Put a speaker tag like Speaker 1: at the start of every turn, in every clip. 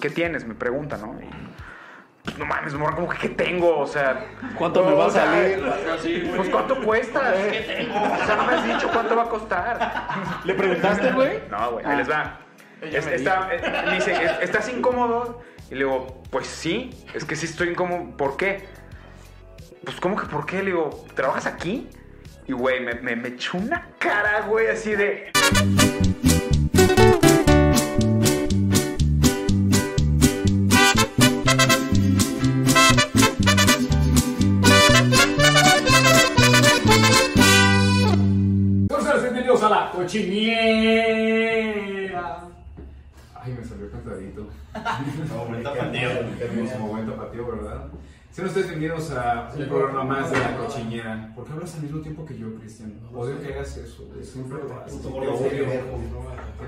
Speaker 1: ¿qué tienes? Me pregunta, ¿no? Y, pues, no mames, amor, ¿cómo que qué tengo? O sea,
Speaker 2: ¿Cuánto
Speaker 1: no,
Speaker 2: me va a
Speaker 1: o sea,
Speaker 2: salir?
Speaker 1: Pues cuánto cuesta. O sea, no me has dicho cuánto va a costar.
Speaker 2: ¿Le preguntaste, güey?
Speaker 1: No, güey, ahí les va.
Speaker 3: Ella
Speaker 1: Es-
Speaker 3: me
Speaker 1: está- eh, me dice, "¿Es- ¿estás incómodo? Y le digo, pues sí, es que sí estoy incómodo. ¿Por qué? Pues, ¿cómo que por qué? Le digo, ¿trabajas aquí? Y, güey, me, me, me echó una cara, güey, así de...
Speaker 4: Entonces, bienvenidos a la cochiniera.
Speaker 5: Ay, me salió cantadito. Hermoso momento tapatío, ¿verdad? Sean ustedes bienvenidos a un programa más de La Cochiñera. ¿Por qué hablas al mismo tiempo que yo, Cristian? Odio que hagas eso. güey. Siempre lo haces. Te odio. Te odio. Te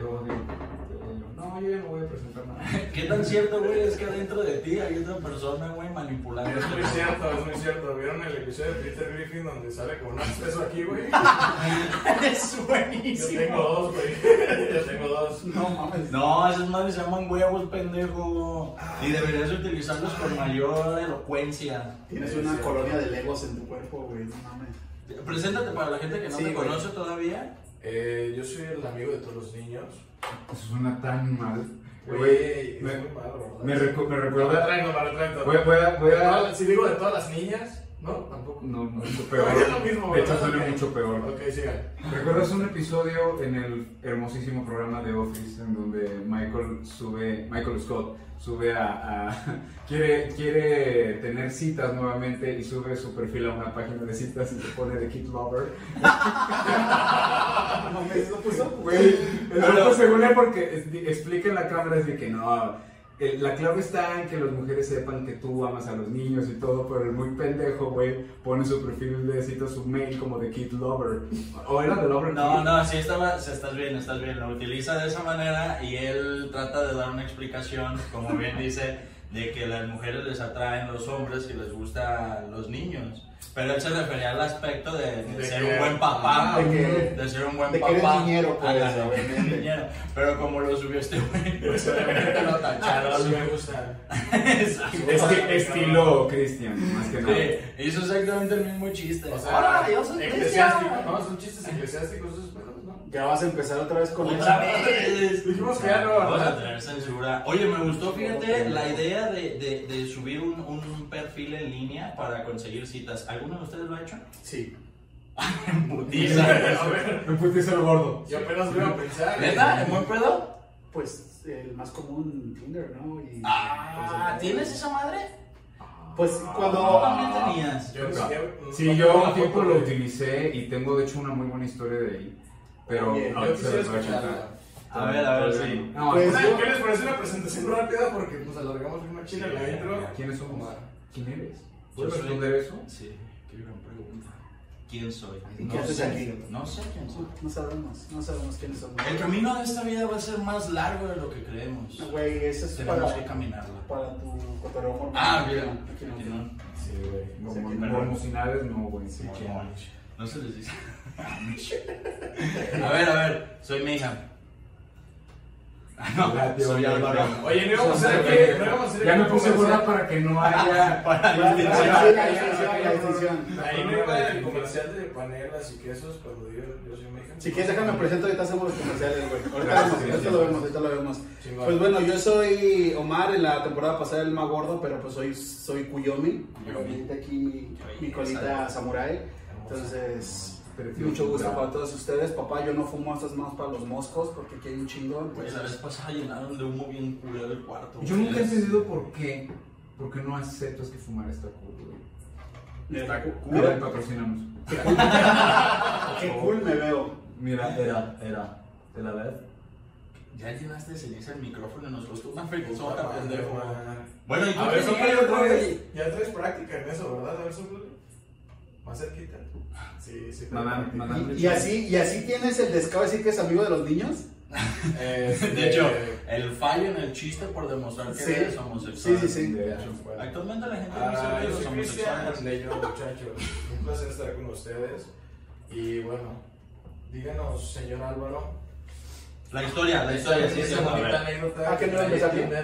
Speaker 5: odio. No, yo ya no voy a presentar nada.
Speaker 6: ¿Qué tan cierto, güey? Es que adentro de ti hay otra persona, güey, manipulando.
Speaker 3: Es muy cierto, es muy cierto. ¿Vieron el episodio de Peter Griffin donde sale con un acceso aquí, güey?
Speaker 6: es
Speaker 3: Yo
Speaker 6: buenísimo.
Speaker 3: tengo dos, güey. Yo tengo dos.
Speaker 6: No
Speaker 3: Pues,
Speaker 6: mames. No, esas madres se llaman huevos, pendejo. Y deberías utilizarlos con mayor elocuencia.
Speaker 7: Tienes una colonia de legos en tu cuerpo, güey, no mames.
Speaker 6: Preséntate para la gente que no
Speaker 3: Sí,
Speaker 6: te
Speaker 3: güey.
Speaker 6: conoce todavía.
Speaker 3: Eh, yo soy el amigo de todos los niños.
Speaker 5: Eso suena tan mal.
Speaker 3: Güey, es
Speaker 5: me,
Speaker 3: muy malo.
Speaker 5: me
Speaker 3: ¿verdad?
Speaker 5: recu- me
Speaker 3: Me
Speaker 5: recuerda.
Speaker 3: retracto, me retracto.
Speaker 5: Voy, a- voy a. Voy
Speaker 3: De todas-
Speaker 5: a
Speaker 3: Si digo de todas las niñas, no, tampoco.
Speaker 5: no, mucho
Speaker 3: Pero
Speaker 5: peor.
Speaker 3: es lo mismo,
Speaker 5: De hecho,
Speaker 3: ¿verdad?
Speaker 5: suena
Speaker 3: Ok.
Speaker 5: mucho peor.
Speaker 3: Ok, sigan.
Speaker 5: ¿Recuerdas un episodio en el hermosísimo programa de Office en donde Michael sube, Michael Scott sube a, a- quiere, quiere tener citas nuevamente y sube su perfil a una página de citas y se pone de Kid Lover?
Speaker 7: No mames, lo puso.
Speaker 5: Güey, el vato según él porque es- explica en la cámara es de que no, el- la clave está en que las mujeres sepan que tú amas a los niños y todo, pero el muy pendejo, güey, pone su perfil de citas, su mail como de Kid Lover. ¿O era de Lover?
Speaker 6: No,
Speaker 5: Kid?
Speaker 6: no, sí, estaba, sí, estás bien, estás bien. Lo utiliza de esa manera y él trata de dar una explicación, como bien dice, de que las mujeres les atraen los hombres y les gustan los niños. Pero él se refería al aspecto de, de
Speaker 3: De
Speaker 6: ser
Speaker 3: que-
Speaker 6: un buen papá,
Speaker 7: de que-
Speaker 6: de ser un buen
Speaker 7: de que
Speaker 6: papá.
Speaker 7: eres niñero, pues,
Speaker 6: Ajá, de que eres
Speaker 7: obviamente.
Speaker 6: niñero. Pero como lo subió este güey, pues obviamente lo
Speaker 3: Sí
Speaker 6: tacharon.
Speaker 3: me gusta.
Speaker 6: Exacto.
Speaker 5: Esti- estilo Cristian, más que nada.
Speaker 6: Sí, hizo exactamente el mismo chiste.
Speaker 3: O
Speaker 7: Ahora,
Speaker 3: sea,
Speaker 7: yo soy
Speaker 3: eclesiástico. No, son chistes eclesiásticos esos pedos, ¿no?
Speaker 7: Ya vas a empezar otra vez con
Speaker 6: Otra
Speaker 7: eso.
Speaker 6: vez.
Speaker 3: Dijimos que ya no,
Speaker 6: Vamos a
Speaker 3: ¿verdad?
Speaker 6: tener censura. Oye, me gustó, fíjate, la idea de, de- de subir un, un perfil en línea para conseguir citas. ¿Alguno de ustedes lo ha hecho?
Speaker 7: Sí.
Speaker 6: Putiza.
Speaker 3: A ver,
Speaker 5: Me putiza el gordo.
Speaker 3: yo apenas voy a pensar.
Speaker 6: ¿Neta? ¿En buen pedo?
Speaker 7: Pues el más común Tinder, ¿no? Y,
Speaker 6: Ah,
Speaker 7: pues, el-
Speaker 6: ¿tienes esa madre?
Speaker 7: Pues
Speaker 6: No,
Speaker 7: cuando
Speaker 6: también tenías.
Speaker 3: Yo ni siquiera-
Speaker 5: Sí, yo un tiempo lo utilicé y tengo de hecho una muy buena historia de ahí. Pero
Speaker 7: Oye,
Speaker 3: Yo
Speaker 5: ahorita se
Speaker 3: quisiera
Speaker 5: las voy a
Speaker 3: escucharla.
Speaker 5: contar.
Speaker 6: A ver, a ver, sí.
Speaker 5: No,
Speaker 7: Pues,
Speaker 5: ¿quién-
Speaker 3: ¿Qué les parece una presentación rápida? Porque nos alargamos bien machina la intro.
Speaker 5: ¿quiénes somos? ¿Quién eres?
Speaker 6: Yo
Speaker 5: ¿Puedes
Speaker 6: soy-
Speaker 5: responder eso?
Speaker 6: Sí, qué gran pregunta. ¿Quién soy?
Speaker 7: ¿Y qué haces
Speaker 6: sé.
Speaker 7: aquí?
Speaker 6: No sé quién soy.
Speaker 7: no sabemos, no sabemos quiénes somos.
Speaker 6: El camino de esta vida va a ser más largo de lo que creemos.
Speaker 7: No, Güey, eso es
Speaker 6: Tenemos que
Speaker 7: para,
Speaker 6: caminarlo.
Speaker 7: para tu cotorreo hormonal.
Speaker 6: Ah, bien.
Speaker 7: Aquí no.
Speaker 6: Aquí no.
Speaker 5: Sí, güey. No,
Speaker 7: Sí,
Speaker 5: como-
Speaker 7: perdón.
Speaker 5: Hormocinales, no, güey. Sí,
Speaker 6: Como
Speaker 5: ¿quién?
Speaker 6: Monch. No se les dice. Ah, a ver, a ver, soy mi hija. Ah, No,
Speaker 5: Ya, tío,
Speaker 6: soy
Speaker 5: ya,
Speaker 6: Álvaro.
Speaker 3: Oye, no íbamos a hacer aquí. No íbamos a hacer
Speaker 5: Ya
Speaker 3: aquí
Speaker 5: me puse
Speaker 3: comercial.
Speaker 5: gorda para que no haya.
Speaker 6: Para
Speaker 7: La
Speaker 6: distinción.
Speaker 7: distinción, la distinción, la distinción.
Speaker 3: Ahí me iba el comercial de panelas y quesos cuando yo, yo soy mexicano.
Speaker 7: Si quieres, déjame presento, ahorita hacemos los comerciales, güey. Ahorita, lo vemos, ahorita lo vemos, ahorita lo vemos.
Speaker 3: Chingón.
Speaker 7: Pues bueno, yo soy Omar, en la temporada pasada el más gordo, pero pues soy, soy Kuyomi. Me
Speaker 6: Kuyomi.
Speaker 7: pinté aquí mi, mi colita samurái. Entonces,
Speaker 5: Precioso,
Speaker 7: mucho gusto
Speaker 5: bravo.
Speaker 7: para todos ustedes. Papá, yo no fumo estas manos para los moscos porque aquí hay un chingo.
Speaker 6: Güey,
Speaker 7: entonces-
Speaker 6: Pues la vez pasada llenaron de humo bien culero el cuarto.
Speaker 5: Yo
Speaker 6: güey.
Speaker 5: nunca he entendido por qué. ¿Por qué no aceptas que fumar está cool, güey?
Speaker 7: Mira,
Speaker 5: Mira,
Speaker 7: mira,
Speaker 5: patrocinamos.
Speaker 8: ah,
Speaker 7: qué cool me veo.
Speaker 5: Mira, era, era. ¿Te la ves?
Speaker 6: Ya llenaste de ceniza el micrófono y nos costó una fregosota,
Speaker 3: Puta
Speaker 6: pendejo. güey.
Speaker 3: madre.
Speaker 6: Bueno, ¿y tú
Speaker 3: Ah, A
Speaker 6: qué
Speaker 3: ver, soplale
Speaker 6: tienes,
Speaker 3: otra
Speaker 6: güey?
Speaker 3: vez. Ya traes práctica en eso, ¿verdad? A ver, soplale. Más cerquita. Sí, sí.
Speaker 5: Madame, madame.
Speaker 7: Y así, y así tienes el descaro de decir que es amigo de los niños.
Speaker 3: Eh, sí,
Speaker 6: De hecho,
Speaker 3: eh,
Speaker 6: el fallo en el chiste por demostrar que
Speaker 7: Sí.
Speaker 6: eres
Speaker 7: Sí,
Speaker 6: homosexual.
Speaker 7: sí, sí.
Speaker 5: De hecho.
Speaker 6: Actualmente la gente
Speaker 3: Ah,
Speaker 6: dice que
Speaker 3: yo
Speaker 6: los
Speaker 3: soy Cristian
Speaker 6: homosexuales.
Speaker 3: Leño, muchachos. Un placer estar con ustedes. Y bueno, díganos, señor Álvaro,
Speaker 6: La historia, la historia, sí, sí,
Speaker 3: Esa
Speaker 6: a ver.
Speaker 3: bonita anécdota.
Speaker 9: Ah, que no
Speaker 3: nadie
Speaker 9: empezó aquí.
Speaker 3: tiene.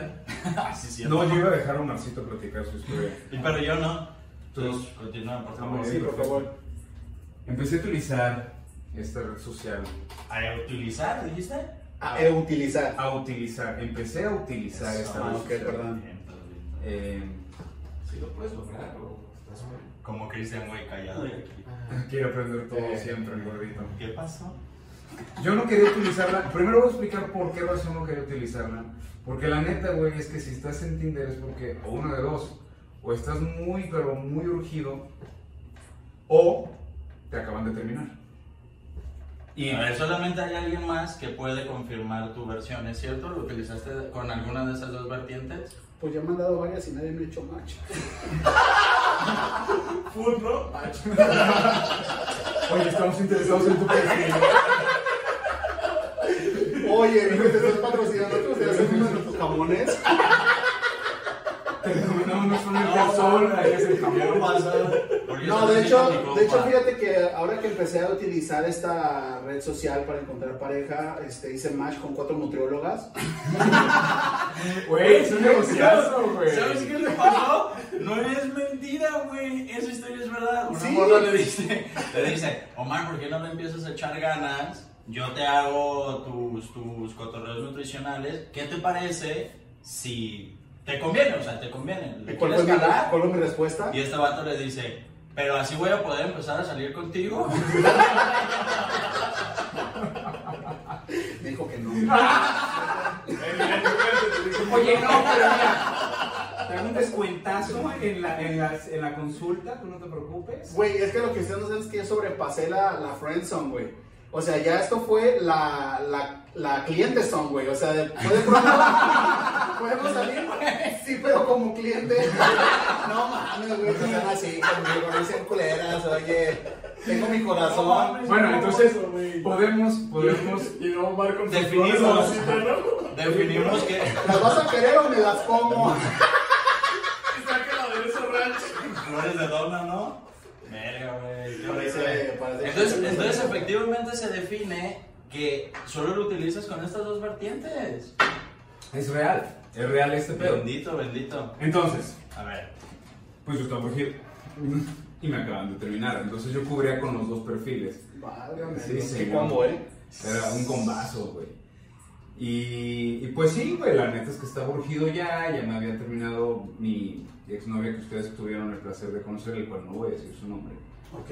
Speaker 6: Ah, sí, sí.
Speaker 5: No, yo iba a dejar a Marcito platicar su historia.
Speaker 6: Y Pero yo no.
Speaker 5: Tú.
Speaker 6: Entonces, continúa, por
Speaker 5: Ah,
Speaker 6: favor.
Speaker 5: sí.
Speaker 9: Sí, por favor.
Speaker 5: Empecé a utilizar esta red social.
Speaker 6: ¿A utilizar, dijiste?
Speaker 8: A eh, utilizar.
Speaker 5: A utilizar, empecé a utilizar
Speaker 6: Eso,
Speaker 5: esta red
Speaker 8: ok,
Speaker 5: social.
Speaker 8: perdón.
Speaker 6: Ah, Bien, todo bien.
Speaker 5: Eh,
Speaker 3: Sí, lo puedes lograr, o estás muy.
Speaker 6: Como Cristian muy callado aquí.
Speaker 5: quiero aprender todo
Speaker 8: Eh.
Speaker 5: siempre, el gordito.
Speaker 6: ¿Qué pasó?
Speaker 5: Yo no quería utilizarla. Primero voy a explicar por qué razón no quería utilizarla. Porque la neta, güey, es que si estás en Tinder es porque, o una de dos, o estás muy, pero muy urgido, o te acaban de terminar. Y
Speaker 6: A ver, solamente hay alguien más que puede confirmar tu versión, ¿es cierto? ¿Lo utilizaste con alguna de esas dos vertientes?
Speaker 8: Pues ya me han dado varias y nadie me ha hecho match.
Speaker 3: Food, ¿no?
Speaker 5: oye, estamos interesados en tu perfil.
Speaker 8: Oye, mijo, te estás patrocinando tú, te haces uno de tus jamones.
Speaker 5: Te recomendamos unos sones de sol, ahí es el jamón.
Speaker 6: Porque
Speaker 8: No, de
Speaker 6: eso sí es mi
Speaker 8: hecho,
Speaker 6: compa.
Speaker 8: de hecho, fíjate que ahora que empecé a utilizar esta red social para encontrar pareja, este, hice match con cuatro nutriólogas.
Speaker 5: Güey, es un negociazo, güey.
Speaker 6: ¿Sabes qué le pasó? No es mentira, güey. Esa historia es verdad. Una
Speaker 8: Sí.
Speaker 6: morra le dice, le dice, Omar, ¿por qué no le empiezas a echar ganas? Yo te hago tus, tus cotorreos nutricionales. ¿Qué te parece si te conviene? O sea, te conviene. ¿Le
Speaker 8: ¿Y ¿Cuál fue
Speaker 6: quieres
Speaker 8: mi,
Speaker 6: jalar?
Speaker 8: cuál fue mi respuesta?
Speaker 6: Y este vato le dice, pero así voy a poder empezar a salir contigo.
Speaker 8: Me dijo que no.
Speaker 5: Oye, no, pero mira, te hago un descuentazo en la, en las- en la consulta, tú no te preocupes.
Speaker 8: Güey, es que lo que ustedes no saben es que yo sobrepasé la, la friendzone, güey. O sea, ya esto fue la, la, la cliente zone, güey. O sea, de, fue de pronto, podemos salir, sí, pero como cliente. No mames, güey, que sean así conmigo, no sean culeras, oye. Tengo mi corazón.
Speaker 5: Bueno, entonces
Speaker 3: güey.
Speaker 5: podemos, podemos
Speaker 3: Y luego Marco
Speaker 6: Definimos.
Speaker 3: ¿no?
Speaker 6: Definimos que...
Speaker 8: ¿Las vas a querer o me las como?
Speaker 3: Sácala de ese ranch.
Speaker 6: Flores de dona, ¿no? Verga, güey. qué
Speaker 8: Parece-
Speaker 6: horrible.
Speaker 8: parece-
Speaker 6: Entonces, entonces efectivamente se define que solo lo utilizas con estas dos vertientes.
Speaker 5: Es real, es real este pedo.
Speaker 6: Bendito, bendito.
Speaker 5: Entonces,
Speaker 6: A ver.
Speaker 5: pues yo estaba urgido. Y me acaban de terminar. Entonces yo cubría con los dos perfiles.
Speaker 8: Válgame,
Speaker 5: Sí,
Speaker 8: qué
Speaker 5: sí,
Speaker 8: combo,
Speaker 5: no.
Speaker 8: ¿eh?
Speaker 5: Era un combazo, güey. Y, y pues sí, güey, la neta es que estaba urgido ya. Ya me había terminado mi exnovia que ustedes tuvieron el placer de conocer, el cual no voy a decir su nombre.
Speaker 8: Ok.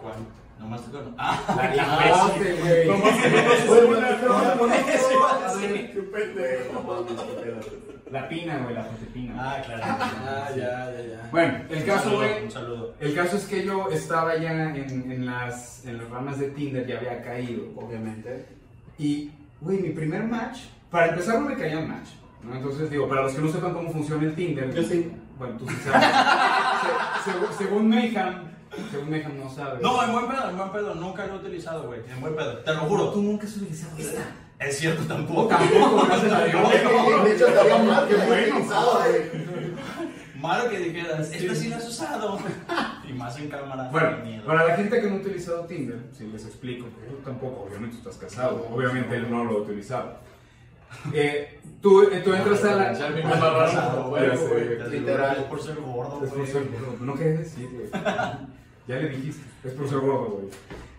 Speaker 6: ¿Cuál? Nomás te con... Ah,
Speaker 5: La imbécil, güey.
Speaker 8: Oye, güey, ¿qué pedo?
Speaker 6: eso iba a decir.
Speaker 3: Qué pendejo.
Speaker 8: No mames, qué pedo.
Speaker 5: La pina, güey, la Josefina.
Speaker 6: Ah, claro. Ah, ya, ya, ya.
Speaker 5: Bueno, el
Speaker 6: Un
Speaker 5: caso,
Speaker 6: saludo,
Speaker 5: güey.
Speaker 6: Un saludo.
Speaker 5: El caso es que yo estaba ya en, en las, en las ramas de Tinder, ya había caído.
Speaker 8: Obviamente.
Speaker 5: Y, güey, mi primer match, para empezar no me caían match. ¿no? Entonces, digo, para los que no sepan cómo funciona el Tinder.
Speaker 8: Yo sí.
Speaker 5: Bueno, tú sí sabes. Se- segu- según Mayhem, según Mayhem no sabes.
Speaker 6: No, en buen pedo, en buen pedo. Nunca lo he utilizado, güey. En buen pedo. Te lo juro.
Speaker 5: Tú nunca has utilizado esta.
Speaker 6: Es cierto,
Speaker 5: No,
Speaker 6: tampoco.
Speaker 5: tampoco, gracias a Dios.
Speaker 8: De hecho, estaría mal que
Speaker 5: Qué bueno.
Speaker 8: utilizado, güey.
Speaker 6: Malo que dijeras, este sí lo has usado. Y más en cámara.
Speaker 5: Bueno,
Speaker 6: Mierda.
Speaker 5: para la gente que no ha utilizado Tinder, si les explico, tú tampoco, obviamente tú estás casado, obviamente él no lo ha utilizado. Eh, tú, eh, tú entras a la...
Speaker 6: Ya me he pasado, güey,
Speaker 5: Ya sé,
Speaker 6: güey.
Speaker 5: ya
Speaker 8: sé.
Speaker 6: Literal. Es por ser gordo,
Speaker 5: Es por
Speaker 6: güey.
Speaker 5: ser gordo. No quería decir, güey. Ya le dijiste. Es por ser gordo, güey.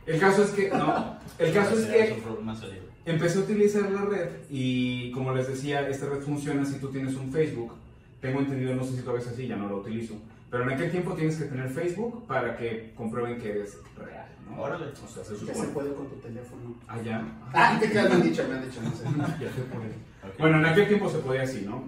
Speaker 5: El caso es que, no. El caso es
Speaker 6: Es un
Speaker 5: que
Speaker 6: problema serio.
Speaker 5: empecé a utilizar la red y, como les decía, esta red funciona si tú tienes un Facebook. Tengo entendido, no sé si todavía es así, ya no lo utilizo. Pero en aquel tiempo tienes que tener Facebook para que comprueben que eres real, ¿no?
Speaker 6: Órale.
Speaker 5: O sea, se
Speaker 8: Ya se
Speaker 5: supone.
Speaker 8: puede con tu teléfono.
Speaker 5: Ah, ya. Ah,
Speaker 8: Ah, te creas, me han dicho, me han dicho, no sé.
Speaker 5: Ya se puede. Bueno, en aquel tiempo se podía así, ¿no?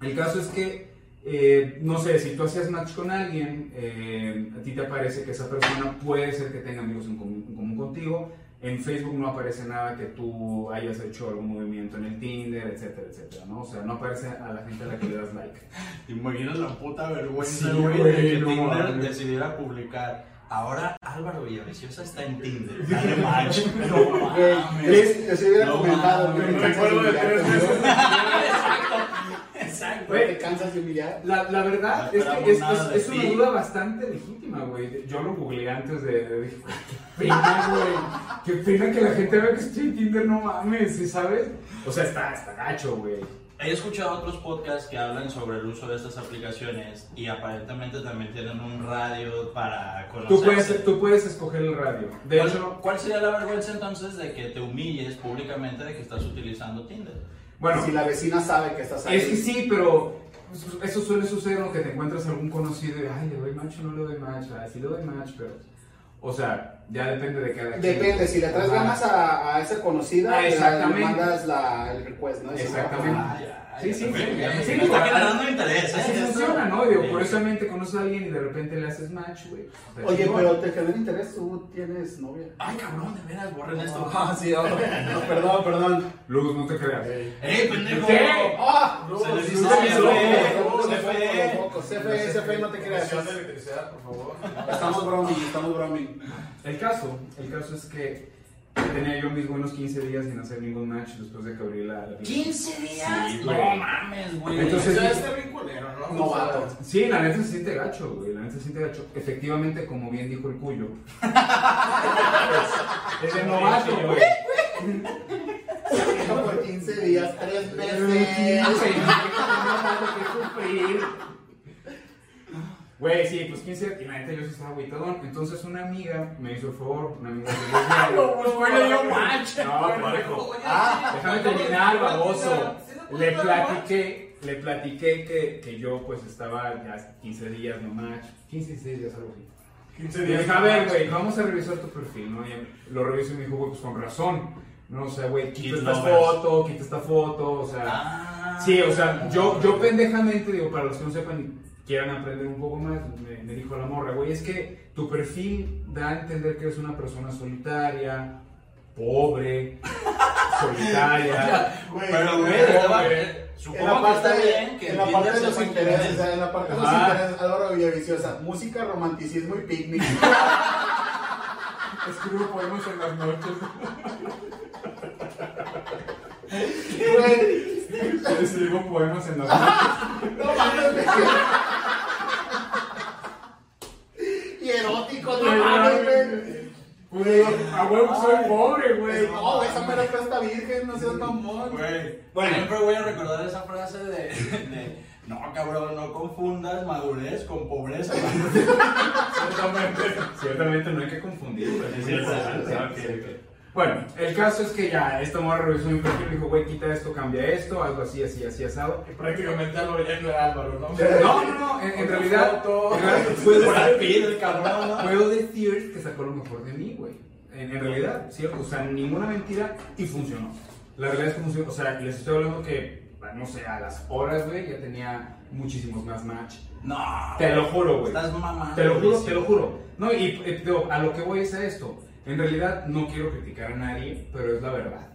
Speaker 5: El caso es que, eh, no sé, si tú hacías match con alguien, eh, a ti te aparece que esa persona puede ser que tenga amigos en común, en común contigo. En Facebook no aparece nada que tú hayas hecho algún movimiento en el Tinder, etcétera, etcétera, ¿no? O sea, no aparece a la gente a la que le das like.
Speaker 6: ¿Te imaginas la puta vergüenza,
Speaker 5: Sí,
Speaker 6: güey,
Speaker 5: güey,
Speaker 6: de que
Speaker 5: no
Speaker 6: Tinder
Speaker 5: mames.
Speaker 6: decidiera publicar? Ahora Álvaro Villaviciosa está en Tinder. Dale match. No
Speaker 8: Güey,
Speaker 6: mames.
Speaker 8: yo sí- yo sí hubiera
Speaker 6: No
Speaker 8: comentado,
Speaker 6: mames.
Speaker 8: güey,
Speaker 3: Me acuerdo de
Speaker 8: mensajes
Speaker 3: tres
Speaker 8: similares,
Speaker 3: veces.
Speaker 6: Exacto. Exacto.
Speaker 7: Güey, te cansas de humillar.
Speaker 5: La, la verdad
Speaker 6: No
Speaker 5: es que
Speaker 6: esperamos
Speaker 5: es,
Speaker 6: nada
Speaker 5: es-
Speaker 6: de
Speaker 5: es una
Speaker 6: ti.
Speaker 5: duda bastante legítima, güey. Yo lo googleé antes de. de- dije, "Güey, qué pena, güey. Qué pena que la gente vea que estoy en Tinder, no mames, ¿sí ¿sabes? O sea, está, está gacho, güey.
Speaker 6: He escuchado otros podcasts que hablan sobre el uso de estas aplicaciones y aparentemente también tienen un radio para conocer.
Speaker 5: Tú puedes, tú puedes escoger el radio. De
Speaker 6: ¿Cuál,
Speaker 5: hecho,
Speaker 6: cuál sería la vergüenza entonces de que te humilles públicamente de que estás utilizando Tinder?
Speaker 5: bueno,
Speaker 7: Si la vecina sabe que estás ahí.
Speaker 5: es que sí, pero su- eso suele suceder aunque te encuentras algún conocido y, ay, le doy match o no le doy match, ay, sí le doy match, pero. O sea, ya depende de cada quien.
Speaker 7: Depende, si le traes
Speaker 5: Ajá.
Speaker 7: ganas a, a esa conocida,
Speaker 5: Ah,
Speaker 7: le-
Speaker 5: exactamente.
Speaker 7: le mandas la, el request, ¿no?
Speaker 5: Exactamente.
Speaker 7: Ah,
Speaker 5: Sí, sí,
Speaker 6: ya,
Speaker 5: sí,
Speaker 6: ya,
Speaker 5: sí,
Speaker 6: ya,
Speaker 5: sí,
Speaker 6: me está
Speaker 5: digo,
Speaker 6: generando interés. ¿eh?
Speaker 5: Así
Speaker 6: Esto-
Speaker 5: funciona, ¿no? Digo,
Speaker 6: Sí.
Speaker 5: curiosamente conoces a alguien y de repente le haces match, güey. Está
Speaker 7: Oye,
Speaker 5: chingón.
Speaker 7: pero te genera interés, tú tienes novia.
Speaker 6: Ay, cabrón, de veras, borren esto.
Speaker 7: Ah, sí, oh, no, perdón, perdón.
Speaker 5: Luz, no te creas.
Speaker 6: ¡Ey, Eh, pendejo!
Speaker 5: ¿Qué?
Speaker 7: Ah,
Speaker 3: No,
Speaker 6: Se les
Speaker 3: sí,
Speaker 6: hizo
Speaker 3: no,
Speaker 6: bien,
Speaker 3: no,
Speaker 6: güey.
Speaker 3: no,
Speaker 6: Se
Speaker 3: no,
Speaker 6: fue.
Speaker 3: no, no,
Speaker 7: CFE, CFE, no te creas.
Speaker 3: Conexión de electricidad, por favor.
Speaker 7: Estamos broming, estamos broming.
Speaker 5: El caso, el caso es que tenía yo mis buenos 15 días sin hacer ningún match después de que abrí la... la-
Speaker 6: ¿15 días?
Speaker 5: Sí, güey.
Speaker 6: no mames, güey.
Speaker 5: Entonces-
Speaker 3: Ya está bien culero, ¿no?
Speaker 7: Novato.
Speaker 5: Sí, la neta se siente gacho, güey, la neta se siente gacho. Efectivamente, como bien dijo el cuyo. es, es el novato, güey.
Speaker 7: Por 15 días, 3
Speaker 5: Qué
Speaker 7: meses.
Speaker 5: sufrir. Güey, sí, pues 15 y la neta yo sí estaba agüitadón. Entonces una amiga me hizo el favor, una amiga que yo
Speaker 6: No, pues, bueno, yo macho.
Speaker 5: No, parejo. Déjame terminar, baboso. Le platiqué, le platiqué que, que yo pues estaba ya 15 días no match, 15, 16 días algo así.
Speaker 3: 15
Speaker 5: Le
Speaker 3: días.
Speaker 5: dije, a ver, güey, vamos a revisar tu perfil, ¿no? Y lo reviso y me dijo, güey, pues con razón. No, o sea, güey, quita
Speaker 6: Kid
Speaker 5: esta
Speaker 6: lovers.
Speaker 5: foto, quita esta foto, o sea.
Speaker 6: Ah.
Speaker 5: Sí, o sea, yo, yo pendejamente, digo, para los que no sepan y quieran aprender un poco más, me, me dijo la morra, güey, es que tu perfil da a entender que eres una persona solitaria, pobre, solitaria.
Speaker 7: Güey,
Speaker 6: Pero, güey,
Speaker 5: Güey,
Speaker 6: estaba-
Speaker 5: güey.
Speaker 7: En la
Speaker 6: supongo que está
Speaker 7: parte,
Speaker 6: bien que
Speaker 7: en la parte de
Speaker 6: entiendas
Speaker 7: los
Speaker 6: esa Ah.
Speaker 7: intereses, ¿eh? o
Speaker 6: inquietud.
Speaker 7: sea, en la parte de los
Speaker 5: Ajá.
Speaker 7: intereses, Álvaro Villaviciosa, música, romanticismo y picnic.
Speaker 5: Escribo poemas en las noches.
Speaker 7: Güey,
Speaker 5: Escribo poemas en las noches.
Speaker 7: no mames. güey. Y erótico, no mames, güey.
Speaker 5: Güey, a huevo soy pobre, güey.
Speaker 7: No, güey, esa mera está virgen, no seas mamón.
Speaker 6: Güey, siempre voy a recordar esa frase de, de, no cabrón, no confundas madurez con pobreza.
Speaker 5: Ciertamente, ciertamente no hay que confundir, güey.
Speaker 6: Sí, sí, sí, sí,
Speaker 5: Sí,
Speaker 6: sí,
Speaker 5: sí. Bueno, el caso es que ya esta morra revisó mi perfil y dijo, güey, quita esto, cambia esto, algo así, así, así, asado.
Speaker 3: Que prácticamente lo veía era Álvaro, ¿no?
Speaker 5: No, no, no, en, en realidad, en realidad puedo,
Speaker 6: Brad Pitt, el cabrón, ¿no?
Speaker 5: puedo decir que sacó lo mejor de mí, güey. En, en realidad, ¿cierto? O sea, ninguna mentira y funcionó. La realidad es que funcionó. O sea, les estoy hablando que, no sé, a las horas, güey, ya tenía muchísimos más match.
Speaker 6: No.
Speaker 5: Te lo juro, güey.
Speaker 6: Estás mamando.
Speaker 5: Te lo juro,
Speaker 6: güey,
Speaker 5: te
Speaker 6: sí.
Speaker 5: lo juro. No, y eh, digo, a lo que voy es a esto. En realidad no quiero criticar a nadie, pero es la verdad.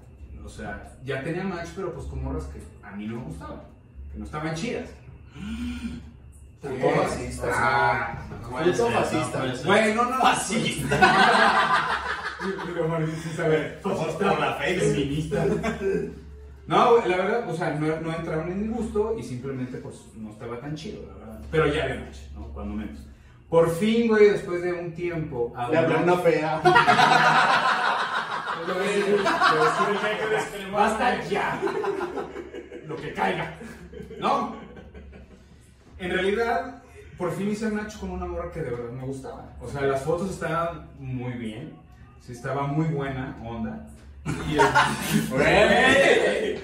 Speaker 5: O sea, ya tenía match, pero pues con morras que a mí no me gustaban, que no estaban chidas. Eh,
Speaker 7: Puto racista,
Speaker 5: Ah,
Speaker 6: No
Speaker 5: no,
Speaker 6: puede
Speaker 7: Puto
Speaker 6: ser, no
Speaker 7: fascista.
Speaker 6: puede ser.
Speaker 5: Güey, no, no.
Speaker 6: Fascista.
Speaker 5: Digo, Mario, sin saber.
Speaker 6: Por por la face.
Speaker 5: Feminista. No, güey, la verdad, o sea, no, no entraron en mi gusto y simplemente, pues, no estaba tan chido, la verdad. Pero ya de noche, ¿no? Cuando menos. Por fin, güey, después de un tiempo... a
Speaker 7: Le habló
Speaker 5: una-
Speaker 7: una fea.
Speaker 5: Lo voy a decir, lo voy a decir. Basta ya. Lo que caiga. No. En realidad, por fin hice match con una morra que de verdad me gustaba. O sea, las fotos estaban muy bien. Sí, estaba muy buena onda. Y,
Speaker 6: Güey.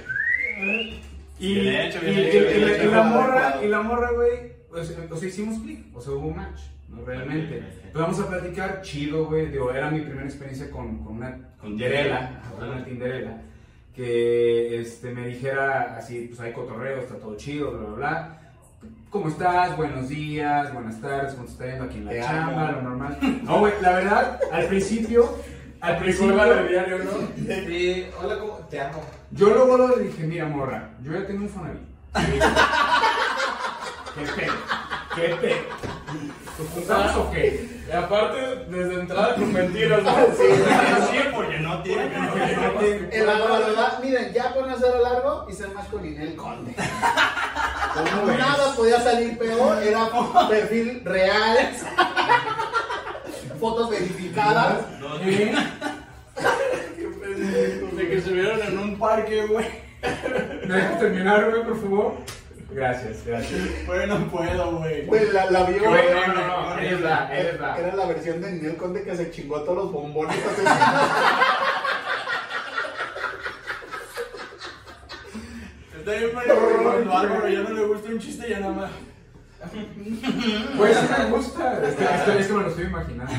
Speaker 5: y,
Speaker 6: Bien hecho, bien
Speaker 5: y-
Speaker 6: hecho,
Speaker 5: y-
Speaker 6: bien
Speaker 5: y la-
Speaker 6: hecho.
Speaker 5: y la morra, y la morra, güey, o sea, o sea, hicimos clic, o sea, hubo match, ¿no? Realmente.
Speaker 6: Ok, ok.
Speaker 5: Pero vamos a platicar, chido, güey, digo, era mi primera experiencia con, con una tinderela,
Speaker 6: Ajá.
Speaker 5: con una tinderela, que este, me dijera así, pues hay cotorreo, está todo chido, bla, bla, bla. ¿Cómo estás? Buenos días, buenas tardes, ¿cómo te está yendo aquí en la
Speaker 7: Te
Speaker 5: chamba?
Speaker 7: amo.
Speaker 5: Lo normal. No, güey, la verdad, al principio, al principio...
Speaker 3: Sí, hola, ¿cómo? Te amo.
Speaker 5: Yo luego lo le dije, mira morra, yo ya tengo un Fonavit. qué pedo, qué pedo. ¿Nos juntamos o qué?
Speaker 3: Y aparte, desde entrada con mentiras, ¿no?
Speaker 6: Sí, porque no tiene.
Speaker 5: Porque-
Speaker 7: El Álvaro, ¿verdad? Miren, ya pueden hacer largo y ser más con Inel Conde.
Speaker 5: ¿Cómo ves?
Speaker 7: Nada podía salir peor, era perfil real, fotos verificadas.
Speaker 6: No, Pues De que se vieron en un parque, güey.
Speaker 5: ¿Me dejas terminar, güey, por favor? Gracias, gracias.
Speaker 6: Güey, no puedo, güey.
Speaker 7: Güey, Pues, la, la vio.
Speaker 5: Güey, no, no, no, ahí es la, ahí es la.
Speaker 7: Era la versión de Ninel Conde que se chingó a todos los bombones. asesinos.
Speaker 6: Está bien, pero cuando a Álvaro ya no le gusta un chiste, ya nada más.
Speaker 5: Pues sí me gusta, es que, es que- es que me lo estoy imaginando.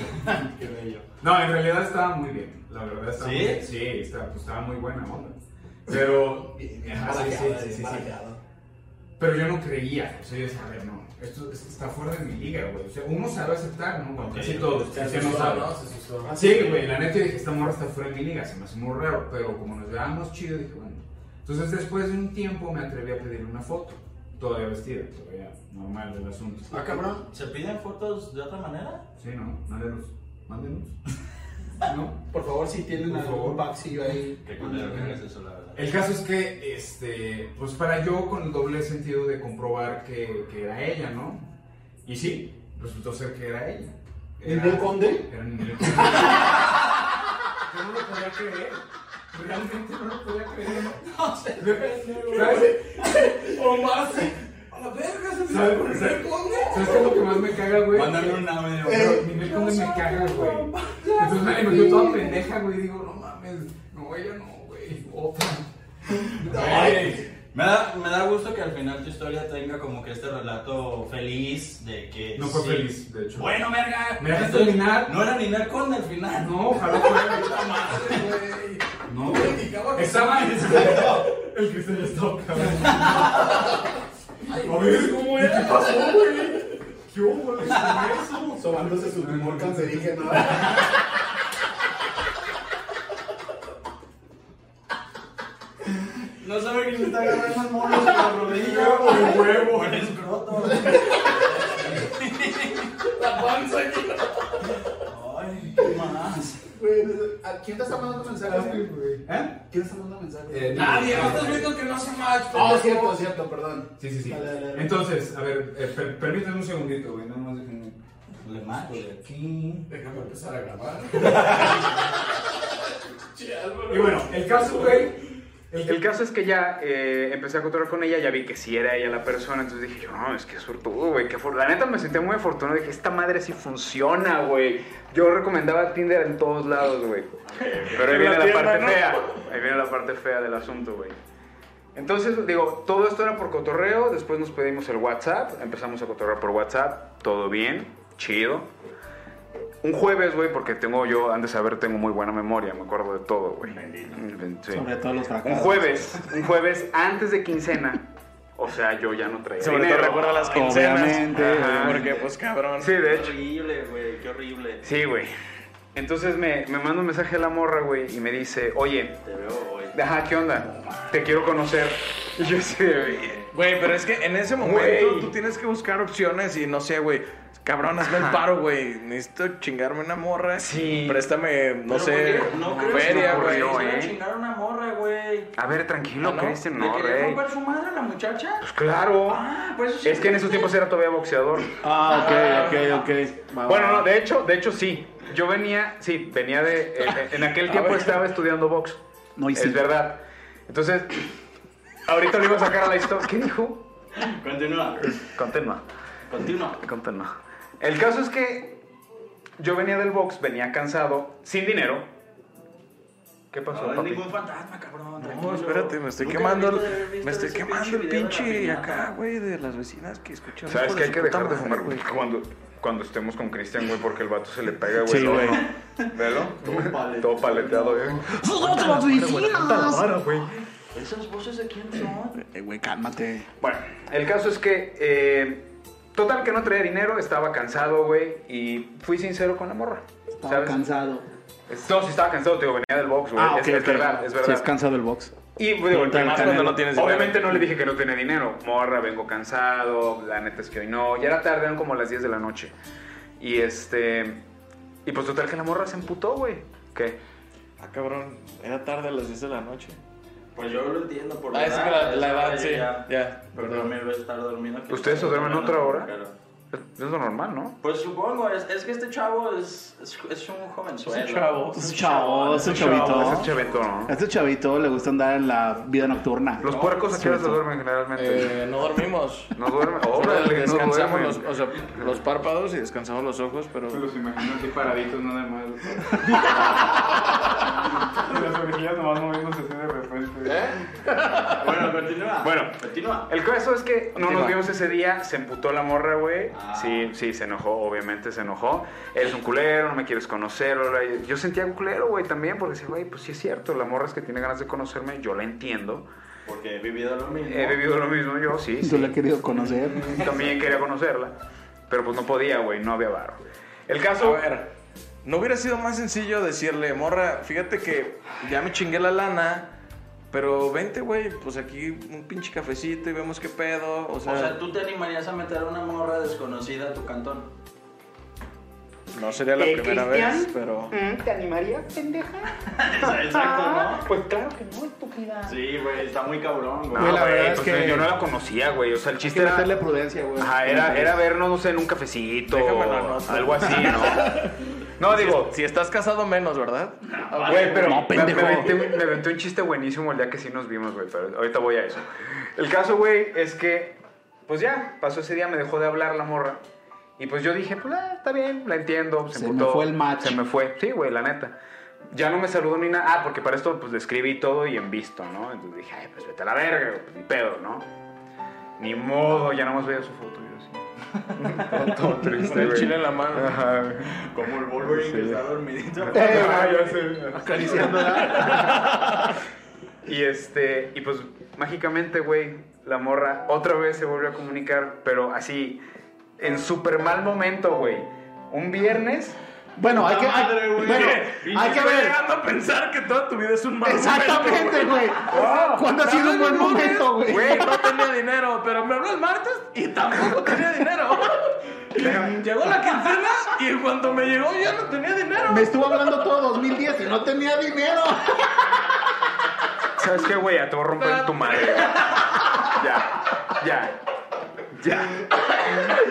Speaker 6: Qué bello.
Speaker 5: No, en realidad estaba muy bien, la verdad estaba
Speaker 6: ¿Sí?
Speaker 5: muy bien. Sí, estaba, pues, estaba muy buena onda. Pero, ajá, sí, sí, sí, sí, sí. Pero yo no creía, o sea, yo decía, a ver, no, esto es- está fuera de mi liga, güey. O sea, uno sabe aceptar, ¿no? Bueno, casi todos,
Speaker 3: Se
Speaker 5: casi no
Speaker 3: asustó,
Speaker 5: sabe. Ah,
Speaker 3: ¿no? Se asustó.
Speaker 5: Sí, güey, la neta yo dije, esta morra está fuera de mi liga, se me hace muy raro, pero como nos veábamos chido, dije, bueno. Entonces después de un tiempo me atreví a pedirle una foto, todavía vestida, todavía normal del asunto.
Speaker 6: Ah, cabrón. ¿Se piden fotos de otra manera?
Speaker 5: Sí, no, mándenos, mándenos. ¿No?
Speaker 7: Por favor, si tienen
Speaker 5: Por
Speaker 7: algún
Speaker 5: favor.
Speaker 7: vacío ahí.
Speaker 6: Qué culero que hagas eso, la verdad.
Speaker 5: El caso es que, este, pues para yo con el doble sentido de comprobar que, que era ella, ¿no? Y sí, resultó ser que era ella. Era-
Speaker 7: ¿Ninel Conde?
Speaker 5: Era Ninel Conde. Yo no lo podía creer. Realmente no lo podía creer. No sé. ¿Sabes?
Speaker 3: O más. A la verga, se
Speaker 5: ¿Sabes?
Speaker 3: me
Speaker 5: ¿Sabes? ¿Sabes qué es lo que más me caga, güey?
Speaker 6: Mándale un audio.
Speaker 5: Pero Ninel Conde me caga, güey. Entonces me imagino toda pendeja, güey. y Digo, no mames, no, ella no, güey. Otra.
Speaker 6: Güey, Me da, me da gusto que al final tu historia tenga como que este relato feliz de que.
Speaker 5: No fue
Speaker 6: sí.
Speaker 5: feliz, de hecho.
Speaker 6: Bueno, verga.
Speaker 5: ¿Me dejas
Speaker 6: esto-
Speaker 5: terminar?
Speaker 6: No era ni nada con al final.
Speaker 5: No, ojalá fuera.
Speaker 3: güey.
Speaker 5: No,
Speaker 3: Güey, ni cabrón.
Speaker 5: Está mal. El cristal ya estaba cabrón. A ver, ¿cómo era? ¿Qué pasó, güey? ¿Qué hubo, güey? ¿Con eso?
Speaker 7: Sobándose su tumor cancerígeno.
Speaker 6: No sabe que se está agarrando el mono de la rodilla
Speaker 5: o el huevo.
Speaker 6: o el escroto.
Speaker 3: La panza aquí.
Speaker 6: Ay, ¿qué más?
Speaker 7: Güey, ¿a ¿Quién te está mandando mensajes? güey?
Speaker 5: ¿Eh?
Speaker 7: ¿Quién está mandando mensajes?
Speaker 5: Eh,
Speaker 3: Nadie, no Ah, estás viendo que no hace match.
Speaker 1: Ah,
Speaker 6: Ah,
Speaker 7: Oh,
Speaker 3: pendejo?
Speaker 7: cierto, cierto, perdón.
Speaker 5: Sí, sí, sí.
Speaker 7: Dale, dale, dale.
Speaker 5: Entonces, a ver, eh, per- permítanme un segundito, güey. Nada más déjenme.
Speaker 6: Le macho.
Speaker 5: Aquí.
Speaker 3: Déjame empezar a grabar. Che, Álvaro.
Speaker 5: Y bueno, el caso, güey.
Speaker 1: El caso es que ya eh, empecé a controlar con ella, ya vi que sí era ella la persona, entonces dije yo, no, es que sortudo, güey, que la neta me sentí muy afortunado, dije, esta madre sí funciona, güey. Yo recomendaba Tinder en todos lados, güey. Pero ahí viene la parte fea, ahí viene la parte fea del asunto, güey. Entonces, digo, todo esto era por cotorreo, después nos pedimos el WhatsApp, empezamos a cotorrear por WhatsApp, todo bien, chido. Un jueves, güey, porque tengo yo, antes de saber, tengo muy buena memoria, me acuerdo de todo, güey. Mm, Sí.
Speaker 2: Sobre todo los
Speaker 1: Un
Speaker 2: fracasos.
Speaker 1: jueves, un jueves antes de quincena. O sea, yo ya no traía
Speaker 2: Sobre todo
Speaker 1: dinero.
Speaker 2: recuerda las
Speaker 1: Quincenas.
Speaker 2: Obviamente,
Speaker 1: Ajá.
Speaker 2: porque pues cabrón.
Speaker 1: Sí, de hecho.
Speaker 6: horrible, güey, qué horrible.
Speaker 1: Sí, güey. Entonces me, me manda un mensaje a la morra, güey, y me dice, oye,
Speaker 6: Te veo hoy.
Speaker 1: ajá, ¿qué onda? Te quiero conocer. Y yo así de, "Bien".
Speaker 2: Güey, pero es que en ese momento
Speaker 1: Güey.
Speaker 2: tú tienes que buscar opciones y no sé, güey. Cabrón, hazme el paro, güey. Necesito chingarme una morra.
Speaker 1: Sí.
Speaker 2: Prestame, no
Speaker 6: Pero,
Speaker 2: sé,
Speaker 6: güey, no creo que se me
Speaker 2: feria, güey.
Speaker 1: ocurrió,
Speaker 6: Voy a
Speaker 1: ¿eh?
Speaker 6: chingar una morra, güey.
Speaker 1: A ver, tranquilo,
Speaker 2: Ah, ¿no?
Speaker 1: Cristian,
Speaker 6: ¿Le
Speaker 1: no,
Speaker 6: quería
Speaker 1: rey.
Speaker 6: romper su madre a la muchacha?
Speaker 1: Pues claro.
Speaker 6: Ah, pues eso sí.
Speaker 1: Es que en esos tiempos era todavía boxeador.
Speaker 2: Ah, ok, ok, ok. Va, va,
Speaker 1: Bueno,
Speaker 2: va.
Speaker 1: no, de hecho, de hecho sí. Yo venía, sí, venía de. eh, eh, en aquel tiempo estaba estudiando box.
Speaker 2: No, y sí.
Speaker 1: Es verdad. Entonces, ahorita le iba a sacar a la historia. ¿Qué dijo?
Speaker 6: Continúa,
Speaker 1: Contenma,
Speaker 6: continúa.
Speaker 1: contenma. El caso es que yo venía del box, venía cansado, sin dinero. ¿Qué pasó,
Speaker 6: No,
Speaker 1: papi?
Speaker 6: ningún fantasma, cabrón.
Speaker 2: No, espérate, me estoy quemando el, me estoy quemando el pinche acá, güey, de las vecinas que escuchan.
Speaker 1: ¿Sabes
Speaker 2: hijo
Speaker 1: que hay
Speaker 2: su
Speaker 1: que
Speaker 2: puta
Speaker 1: dejar de
Speaker 2: madre,
Speaker 1: fumar, güey? Cuando, cuando estemos con Cristian, güey, porque el vato se le pega, güey.
Speaker 2: Sí,
Speaker 1: el
Speaker 2: güey.
Speaker 1: horno. Velo.
Speaker 6: Todo paleteado.
Speaker 1: Todo paleteado, güey.
Speaker 6: ¿Esas voces de quién son?
Speaker 2: Eh, güey, cálmate.
Speaker 1: Bueno, el caso es que. eh, total, que no traía dinero, estaba cansado, güey. Y fui sincero con la morra.
Speaker 7: Estaba
Speaker 1: ¿sabes?
Speaker 7: cansado.
Speaker 1: No, sí estaba cansado, te digo, venía del box, güey.
Speaker 2: Ah, ok,
Speaker 1: es, es
Speaker 2: ok.
Speaker 1: verdad, es verdad.
Speaker 2: Sí, es cansado el box.
Speaker 1: Y güey, digo,
Speaker 2: Ahorita
Speaker 1: el
Speaker 2: el
Speaker 1: primero,
Speaker 2: cambio no tienes dinero.
Speaker 1: Obviamente no le dije que no tenía dinero. Morra, vengo cansado. La neta es que hoy no. Ya era tarde, eran como las 10 de la noche. Y este. Y pues total que la morra se emputó, güey. ¿Qué?
Speaker 2: Ah, cabrón, era tarde a las 10 de la noche.
Speaker 6: Pues yo lo entiendo por
Speaker 2: Ah, es que la,
Speaker 6: es
Speaker 2: la edad,
Speaker 6: yo
Speaker 2: sí. Ya,
Speaker 6: Prefiero
Speaker 2: perdón.
Speaker 6: mil veces estar dormido. que
Speaker 1: ¿Ustedes se
Speaker 6: estar
Speaker 1: duermen otra
Speaker 6: comiendo,
Speaker 1: hora?
Speaker 6: pero-
Speaker 1: Es lo normal, ¿no?
Speaker 6: Pues supongo, es, es que este chavo es, es, es un jovenzuelo.
Speaker 2: Es un chavo.
Speaker 8: Es un chavo, es un chavito.
Speaker 1: Ese chavito, ¿no?
Speaker 8: A este chavito le gusta andar en la vida nocturna.
Speaker 1: Los puercos a qué horas se
Speaker 8: cierto.
Speaker 1: duermen generalmente.
Speaker 2: Eh, no dormimos.
Speaker 1: no duermen.
Speaker 2: Solo
Speaker 1: Órale, no
Speaker 2: descansamos
Speaker 1: duermen.
Speaker 2: los, o sea, los párpados y descansamos los ojos, pero.
Speaker 5: Me los imagino así paraditos nada más. y las orejillas nomás moviéndose así de repente.
Speaker 6: ¿Eh? Bueno, continúa.
Speaker 1: Bueno.
Speaker 6: continúa.
Speaker 1: El caso es que no
Speaker 2: Continúa.
Speaker 1: nos vimos ese día, se emputó la morra, güey.
Speaker 6: Ah.
Speaker 1: Sí, sí, se enojó, obviamente se enojó. Eres un culero, no me quieres conocer. bla, bla. Yo sentía un culero, güey, también, porque decía, güey, pues sí es cierto, la morra es que tiene ganas de conocerme, yo la entiendo.
Speaker 6: Porque he vivido lo mismo.
Speaker 1: He vivido lo mismo yo, sí,
Speaker 8: Yo
Speaker 1: sí.
Speaker 8: le he querido conocer.
Speaker 1: También quería conocerla, pero pues no podía, güey, no había barro. El
Speaker 2: A
Speaker 1: caso...
Speaker 2: ver, ¿no hubiera sido más sencillo decirle, morra, fíjate que ya me chingué la lana, pero vente, güey, pues aquí un pinche cafecito y vemos qué pedo, o sea,
Speaker 6: O sea, ¿tú te animarías a meter a una morra desconocida a tu cantón?
Speaker 2: no sería la
Speaker 10: ¿Eh,
Speaker 2: primera
Speaker 10: Cristian?
Speaker 2: vez, pero...
Speaker 8: Mm.
Speaker 10: ¿Te animaría, pendeja?
Speaker 6: Exacto,
Speaker 10: Pues claro que no, estúpida.
Speaker 6: Sí, güey, está muy cabrón, güey.
Speaker 1: No,
Speaker 8: Güey, la
Speaker 1: güey,
Speaker 8: verdad es
Speaker 1: pues
Speaker 8: que-
Speaker 1: yo no la conocía, güey. O sea, el
Speaker 8: Hay
Speaker 1: chiste
Speaker 8: que meterle
Speaker 1: era...
Speaker 8: prudencia, güey.
Speaker 1: Ajá, era, era vernos, no sé, en un cafecito
Speaker 2: Déjame la
Speaker 1: o
Speaker 2: nota.
Speaker 1: algo así, ¿no? No, digo,
Speaker 2: Si estás casado, menos, ¿verdad?
Speaker 1: Güey, pero
Speaker 8: No,
Speaker 1: me,
Speaker 8: pendejo.
Speaker 1: me aventé un, me aventé un chiste buenísimo el día que sí nos vimos, güey, pero ahorita voy a eso. El caso, güey, es que, pues ya, pasó ese día, me dejó de hablar la morra. Y pues yo dije, pues ah, está bien, la entiendo. Se,
Speaker 8: Se me
Speaker 1: emputó,
Speaker 8: fue el match.
Speaker 1: Se me fue, sí, güey, la neta. Ya no me saludó ni nada. Ah, porque para esto, pues le escribí todo y en visto, ¿no? Entonces dije, ay, pues vete a la verga, güey, pues, ni pedo, ¿no? Ni modo, ya nomás veo su foto, yo así. Todo triste,
Speaker 2: Con el
Speaker 1: güey.
Speaker 2: chile en la mano.
Speaker 1: Ajá, güey.
Speaker 6: Como el Wolverine que está dormidito.
Speaker 1: Ah, ya sé.
Speaker 8: Acariciándola.
Speaker 1: Y este, y pues mágicamente, güey, la morra otra vez se volvió a comunicar, pero así, en súper mal momento, güey. Un viernes.
Speaker 8: Bueno, hay que. hay-
Speaker 6: Madre, güey.
Speaker 8: bueno,
Speaker 2: Y
Speaker 8: hay
Speaker 2: yo
Speaker 8: que
Speaker 2: estoy
Speaker 8: ver.
Speaker 2: llegando a pensar que toda tu vida es un mal
Speaker 8: Exactamente, güey. Ah, ¿Cuándo ha sido un buen momento, güey?
Speaker 2: Güey, no tenía dinero, pero me habló el martes y tampoco tenía dinero. Y llegó la quincena y cuando me llegó ya no tenía dinero.
Speaker 8: Me estuvo hablando todo 2010 y no tenía dinero.
Speaker 1: ¿Sabes qué, güey? Ya te voy a romper tu madre. güey. Ya, ya, ya.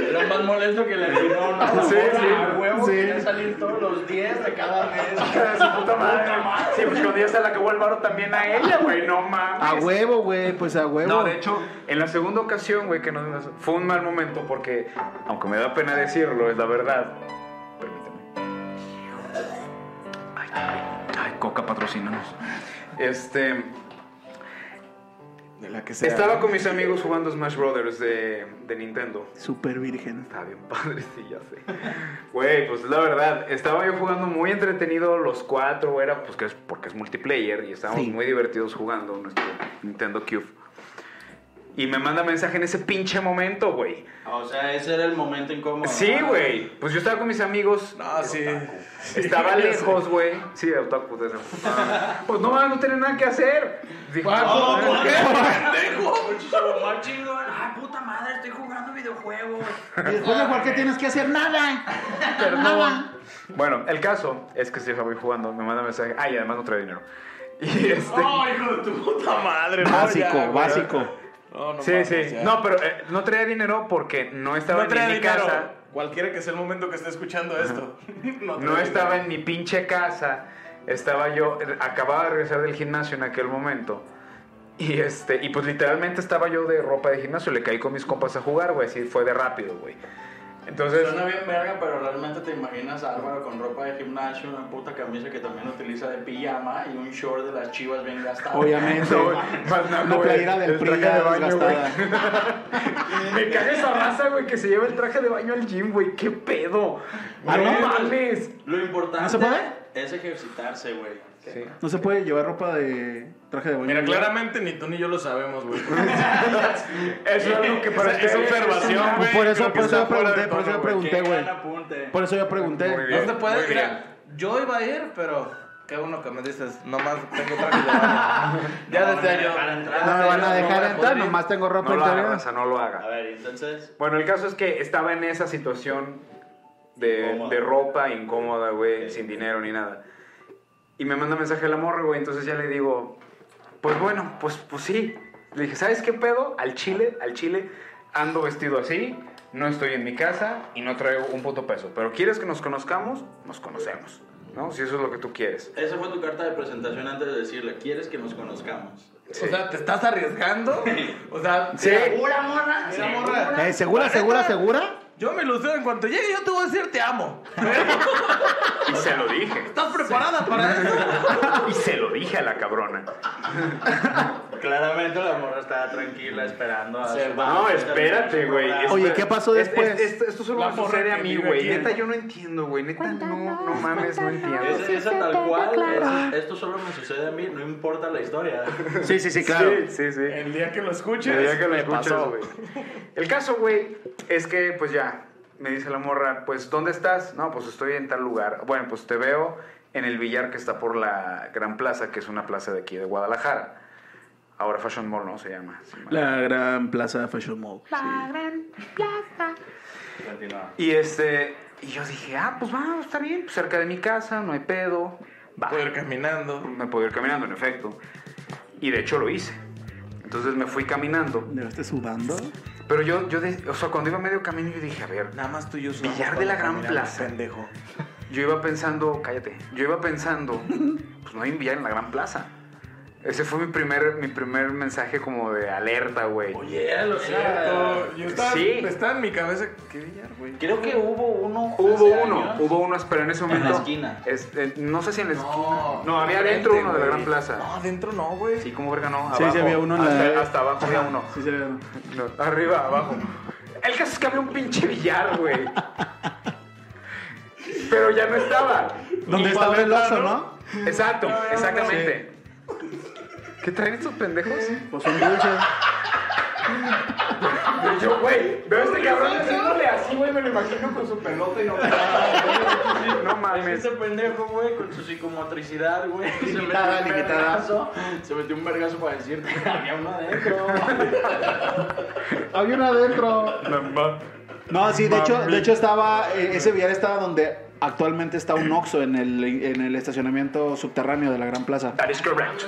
Speaker 6: Era más molesto que le dio una
Speaker 1: Sí, sí.
Speaker 6: morra a huevo.
Speaker 8: Sí.
Speaker 6: Quería salir todos los días de cada mes.
Speaker 1: Hija de Su puta madre. Sí, pues cuando ya se la acabó el varo también a ella, güey, no mames.
Speaker 8: A huevo, Ah, güey, pues a huevo.
Speaker 1: No, de hecho, en la segunda ocasión, güey, que nos fue un mal momento porque, aunque me da pena decirlo, es la verdad. Permíteme. Ay, ay, ay, Coca, patrocínanos. Este,
Speaker 2: De la que
Speaker 1: estaba con mis amigos jugando Smash Brothers de, de Nintendo.
Speaker 8: Super virgen.
Speaker 1: Está bien padre, sí, ya sé. Güey, pues la verdad, estaba yo jugando muy entretenido los cuatro, güey, era pues que es porque es multiplayer y estábamos
Speaker 8: Sí.
Speaker 1: muy divertidos jugando nuestro Nintendo Cube. Y me manda mensaje en ese pinche momento, güey.
Speaker 6: O sea, ese era el momento incómodo.
Speaker 1: Sí, güey. Pues yo estaba con mis amigos.
Speaker 2: No, Ah, sí.
Speaker 1: Estaba lejos, güey. Sí, otaku, de esa. Ah, Pues no, no tenía nada que hacer. Dije,
Speaker 6: No,
Speaker 1: "Ah,
Speaker 6: ¿por qué? Pendejo. más chingón. Ah, puta madre, estoy jugando videojuegos.
Speaker 8: Y después de jugar, ¿qué tienes que hacer? Nada.
Speaker 1: Perdón.
Speaker 8: Nada.
Speaker 1: Bueno, el caso es que si yo voy jugando, me manda mensaje. Ay, además no trae dinero. Y este.
Speaker 2: No, hijo de tu puta madre. no, ya,
Speaker 8: Básico,
Speaker 2: güey.
Speaker 8: básico.
Speaker 2: No, no
Speaker 1: sí,
Speaker 2: mames,
Speaker 1: sí.
Speaker 2: ya.
Speaker 1: No, pero eh, no traía dinero porque no estaba
Speaker 2: No
Speaker 1: en
Speaker 2: trae
Speaker 1: mi
Speaker 2: dinero.
Speaker 1: casa.
Speaker 2: Cualquiera que sea el momento que esté escuchando esto. No,
Speaker 1: No
Speaker 2: trae
Speaker 1: estaba
Speaker 2: dinero.
Speaker 1: en mi pinche casa. Estaba yo, acababa de regresar del gimnasio en aquel momento. Y este, y pues literalmente estaba yo de ropa de gimnasio, le caí con mis compas a jugar, güey, así fue de rápido, güey. Entonces,
Speaker 6: Suena bien verga, pero realmente te imaginas a Álvaro con ropa de gimnasio, una puta camisa que también utiliza de pijama y un short de las chivas bien gastado.
Speaker 8: Obviamente.
Speaker 1: no, güey, más nada,
Speaker 8: Una
Speaker 1: güey,
Speaker 8: playera del
Speaker 1: el
Speaker 8: PRI
Speaker 1: traje de baño, güey.
Speaker 8: desgastada.
Speaker 1: Me caga esa raza, güey, que se lleva el traje de baño al gym, güey, qué pedo.
Speaker 8: ¿Ah,
Speaker 1: no
Speaker 8: no?
Speaker 1: mames.
Speaker 6: Lo importante
Speaker 8: ¿No se puede?
Speaker 6: es ejercitarse, güey.
Speaker 8: No se puede llevar ropa de traje de baño.
Speaker 2: Mira, claramente ni tú ni yo lo sabemos, güey.
Speaker 1: Eso es algo que para
Speaker 2: Esa- esa
Speaker 1: ustedes-
Speaker 2: observación, güey.
Speaker 8: Por eso,
Speaker 2: creo que
Speaker 8: por eso
Speaker 2: está
Speaker 8: yo
Speaker 2: fuera de
Speaker 8: pregunté, por eso
Speaker 2: tono,
Speaker 8: yo
Speaker 2: güey.
Speaker 8: pregunté,
Speaker 6: Qué
Speaker 8: güey.
Speaker 6: gran apunte.
Speaker 8: Por eso yo pregunté.
Speaker 1: Muy
Speaker 2: No
Speaker 1: bien,
Speaker 2: te
Speaker 1: muy
Speaker 2: puedes,
Speaker 1: bien.
Speaker 2: mira, yo iba a ir, pero qué bueno que me dices, nomás tengo traje de baño. Ya
Speaker 6: No, no
Speaker 2: desde
Speaker 6: me
Speaker 2: yo.
Speaker 6: dejan entrar.
Speaker 8: No me van a
Speaker 6: No
Speaker 8: dejar
Speaker 6: voy a
Speaker 8: entrar,
Speaker 6: poder.
Speaker 8: nomás tengo ropa
Speaker 1: No lo haga,
Speaker 8: interior.
Speaker 1: raza, no lo
Speaker 6: A
Speaker 1: haga.
Speaker 6: ver, entonces.
Speaker 1: Bueno, el caso es que estaba en esa situación de,
Speaker 6: Incómoda.
Speaker 1: de ropa incómoda, güey,
Speaker 6: Ok.
Speaker 1: sin dinero ni nada. Y me manda mensaje a la morra, güey, entonces ya le digo, Pues bueno, pues, pues sí. Le dije, ¿sabes qué pedo? Al chile, al chile, ando vestido así, no estoy en mi casa y no traigo un puto peso. Pero quieres que nos conozcamos, nos conocemos, ¿no? Si eso es lo que tú quieres.
Speaker 11: Esa fue tu carta de presentación antes de decirle, ¿quieres que nos conozcamos?
Speaker 2: O sea, ¿te estás arriesgando? O sea,
Speaker 1: Sí.
Speaker 11: ¡Pura morra!
Speaker 2: mira, morra,
Speaker 8: Eh, ¿Segura, segura, segura?
Speaker 2: yo me ilusiono en cuanto llegue, yo te voy a decir te amo.
Speaker 1: Y se lo dije.
Speaker 2: ¿Estás preparada para eso?
Speaker 1: Y se lo dije a la cabrona.
Speaker 11: Claramente la morra estaba tranquila esperando a... su-
Speaker 1: Ah, No, espérate, güey.
Speaker 8: Oye, ¿qué pasó
Speaker 1: Es-
Speaker 8: después?
Speaker 1: es- esto- esto solo
Speaker 2: La
Speaker 1: me sucede
Speaker 2: morra
Speaker 1: a
Speaker 2: que
Speaker 1: mí,
Speaker 2: vive
Speaker 1: güey.
Speaker 2: aquí.
Speaker 1: Neta, yo no entiendo, güey. Neta, no, no mames, no entiendo.
Speaker 11: Esa, esa tal cual, es- esto solo me sucede a mí, no importa la historia.
Speaker 8: Sí, sí, sí, claro.
Speaker 1: Sí, sí, sí.
Speaker 2: El día que lo escuches,
Speaker 1: Debería que lo
Speaker 2: me
Speaker 1: escuches,
Speaker 2: pasó.
Speaker 1: güey. El caso, güey, es que pues ya, me dice la morra, pues ¿dónde estás? No, pues estoy en tal lugar. Bueno, pues te veo en el billar que está por la Gran Plaza, que es una plaza de aquí de Guadalajara. Ahora Fashion Mall, ¿no? Se llama. se llama.
Speaker 8: La gran plaza Fashion Mall.
Speaker 11: Continúa.
Speaker 1: Y este, y yo dije, ah, pues va, está bien, pues, cerca de mi casa, no hay pedo. Va.
Speaker 2: Poder caminando.
Speaker 1: Me puedo ir caminando, en efecto. Y de hecho lo hice. Entonces me fui caminando.
Speaker 8: ¿Me esté sudando?
Speaker 1: Pero yo, yo de- o sea, cuando iba medio camino, yo dije, a ver,
Speaker 2: Nada más tú y yo sudamos
Speaker 1: Billar de la
Speaker 2: cuando
Speaker 1: Gran
Speaker 2: caminamos,
Speaker 1: Plaza.
Speaker 2: Pendejo.
Speaker 1: Yo iba pensando, cállate, yo iba pensando, pues no hay un billar en la Gran Plaza. Ese fue mi primer, mi primer mensaje como de alerta, güey.
Speaker 11: Oye, era lo
Speaker 2: Cierto, yo estaba,
Speaker 1: Sí.
Speaker 2: estaba en mi cabeza. ¿Qué billar, güey?
Speaker 11: Creo que hubo uno.
Speaker 1: Hubo
Speaker 11: hace
Speaker 1: uno,
Speaker 11: años.
Speaker 1: hubo uno, pero en ese
Speaker 11: En
Speaker 1: momento...
Speaker 11: la esquina.
Speaker 1: es- eh, no sé si en la esquina.
Speaker 11: No,
Speaker 1: No, había adentro uno de la Gran
Speaker 2: No,
Speaker 1: Plaza.
Speaker 2: adentro no, güey.
Speaker 1: Sí, como verga, no.
Speaker 8: Sí, sí
Speaker 1: abajo.
Speaker 8: había uno en la-
Speaker 1: Hasta, hasta abajo había uno.
Speaker 8: Sí, sí, no.
Speaker 1: No, arriba, abajo. El caso es que había un pinche billar, güey. Pero ya no estaba.
Speaker 8: ¿Dónde
Speaker 1: Y-
Speaker 8: estaba el Oxxo, no?
Speaker 1: Exacto, exactamente. ¿Qué traen estos pendejos?
Speaker 8: Pues son dulces.
Speaker 1: Y Yo, güey, veo a este cabrón haciéndole así, güey, me lo imagino con su pelota y no No mames.
Speaker 11: Ese Este pendejo, güey, con su psicomotricidad, güey. Se metió
Speaker 12: Limitada,
Speaker 11: un
Speaker 12: limitada.
Speaker 11: vergazo. Se metió un vergazo para decir que había uno adentro.
Speaker 8: Había una adentro. No, sí, de hecho, de hecho estaba, eh, ese billar estaba donde actualmente está un Oxxo en el, en el estacionamiento subterráneo de la Gran Plaza.
Speaker 1: That is correct.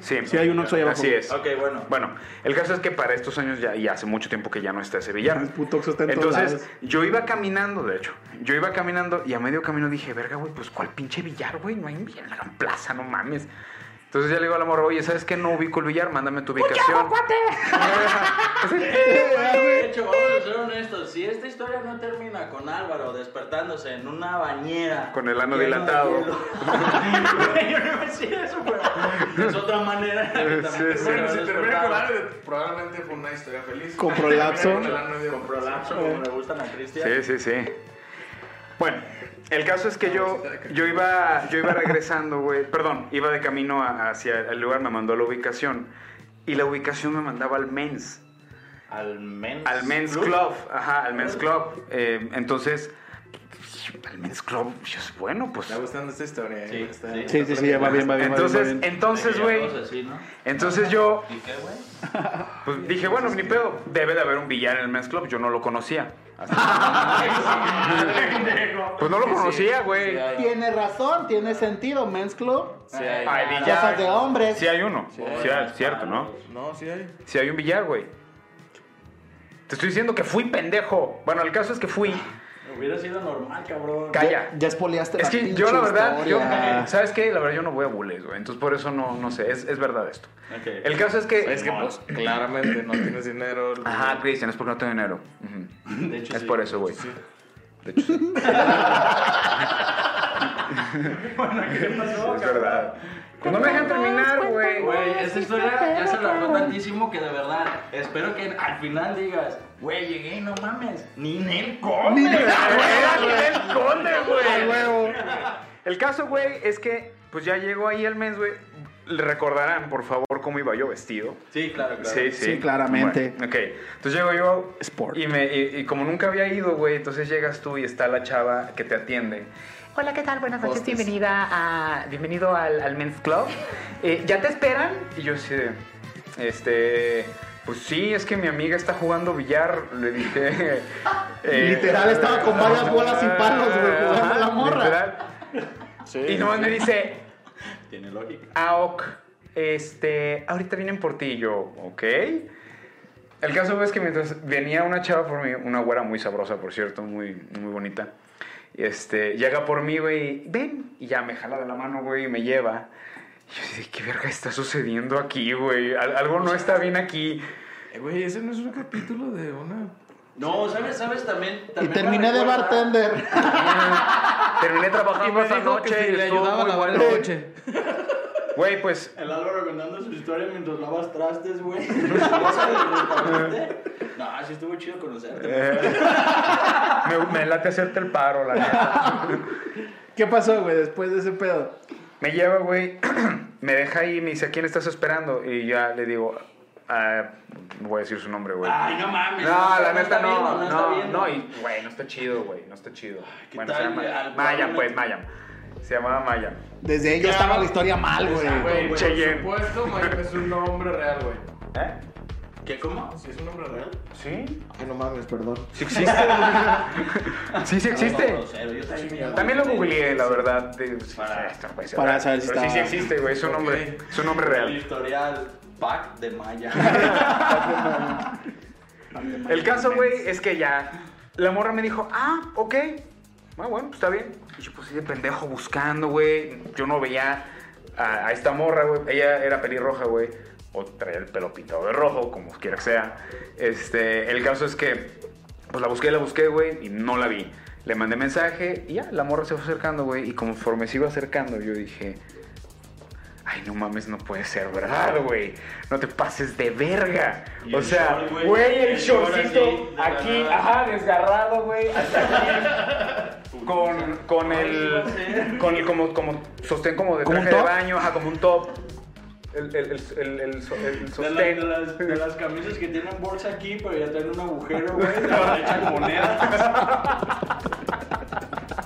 Speaker 1: Sí,
Speaker 8: Sí, hay un Oxxo ahí abajo.
Speaker 1: Así es.
Speaker 11: ok, bueno.
Speaker 1: Bueno, el caso es que para estos años ya, y hace mucho tiempo que ya no está ese billar.
Speaker 8: El puto Oxxo está en todos
Speaker 1: Entonces,
Speaker 8: lados.
Speaker 1: yo iba caminando, de hecho. Yo iba caminando y a medio camino dije, verga, güey, pues cuál pinche billar, güey. No hay un billar en la gran plaza, no mames. Entonces ya le digo a la morra, oye, ¿sabes qué? No ubico el billar, mándame tu ubicación.
Speaker 11: De hecho, vamos a ser honestos. Si esta historia no termina con Álvaro despertándose en una bañera.
Speaker 1: Con el ano
Speaker 11: lleno de
Speaker 1: dilatado.
Speaker 11: hielo. Güey, Yo no iba a decir eso, pero es otra manera. en la que también
Speaker 1: Sí,
Speaker 11: se
Speaker 2: Bueno,
Speaker 11: va
Speaker 2: si termina
Speaker 11: despertando.
Speaker 2: con algo,
Speaker 3: eh,
Speaker 2: probablemente fue una historia feliz.
Speaker 8: Con prolapso.
Speaker 2: Termina con el ano de-
Speaker 11: Con prolapso, como le gustan a Cristian.
Speaker 1: Sí, sí, sí. Bueno, el caso es que
Speaker 8: Ah,
Speaker 1: yo, yo, iba, yo iba regresando, güey. Perdón, iba de camino a- hacia el lugar, me mandó la ubicación. Y la ubicación me mandaba al men's.
Speaker 11: Al menos.
Speaker 1: Al Men's Club, ajá, al Men's Club. Eh, entonces, al Men's Club, Dios, bueno, pues.
Speaker 2: Me está gustando esta historia. eh.
Speaker 11: Sí,
Speaker 2: Está-
Speaker 11: sí.
Speaker 8: Sí, sí, sí, ya va bien, va bien, va bien, va
Speaker 1: Entonces,
Speaker 8: bien.
Speaker 1: entonces, güey,
Speaker 11: Así, ¿no?
Speaker 1: entonces yo
Speaker 11: ¿Y qué, güey?
Speaker 1: pues, dije, bueno, ni pedo, debe de haber un billar en el Men's Club, yo no lo conocía. Pues no lo conocía, güey.
Speaker 13: Tiene razón, tiene sentido, Men's Club.
Speaker 2: Sí hay.
Speaker 1: Ah, el
Speaker 13: Cosas de
Speaker 1: billar.
Speaker 13: hombres.
Speaker 1: Sí hay uno, sí hay, cierto, ¿no?
Speaker 2: No, sí hay.
Speaker 1: Si hay un billar, güey. Te estoy diciendo que fui pendejo. Bueno, el caso es que fui.
Speaker 11: Hubiera sido normal, cabrón.
Speaker 1: Calla.
Speaker 8: Ya espoleaste
Speaker 1: Es
Speaker 8: la
Speaker 1: que
Speaker 8: pinche
Speaker 1: yo la verdad, yo,
Speaker 8: historia.
Speaker 1: ¿sabes qué? La verdad yo no voy a bullies, güey. Entonces por eso no, no sé, es, es verdad esto.
Speaker 11: Ok.
Speaker 1: El caso es que...
Speaker 2: Es que, pues, claramente no tienes dinero.
Speaker 1: Ajá, Cristian, es porque no tengo dinero. Ujú.
Speaker 11: De hecho,
Speaker 1: Es
Speaker 11: sí.
Speaker 1: por eso, güey. De hecho, sí.
Speaker 11: ¿Qué pasó,
Speaker 1: es
Speaker 11: cabrón?
Speaker 1: verdad. Pues no me dejan terminar, güey.
Speaker 11: Güey, esta historia ya se alargó tantísimo que de verdad espero que al final digas, güey, llegué, no mames, ni en el conde.
Speaker 1: Era Ninel Conde, güey. El caso, güey, es que pues ya llegó ahí el mes, güey. Le Recordarán, por favor, cómo iba yo vestido.
Speaker 11: Sí, claro, claro.
Speaker 1: Sí, sí.
Speaker 8: Sí, claramente.
Speaker 1: Bueno, ok. Entonces llego yo.
Speaker 8: Sport.
Speaker 1: Y, me, y, y como nunca había ido, güey, entonces llegas tú y está la chava que te atiende. Hola, ¿qué tal? Buenas noches, bienvenida a. Bienvenido al, al Men's Club. Eh, ¿Ya te esperan? Y yo así de, Este. Pues sí, es que mi amiga está jugando billar. Le dije. eh, "Ah,
Speaker 8: Literal, estaba con varias bolas y palos, güey, jugando
Speaker 1: Ajá,
Speaker 8: la morra.
Speaker 1: literal.
Speaker 2: Sí.
Speaker 1: Y nomás me dice.
Speaker 11: Tiene lógica.
Speaker 1: AOC. este, ahorita vienen por ti. Y yo, ok. El caso es que mientras venía una chava por mí, una güera muy sabrosa, por cierto, muy, muy bonita. Este, llega por mí, güey, ven. Y ya me jala de la mano, güey, y me lleva. Y yo dije, ¿qué verga está sucediendo aquí, güey? Al- algo no está bien aquí.
Speaker 2: Eh, Güey, ese no es un capítulo de una.
Speaker 11: No, ¿sabes? ¿Sabes? También.
Speaker 8: Y
Speaker 11: también
Speaker 8: terminé
Speaker 11: me
Speaker 8: de
Speaker 11: recuerda-
Speaker 8: bartender.
Speaker 1: Terminé trabajando esa noche y
Speaker 2: le
Speaker 1: estuvo
Speaker 2: ayudaba a
Speaker 1: muy
Speaker 2: lavar
Speaker 1: bueno.
Speaker 2: el coche.
Speaker 1: Güey, pues
Speaker 11: El Álvaro contando su historia mientras lavas trastes, güey. no, sí estuvo chido conocerte.
Speaker 1: me, eh, me late hacerte el paro, la neta.
Speaker 8: ¿Qué pasó, güey, después de ese pedo?
Speaker 1: Me lleva, güey, me deja ahí y me dice, ¿a quién estás esperando? Y ya le digo, ah, voy a decir su nombre, güey.
Speaker 11: Ay, no mames.
Speaker 1: No, la
Speaker 11: está
Speaker 1: neta no,
Speaker 11: viendo, está
Speaker 1: no,
Speaker 11: viendo.
Speaker 1: no, y güey, no está chido, güey, no está chido.
Speaker 11: ¿qué
Speaker 1: Bueno,
Speaker 11: tal,
Speaker 1: se
Speaker 11: güey?
Speaker 1: llama
Speaker 11: Al-
Speaker 1: Mayam, pues,
Speaker 11: probablemente-
Speaker 1: Mayam. Se llamaba Mayam.
Speaker 8: Desde ahí ya estaba la historia mal, güey.
Speaker 1: Güey,
Speaker 3: Por
Speaker 1: Cheyenne.
Speaker 3: supuesto, Mike es un nombre real, güey.
Speaker 1: ¿Eh?
Speaker 11: ¿Qué, cómo? ¿Si es un hombre real?
Speaker 3: ¿Eh?
Speaker 1: ¿Sí?
Speaker 8: Ay, no mames, perdón.
Speaker 1: Sí existe. sí, sí existe.
Speaker 11: No, no, grosero, yo también, me llamo-
Speaker 1: También lo googleé, la verdad. de- sí,
Speaker 11: Para-
Speaker 1: esto no puede ser.
Speaker 8: para saber si
Speaker 1: Pero sí, sí
Speaker 8: estaba-
Speaker 1: existe, güey. Es un nombre, es un nombre
Speaker 11: El
Speaker 1: real.
Speaker 11: historial pack de Maya.
Speaker 1: El caso, güey, es que ya la morra me dijo, ah, ok. Ah, bueno, pues está bien. Y yo, pues sí, de pendejo buscando, güey. Yo no veía a, a esta morra, güey. Ella era pelirroja, güey. O traía el pelo pintado de rojo, como quiera que sea. Este, el caso es que, pues la busqué, la busqué, güey, y no la vi. Le mandé mensaje y ya, la morra se fue acercando, güey. Y conforme se iba acercando, yo dije, Ay, no mames, no puede ser verdad, güey. No te pases de verga.
Speaker 11: Y
Speaker 1: O
Speaker 11: el
Speaker 1: sea,
Speaker 11: short, güey.
Speaker 1: güey, el
Speaker 11: El short
Speaker 1: shortcito
Speaker 11: así, de
Speaker 1: aquí,
Speaker 11: la nada.
Speaker 1: ajá, desgarrado, güey, hasta aquí. Con, con el. Con el como, como sostén como de
Speaker 8: ¿Como un
Speaker 1: traje de
Speaker 8: top?
Speaker 1: baño, ajá, como un top. El, el, el, el, el so- el
Speaker 11: De,
Speaker 1: sostén.
Speaker 11: la- de las, de las camisas que tienen bolsa aquí, pero ya traen un agujero, güey. de donde echan monedas.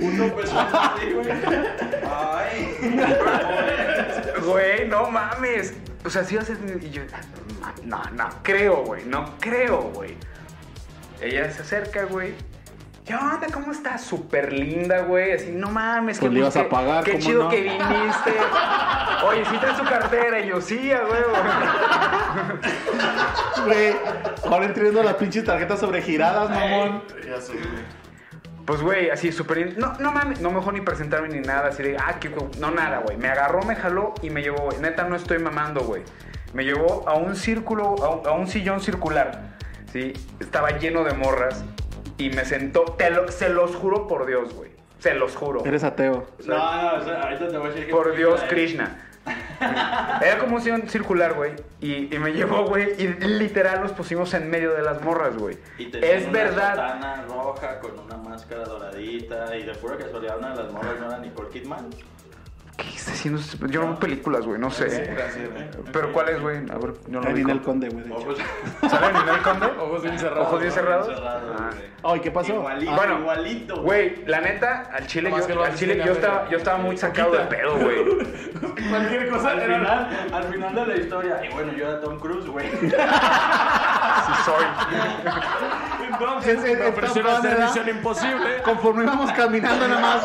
Speaker 11: Uno peso así, güey. Ay.
Speaker 1: Güey, no mames. O sea, si haces. Y yo, no, no creo, güey. No creo, güey. Ella se acerca, güey. ¿Qué onda? ¿Cómo estás? Súper linda, güey. Así, no mames.
Speaker 5: Pues
Speaker 1: qué-
Speaker 5: le ibas a
Speaker 1: qué-
Speaker 5: pagar,
Speaker 1: Qué
Speaker 5: ¿cómo
Speaker 1: chido
Speaker 5: no?
Speaker 1: que viniste. Oye, ¿sí traes tu cartera? Y yo, sí, a huevo.
Speaker 8: Güey, ahora entrando las pinches tarjetas sobregiradas, mamón.
Speaker 14: Ya sé, güey.
Speaker 1: Pues, güey, así, súper linda. No, no mames. No me dejó ni presentarme ni nada. Así de, ah, qué. cu- No, nada, güey. Me agarró, me jaló y me llevó, güey. Neta, no estoy mamando, güey. Me llevó a un círculo, a un, a un sillón circular. ¿sí? Estaba lleno de morras y me sentó. Te lo- se los juro por Dios, güey. Se los juro.
Speaker 5: Eres ateo.
Speaker 11: No, no, o sea, ahorita te voy a decir que.
Speaker 1: Por Dios,
Speaker 11: Ay,
Speaker 1: Krishna. Era como un sillón circular, güey. Y, y me llevó, güey. Y literal los pusimos en medio de las morras, güey.
Speaker 11: Y tenían
Speaker 1: Es
Speaker 11: una
Speaker 1: verdad.
Speaker 11: sotana roja con una máscara doradita. Y de pura casualidad, una de las morras no era Nicole Kidman.
Speaker 1: ¿Qué está haciendo? este- Yo no veo películas, güey. No sé. Pero ¿cuál es, güey? A ver, yo no
Speaker 8: Ahí viene el
Speaker 1: lo
Speaker 8: conde, güey. de hecho.
Speaker 11: Ojos
Speaker 1: ¿Sale Ninel Conde?
Speaker 2: Ojos bien cerrados.
Speaker 1: ¿Ojos bien cerrados?
Speaker 11: cerrados,
Speaker 1: Ah.
Speaker 11: güey.
Speaker 8: Ay, ¿qué pasó?
Speaker 11: Igualito,
Speaker 1: Bueno,
Speaker 11: igualito.
Speaker 1: Güey, la neta, al chile,
Speaker 2: Nomás que
Speaker 1: yo,
Speaker 2: lo
Speaker 1: al
Speaker 2: haces
Speaker 1: chile
Speaker 2: sin
Speaker 1: yo,
Speaker 2: haber-
Speaker 1: estaba, yo estaba muy sacado de pedo, güey.
Speaker 3: Cualquier cosa
Speaker 11: Al
Speaker 3: era.
Speaker 11: final, al final de la historia. Y bueno, yo era Tom Cruise, güey.
Speaker 1: Sí soy.
Speaker 2: Entonces,
Speaker 8: Ese-
Speaker 2: me
Speaker 8: esta
Speaker 2: ofrecieron hacer
Speaker 8: banda-
Speaker 2: Misión Imposible.
Speaker 8: Conforme íbamos caminando nada más.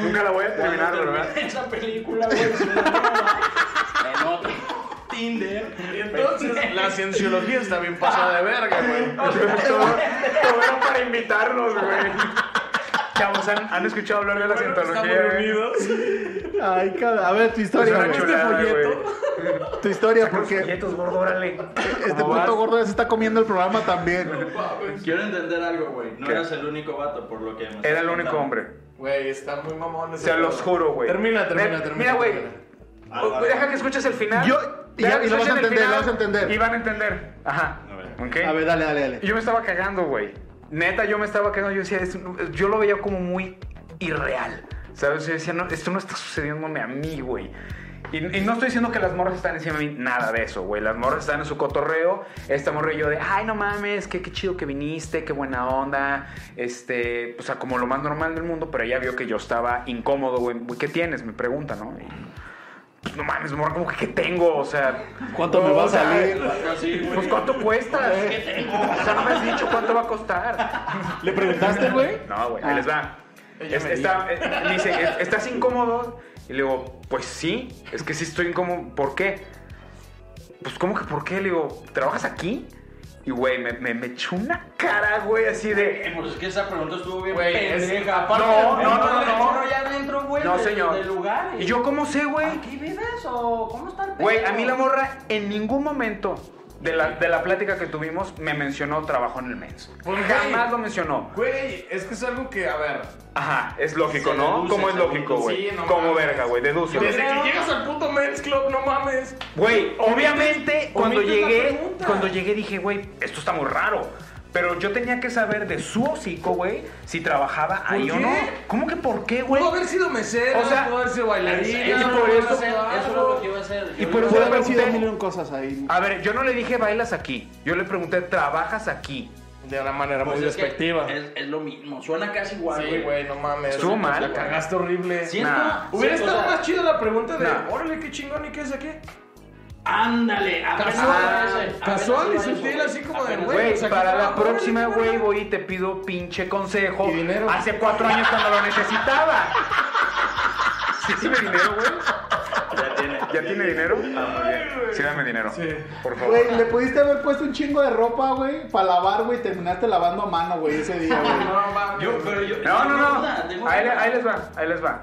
Speaker 1: Nunca la voy a terminar,
Speaker 11: Cuando terminé
Speaker 1: ¿verdad?
Speaker 11: Esa película, güey. en otro Tinder.
Speaker 2: Y entonces, la cienciología está bien pasada de verga, güey.
Speaker 1: Todo, todo era para invitarnos, güey. Chavos, ¿han, han escuchado hablar de la cientología?
Speaker 2: Estamos
Speaker 1: güey?
Speaker 2: unidos.
Speaker 8: Ay, cada. A ver, tu historia,
Speaker 1: Es una
Speaker 8: güey.
Speaker 1: chulada, güey.
Speaker 8: Tu historia,
Speaker 1: Porque...
Speaker 8: porque
Speaker 1: Folletos, gordo, órale.
Speaker 8: este puto gordo ya se está comiendo el programa también.
Speaker 11: Quiero entender algo, güey. No
Speaker 1: ¿Qué?
Speaker 11: eras el único vato, por lo que me estás
Speaker 1: Era el único
Speaker 11: contando.
Speaker 1: hombre.
Speaker 2: Güey, está muy mamón ese
Speaker 1: Se los
Speaker 2: pedo.
Speaker 1: juro, güey.
Speaker 2: Termina, termina,
Speaker 1: Ve-
Speaker 2: termina.
Speaker 1: Mira, güey.
Speaker 2: termina.
Speaker 1: Oh, Deja que escuches el final.
Speaker 8: Yo- y
Speaker 1: Deja
Speaker 8: ya-
Speaker 1: que
Speaker 8: y lo vas
Speaker 1: escuchen
Speaker 8: a
Speaker 1: el
Speaker 8: entender,
Speaker 1: final
Speaker 8: lo vas a entender.
Speaker 1: Y van a entender. Ajá. ¿Ok?
Speaker 8: A ver, dale, dale, dale.
Speaker 1: Yo me estaba cagando, güey. Neta, yo me estaba cagando. Yo decía, es un- yo lo veía como muy irreal. ¿Sabes? Yo decía, no, esto no está sucediéndome a mí, güey. Y, y no estoy diciendo que las morras están encima de mí, nada de eso, güey. Las morras están en su cotorreo. Esta morra y yo de, ay, no mames, qué, qué chido que viniste, qué buena onda. Este, o sea, como lo más normal del mundo, pero ella vio que yo estaba incómodo, güey. Güey, ¿Qué tienes? Me pregunta, ¿no? Y, pues, no mames, morra, como que ¿qué tengo? O sea,
Speaker 8: ¿Cuánto me va a salir?
Speaker 11: Así, güey.
Speaker 1: pues ¿cuánto cuesta? O sea, no me has dicho cuánto va a costar.
Speaker 8: ¿Le preguntaste, güey? Ah.
Speaker 1: No, güey, ahí les va.
Speaker 2: Ella
Speaker 1: Es-
Speaker 2: me
Speaker 1: está, eh, dice, es- estás incómodo Y le digo, pues sí, es que sí estoy incómodo. ¿Por qué? Pues, ¿cómo que por qué? Le digo, ¿trabajas aquí? Y, güey, me, me, me echó una cara, güey, así de...
Speaker 11: Eh, Pues es que esa pregunta estuvo bien
Speaker 3: Güey, es-
Speaker 11: pendeja. Aparte,
Speaker 1: No,
Speaker 11: de-
Speaker 1: no, no, no, no.
Speaker 11: uno ya adentro, güey.
Speaker 1: No,
Speaker 11: de-
Speaker 1: señor.
Speaker 11: De lugares.
Speaker 1: ¿Y yo cómo sé,
Speaker 2: Ah,
Speaker 1: güey?
Speaker 11: ¿Aquí vives o cómo está el pedo?
Speaker 1: Güey, a mí la morra en ningún momento de la, de la plática que tuvimos me mencionó trabajo en el mens.
Speaker 2: Pues, güey.
Speaker 1: Jamás lo mencionó.
Speaker 2: Güey, es que es algo que, a ver.
Speaker 1: Ajá, es lógico,
Speaker 11: Se
Speaker 1: ¿no?
Speaker 11: deduce,
Speaker 1: ¿Cómo es
Speaker 11: se
Speaker 1: lógico,
Speaker 11: deduce.
Speaker 1: güey?
Speaker 2: Sí, no
Speaker 1: Como
Speaker 2: mames.
Speaker 1: verga, güey, deduce.
Speaker 2: Desde
Speaker 1: güey.
Speaker 2: que llegas al puto Men's Club, no mames.
Speaker 1: Güey, obviamente cuando
Speaker 2: omites la
Speaker 1: llegué,
Speaker 2: pregunta.
Speaker 1: cuando llegué dije, güey, esto está muy raro. Pero yo tenía que saber de su hocico, güey, si trabajaba ahí o
Speaker 2: qué?
Speaker 1: no. ¿Cómo que por qué, güey?
Speaker 2: Pudo haber sido mesero,
Speaker 1: O sea,
Speaker 2: pudo haber sido bailarina.
Speaker 1: y por
Speaker 2: pudo haber
Speaker 1: eso-
Speaker 2: sido algo.
Speaker 11: Eso era lo que iba a hacer.
Speaker 1: Y por
Speaker 11: Yo iba a
Speaker 1: eso
Speaker 8: Puede
Speaker 1: le
Speaker 11: hacer-
Speaker 8: haber sido
Speaker 1: pregunté,
Speaker 8: un millón cosas ahí.
Speaker 1: a ver, yo no le dije bailas aquí. Yo le pregunté, ¿trabajas aquí?
Speaker 2: De una manera
Speaker 11: Pues
Speaker 2: muy
Speaker 11: es que
Speaker 2: despectiva.
Speaker 11: Es, es lo mismo, suena casi igual,
Speaker 2: Sí, güey, no mames.
Speaker 1: Estuvo
Speaker 2: Pues,
Speaker 1: mal.
Speaker 2: La cagaste horrible.
Speaker 11: Siento-
Speaker 1: Nah.
Speaker 2: Hubiera
Speaker 11: sí, o
Speaker 2: estado
Speaker 11: sea,
Speaker 2: más chida la pregunta de,
Speaker 1: Nah.
Speaker 2: órale, qué chingón y qué es aquí.
Speaker 11: Ándale, apenas
Speaker 2: Casual,
Speaker 11: iba a ese,
Speaker 2: casual
Speaker 11: apenas
Speaker 2: y
Speaker 11: iba a
Speaker 2: sutil,
Speaker 11: eso,
Speaker 2: así como de,
Speaker 11: apenas
Speaker 2: Güey,
Speaker 1: Güey,
Speaker 2: pues aquí
Speaker 1: para la
Speaker 2: trabajo,
Speaker 1: próxima,
Speaker 2: güey,
Speaker 1: güey,
Speaker 2: dinero.
Speaker 1: voy y te pido pinche consejo.
Speaker 2: Y dinero.
Speaker 1: Hace cuatro años cuando lo necesitaba. Sí, sí, me dinero, güey.
Speaker 11: Ya tiene.
Speaker 1: ¿Ya tiene dinero? Ah, Sí, dame dinero. Por favor.
Speaker 8: Güey, le pudiste haber puesto un chingo de ropa, güey, para lavar, güey, y terminaste lavando a mano, güey, ese día, güey.
Speaker 3: No mames.
Speaker 11: Yo, pero yo.
Speaker 1: No, no,
Speaker 11: tengo
Speaker 1: no.
Speaker 11: duda, tengo
Speaker 1: Ahí, le-
Speaker 11: duda.
Speaker 1: ahí les va, ahí les va.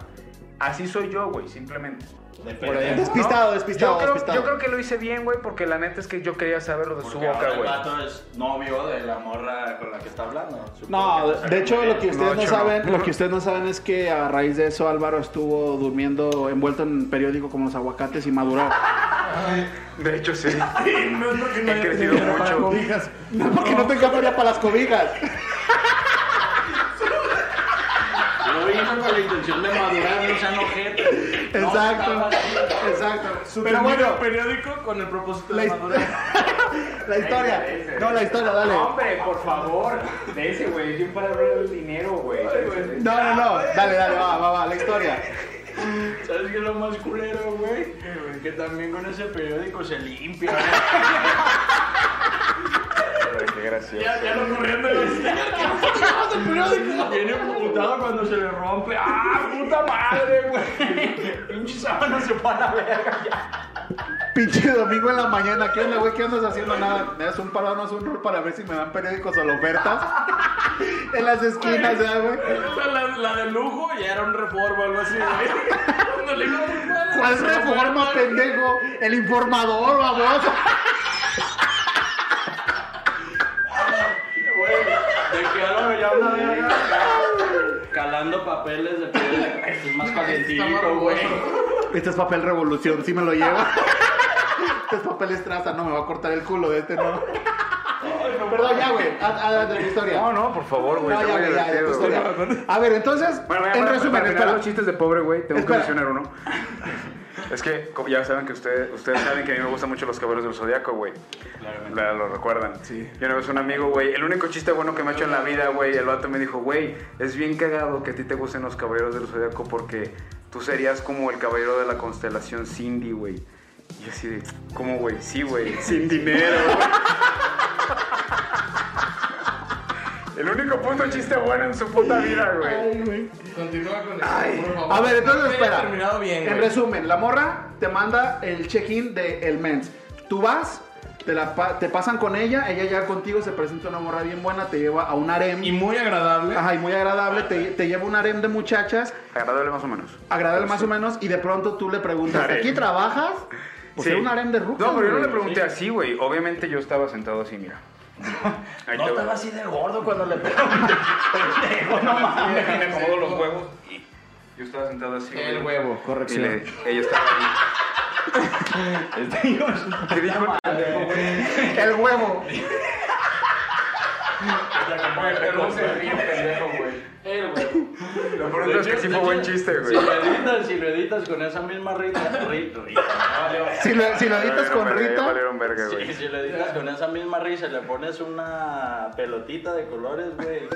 Speaker 1: Así soy yo, güey, simplemente.
Speaker 11: Depende.
Speaker 8: Despistado,
Speaker 1: ¿No?
Speaker 8: despistado,
Speaker 1: yo creo,
Speaker 8: despistado.
Speaker 1: Yo creo que lo hice bien, güey, porque la neta es que yo quería saberlo de su
Speaker 11: Porque
Speaker 1: boca,
Speaker 11: ahora el
Speaker 1: güey.
Speaker 11: vato es novio de la morra con la que está hablando. Supongo
Speaker 8: No,
Speaker 11: que
Speaker 8: de-
Speaker 11: sabe
Speaker 8: de hecho
Speaker 11: muy
Speaker 8: lo que
Speaker 11: bien.
Speaker 8: ustedes
Speaker 1: No,
Speaker 8: no
Speaker 1: yo no.
Speaker 8: saben, lo que ustedes no saben es que a raíz de eso Álvaro estuvo durmiendo envuelto en periódico como los aguacates y maduró.
Speaker 1: De hecho, sí.
Speaker 3: No es porque no
Speaker 1: He
Speaker 3: haya
Speaker 1: crecido
Speaker 3: tenido para
Speaker 1: mucho.
Speaker 3: cobijas.
Speaker 8: No porque no tenga feria para las cobijas.
Speaker 11: Lo hizo con la intención de madurar, no sean ojetes. No, estaba
Speaker 8: Exacto.
Speaker 11: así.
Speaker 8: Exacto.
Speaker 2: Pero
Speaker 8: Pero bueno,
Speaker 2: periódico con el propósito
Speaker 8: la,
Speaker 2: de
Speaker 8: his-
Speaker 2: madurar.
Speaker 8: la historia. No, la historia, dale.
Speaker 1: Hombre, por favor. De ese, güey. Yo para hablar del dinero, güey.
Speaker 8: No, no, no. Dale, dale, va, va, va, la historia.
Speaker 11: ¿Sabes qué es lo más culero, güey? Que también con ese periódico se limpia. güey.
Speaker 1: Qué gracioso.
Speaker 11: ya, ya lo corriendo de los periódico. Viene computado cuando se le rompe. ¡Ah, puta madre, güey! Pinche sábana se fue a la verga ya.
Speaker 8: Pinche domingo en la mañana. ¿Qué onda, güey? ¿Qué andas haciendo? Nada. Me das un paro, no es un rol para ver si me dan periódicos o la ofertas. En las esquinas, ¿verdad, güey?
Speaker 2: O sea, la, la de lujo ya era un reforma o algo así, güey. Cuando le iba a reformar,
Speaker 8: ¿Cuál reforma, pendejo? El informador, baboso.
Speaker 11: Güey, te quedaron ya una verga. ya, Calando papeles de periódico. Esto Es más calientito, güey.
Speaker 8: Este es papel revolución, sí me lo llevo. Este es papel estraza, no me va a cortar el culo de este, no. Perdón, ya, güey. Adelante la historia.
Speaker 1: No, no, por favor, güey.
Speaker 8: No,
Speaker 1: está
Speaker 8: ya,
Speaker 1: muy
Speaker 8: güey, ya, ya, tu
Speaker 1: divertido, güey.
Speaker 8: historia. A ver, entonces,
Speaker 1: Bueno,
Speaker 8: en resumen,
Speaker 1: espera.
Speaker 8: espera.
Speaker 1: los chistes de pobre, güey, tengo
Speaker 8: Espera.
Speaker 1: que mencionar uno. Es que como ya saben que ustedes, ustedes saben que a mí me gustan mucho los caballeros del zodiaco, güey. La- Lo recuerdan. Sí. Yo una vez un amigo, güey, el único chiste bueno que me ha hecho en la vida, güey, el vato me dijo, güey, es bien cagado que a ti te gusten los caballeros del zodiaco porque tú serías como el caballero de la constelación Cindy, güey. Y yo así de, ¿cómo, güey? Sí, güey, sin dinero, güey. El único punto chiste bueno en su puta vida, güey.
Speaker 3: Continúa con el. por favor.
Speaker 8: A ver, entonces,
Speaker 2: había
Speaker 8: espera.
Speaker 2: terminado bien,
Speaker 8: en
Speaker 2: güey.
Speaker 8: resumen, la morra te manda el check-in de El Mens. Tú vas, te, la pa- te pasan con ella, ella ya contigo se presenta una morra bien buena, te lleva a un harem.
Speaker 2: Y muy agradable.
Speaker 8: Ajá, y muy agradable, te, te lleva a un harem de muchachas,
Speaker 1: Agradable más o menos.
Speaker 8: agradable más o menos, y de pronto tú le preguntas,
Speaker 1: Harem.
Speaker 8: ¿aquí trabajas? Pues
Speaker 1: Sí.
Speaker 8: era un harem de rucas,
Speaker 1: No, pero yo no
Speaker 8: güey.
Speaker 1: le pregunté así, güey. Obviamente yo estaba sentado así, mira. Ahí
Speaker 11: No
Speaker 1: te va.
Speaker 11: estaba así de gordo cuando le pregunté. Pendejo, no mames.
Speaker 1: Déjame acomodo los huevos. Y yo estaba sentado así.
Speaker 2: El
Speaker 1: güey.
Speaker 2: huevo,
Speaker 1: Y
Speaker 2: corrección.
Speaker 1: le- ella estaba ahí.
Speaker 8: Este
Speaker 1: ¿Qué dijo?
Speaker 8: El huevo.
Speaker 11: El güey.
Speaker 1: Lo peor es que sí fue buen chiste,
Speaker 11: Si
Speaker 1: güey.
Speaker 11: lo editas, si lo editas con esa misma rita, rita, rita, no, vale, vale.
Speaker 8: Si lo, si lo editas
Speaker 1: Valieron
Speaker 8: con
Speaker 1: verga, ya
Speaker 8: Rita,
Speaker 1: valieron verga,
Speaker 11: Sí,
Speaker 1: güey.
Speaker 11: si lo editas con esa misma risa, le pones una pelotita de colores, güey.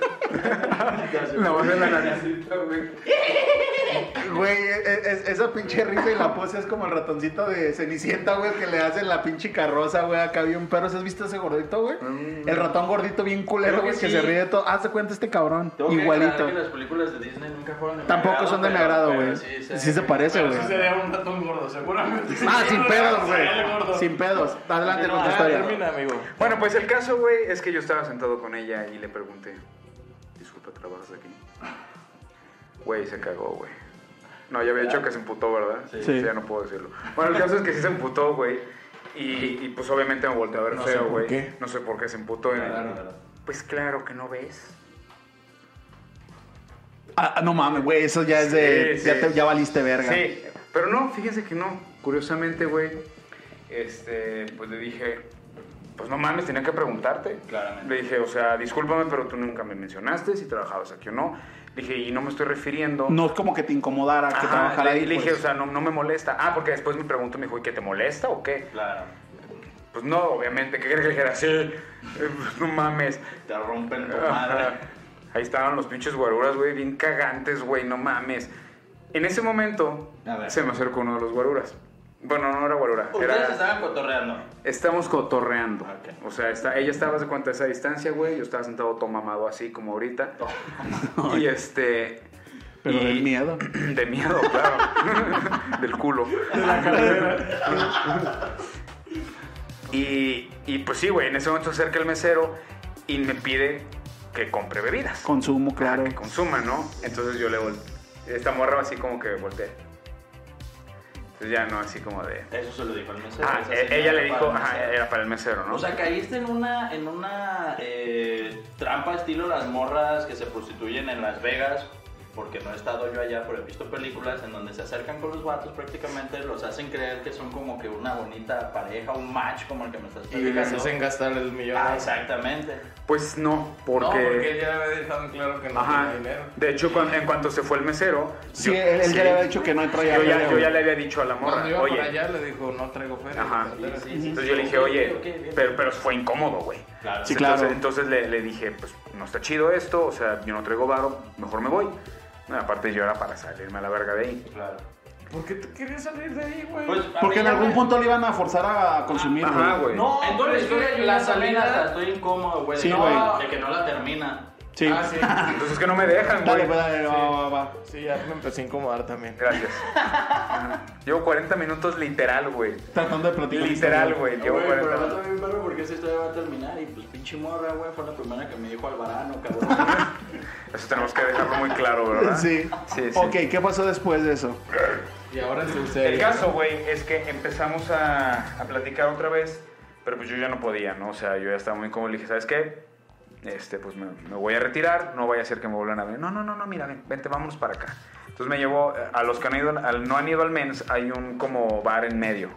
Speaker 1: No, más en la nariz.
Speaker 10: Güey, e- e- es- esa pinche risa y la pose es como el ratoncito de Cenicienta, güey, que le hacen la pinche carroza, güey, acá bien perro. ¿Sí ¿Has visto ese gordito, güey? El ratón gordito bien culero,
Speaker 6: Creo que
Speaker 10: güey, que,
Speaker 6: sí.
Speaker 10: se ríe de todo. Hazte cuenta este cabrón,
Speaker 6: Tengo que
Speaker 10: igualito.
Speaker 6: aclarar que las películas de Disney nunca fueron de mi
Speaker 10: Tampoco
Speaker 6: agrado,
Speaker 10: son de mi
Speaker 6: pero-
Speaker 10: agrado,
Speaker 6: pero
Speaker 10: güey.
Speaker 6: sí,
Speaker 10: Sí, se parece,
Speaker 4: Pero
Speaker 10: güey.
Speaker 4: sí sería un ratón gordo, seguramente.
Speaker 10: Ah, sin pedos,
Speaker 4: Sería el gordo.
Speaker 10: güey. Sin pedos. Adelante con tu
Speaker 2: Ah,
Speaker 10: historia.
Speaker 2: termina, amigo.
Speaker 1: Bueno, pues el caso, güey, es que yo estaba sentado con ella y le pregunté, disculpa, ¿trabajas aquí? Güey, se cagó, güey. No, ya había dicho que se emputó, ¿verdad?
Speaker 6: Sí.
Speaker 1: Sí, Ya no puedo decirlo. Bueno, el caso es que sí se emputó, güey. Y, y, pues obviamente me volteé a ver feo, güey. No sé por qué se emputó. y- Pues claro que no ves.
Speaker 10: Ah, ah, no mames, güey, eso ya es de.
Speaker 1: Sí, sí.
Speaker 10: ya, te- ya valiste verga.
Speaker 1: Sí, pero no, fíjense que no. Curiosamente, güey, este, pues le dije, pues no mames, tenía que preguntarte.
Speaker 6: Claramente.
Speaker 1: Le dije, o sea, discúlpame, pero tú nunca me mencionaste si trabajabas aquí o no. Le dije, y no me estoy refiriendo.
Speaker 10: No es como que te incomodara que
Speaker 1: Ajá,
Speaker 10: trabajara
Speaker 1: le,
Speaker 10: ahí.
Speaker 1: le dije,
Speaker 10: pues.
Speaker 1: o sea, no, no me molesta. Ah, porque después me preguntó, me dijo, ¿y qué te molesta o qué?
Speaker 6: Claro.
Speaker 1: Pues no, obviamente, ¿qué crees que le dijera? Sí, eh, pues, no mames.
Speaker 6: Te rompen tu
Speaker 1: Ajá.
Speaker 6: madre.
Speaker 1: Ahí estaban los pinches guaruras, güey, bien cagantes, güey, no mames. En ese momento
Speaker 6: A ver.
Speaker 1: se me acercó uno de los guaruras. Bueno, no era guarura,
Speaker 6: Ustedes
Speaker 1: era...
Speaker 6: estaban cotorreando.
Speaker 1: Estamos cotorreando.
Speaker 6: Ok.
Speaker 1: O sea, está, ella estaba de cuenta a esa distancia, güey. Yo estaba sentado todo mamado así, como ahorita.
Speaker 6: Oh.
Speaker 1: y este...
Speaker 10: Pero
Speaker 1: y-
Speaker 10: del miedo.
Speaker 1: De miedo, claro. Del culo. y, y pues sí, güey, en ese momento se acerca el mesero y me pide que compre bebidas.
Speaker 10: Consumo, claro.
Speaker 1: Que consuma, ¿no? Entonces yo le volteé. Esta morra así como que volteé. Entonces ya no, así como de...
Speaker 6: Eso se lo dijo el mesero.
Speaker 1: Ah,
Speaker 6: esa
Speaker 1: e-
Speaker 6: señora
Speaker 1: ella le
Speaker 6: para
Speaker 1: dijo,
Speaker 6: el
Speaker 1: ajá,
Speaker 6: mesero.
Speaker 1: era para el mesero, ¿no?
Speaker 6: O sea, caíste en una, en una eh, trampa estilo las morras que se prostituyen en Las Vegas, porque no he estado yo allá, pero he visto películas en donde se acercan con los vatos prácticamente, los hacen creer que son como que una bonita pareja, un match como el que me estás
Speaker 2: Y las
Speaker 6: platicando.
Speaker 2: hacen gastar el millón.
Speaker 6: Ah, exactamente.
Speaker 1: pues no, porque...
Speaker 2: No, porque ella había dejado en claro que no
Speaker 1: Ajá.
Speaker 2: tenía dinero.
Speaker 1: De hecho, cuan- en cuanto se fue el mesero,
Speaker 10: Sí,
Speaker 1: yo,
Speaker 10: él, él ya
Speaker 1: sí,
Speaker 10: le había dicho que no traía
Speaker 1: yo ya,
Speaker 10: feria,
Speaker 1: yo ya
Speaker 10: güey.
Speaker 1: le había dicho a la morra,
Speaker 2: Cuando iba
Speaker 1: oye,
Speaker 2: para allá le dijo, no traigo feria.
Speaker 1: Ajá.
Speaker 2: en la cartera".
Speaker 6: Sí, sí, sí.
Speaker 1: Entonces yo le dije, oye,
Speaker 6: Ok, ok, bien.
Speaker 1: pero, pero fue incómodo, güey.
Speaker 6: Claro.
Speaker 10: Sí,
Speaker 1: entonces,
Speaker 10: claro.
Speaker 1: Entonces le, le dije, pues no está chido esto, o sea, yo no traigo varo, mejor me voy. Bueno, aparte yo era para salirme a la verga de ahí.
Speaker 6: claro.
Speaker 2: ¿Por qué te querías salir de ahí, güey?
Speaker 6: Pues, a
Speaker 10: Porque
Speaker 6: mí
Speaker 10: en
Speaker 6: ya
Speaker 10: algún
Speaker 6: me-
Speaker 10: punto le iban a forzar a consumir,
Speaker 1: Ajá,
Speaker 10: güey.
Speaker 1: güey.
Speaker 6: No,
Speaker 2: Entonces,
Speaker 6: entonces
Speaker 2: güey,
Speaker 6: yo
Speaker 2: la
Speaker 6: la salida
Speaker 2: salida-
Speaker 6: hasta estoy incómodo, güey. de
Speaker 10: Sí,
Speaker 6: que-
Speaker 10: güey.
Speaker 6: De que no la termina.
Speaker 10: Sí.
Speaker 2: Ah, sí.
Speaker 1: Entonces es que no me dejan,
Speaker 10: Dale,
Speaker 1: güey.
Speaker 10: pues, dale, va, va, va.
Speaker 2: Sí, ya me empecé a incomodar también.
Speaker 1: Gracias. Ajá. Llevo 40 minutos literal, güey.
Speaker 10: Tratando de platicar.
Speaker 1: Literal, güey. Llevo
Speaker 6: Ah, Güey,
Speaker 1: 40
Speaker 6: pero no
Speaker 1: minutos.
Speaker 6: también perro porque esa historia va a terminar y pues pinche morra, güey, fue la primera que me dijo Alvarano, cabrón.
Speaker 1: Eso tenemos que dejarlo muy claro, ¿verdad?
Speaker 10: Sí.
Speaker 1: Sí, sí.
Speaker 10: Ok, ¿qué pasó después de eso?
Speaker 2: Y ahora es usted.
Speaker 1: El caso, güey, es que empezamos a, a platicar otra vez, pero pues yo ya no podía, ¿no? O sea, yo ya estaba muy cómodo. Le dije, ¿sabes qué? Este, pues me, me voy a retirar, no vaya a ser que me vuelvan a ver. No, no, no, no, mira, ven, vente, vámonos para acá. Entonces me llevó, eh, a los que han ido, al, no han ido al Men's, hay un como bar en medio.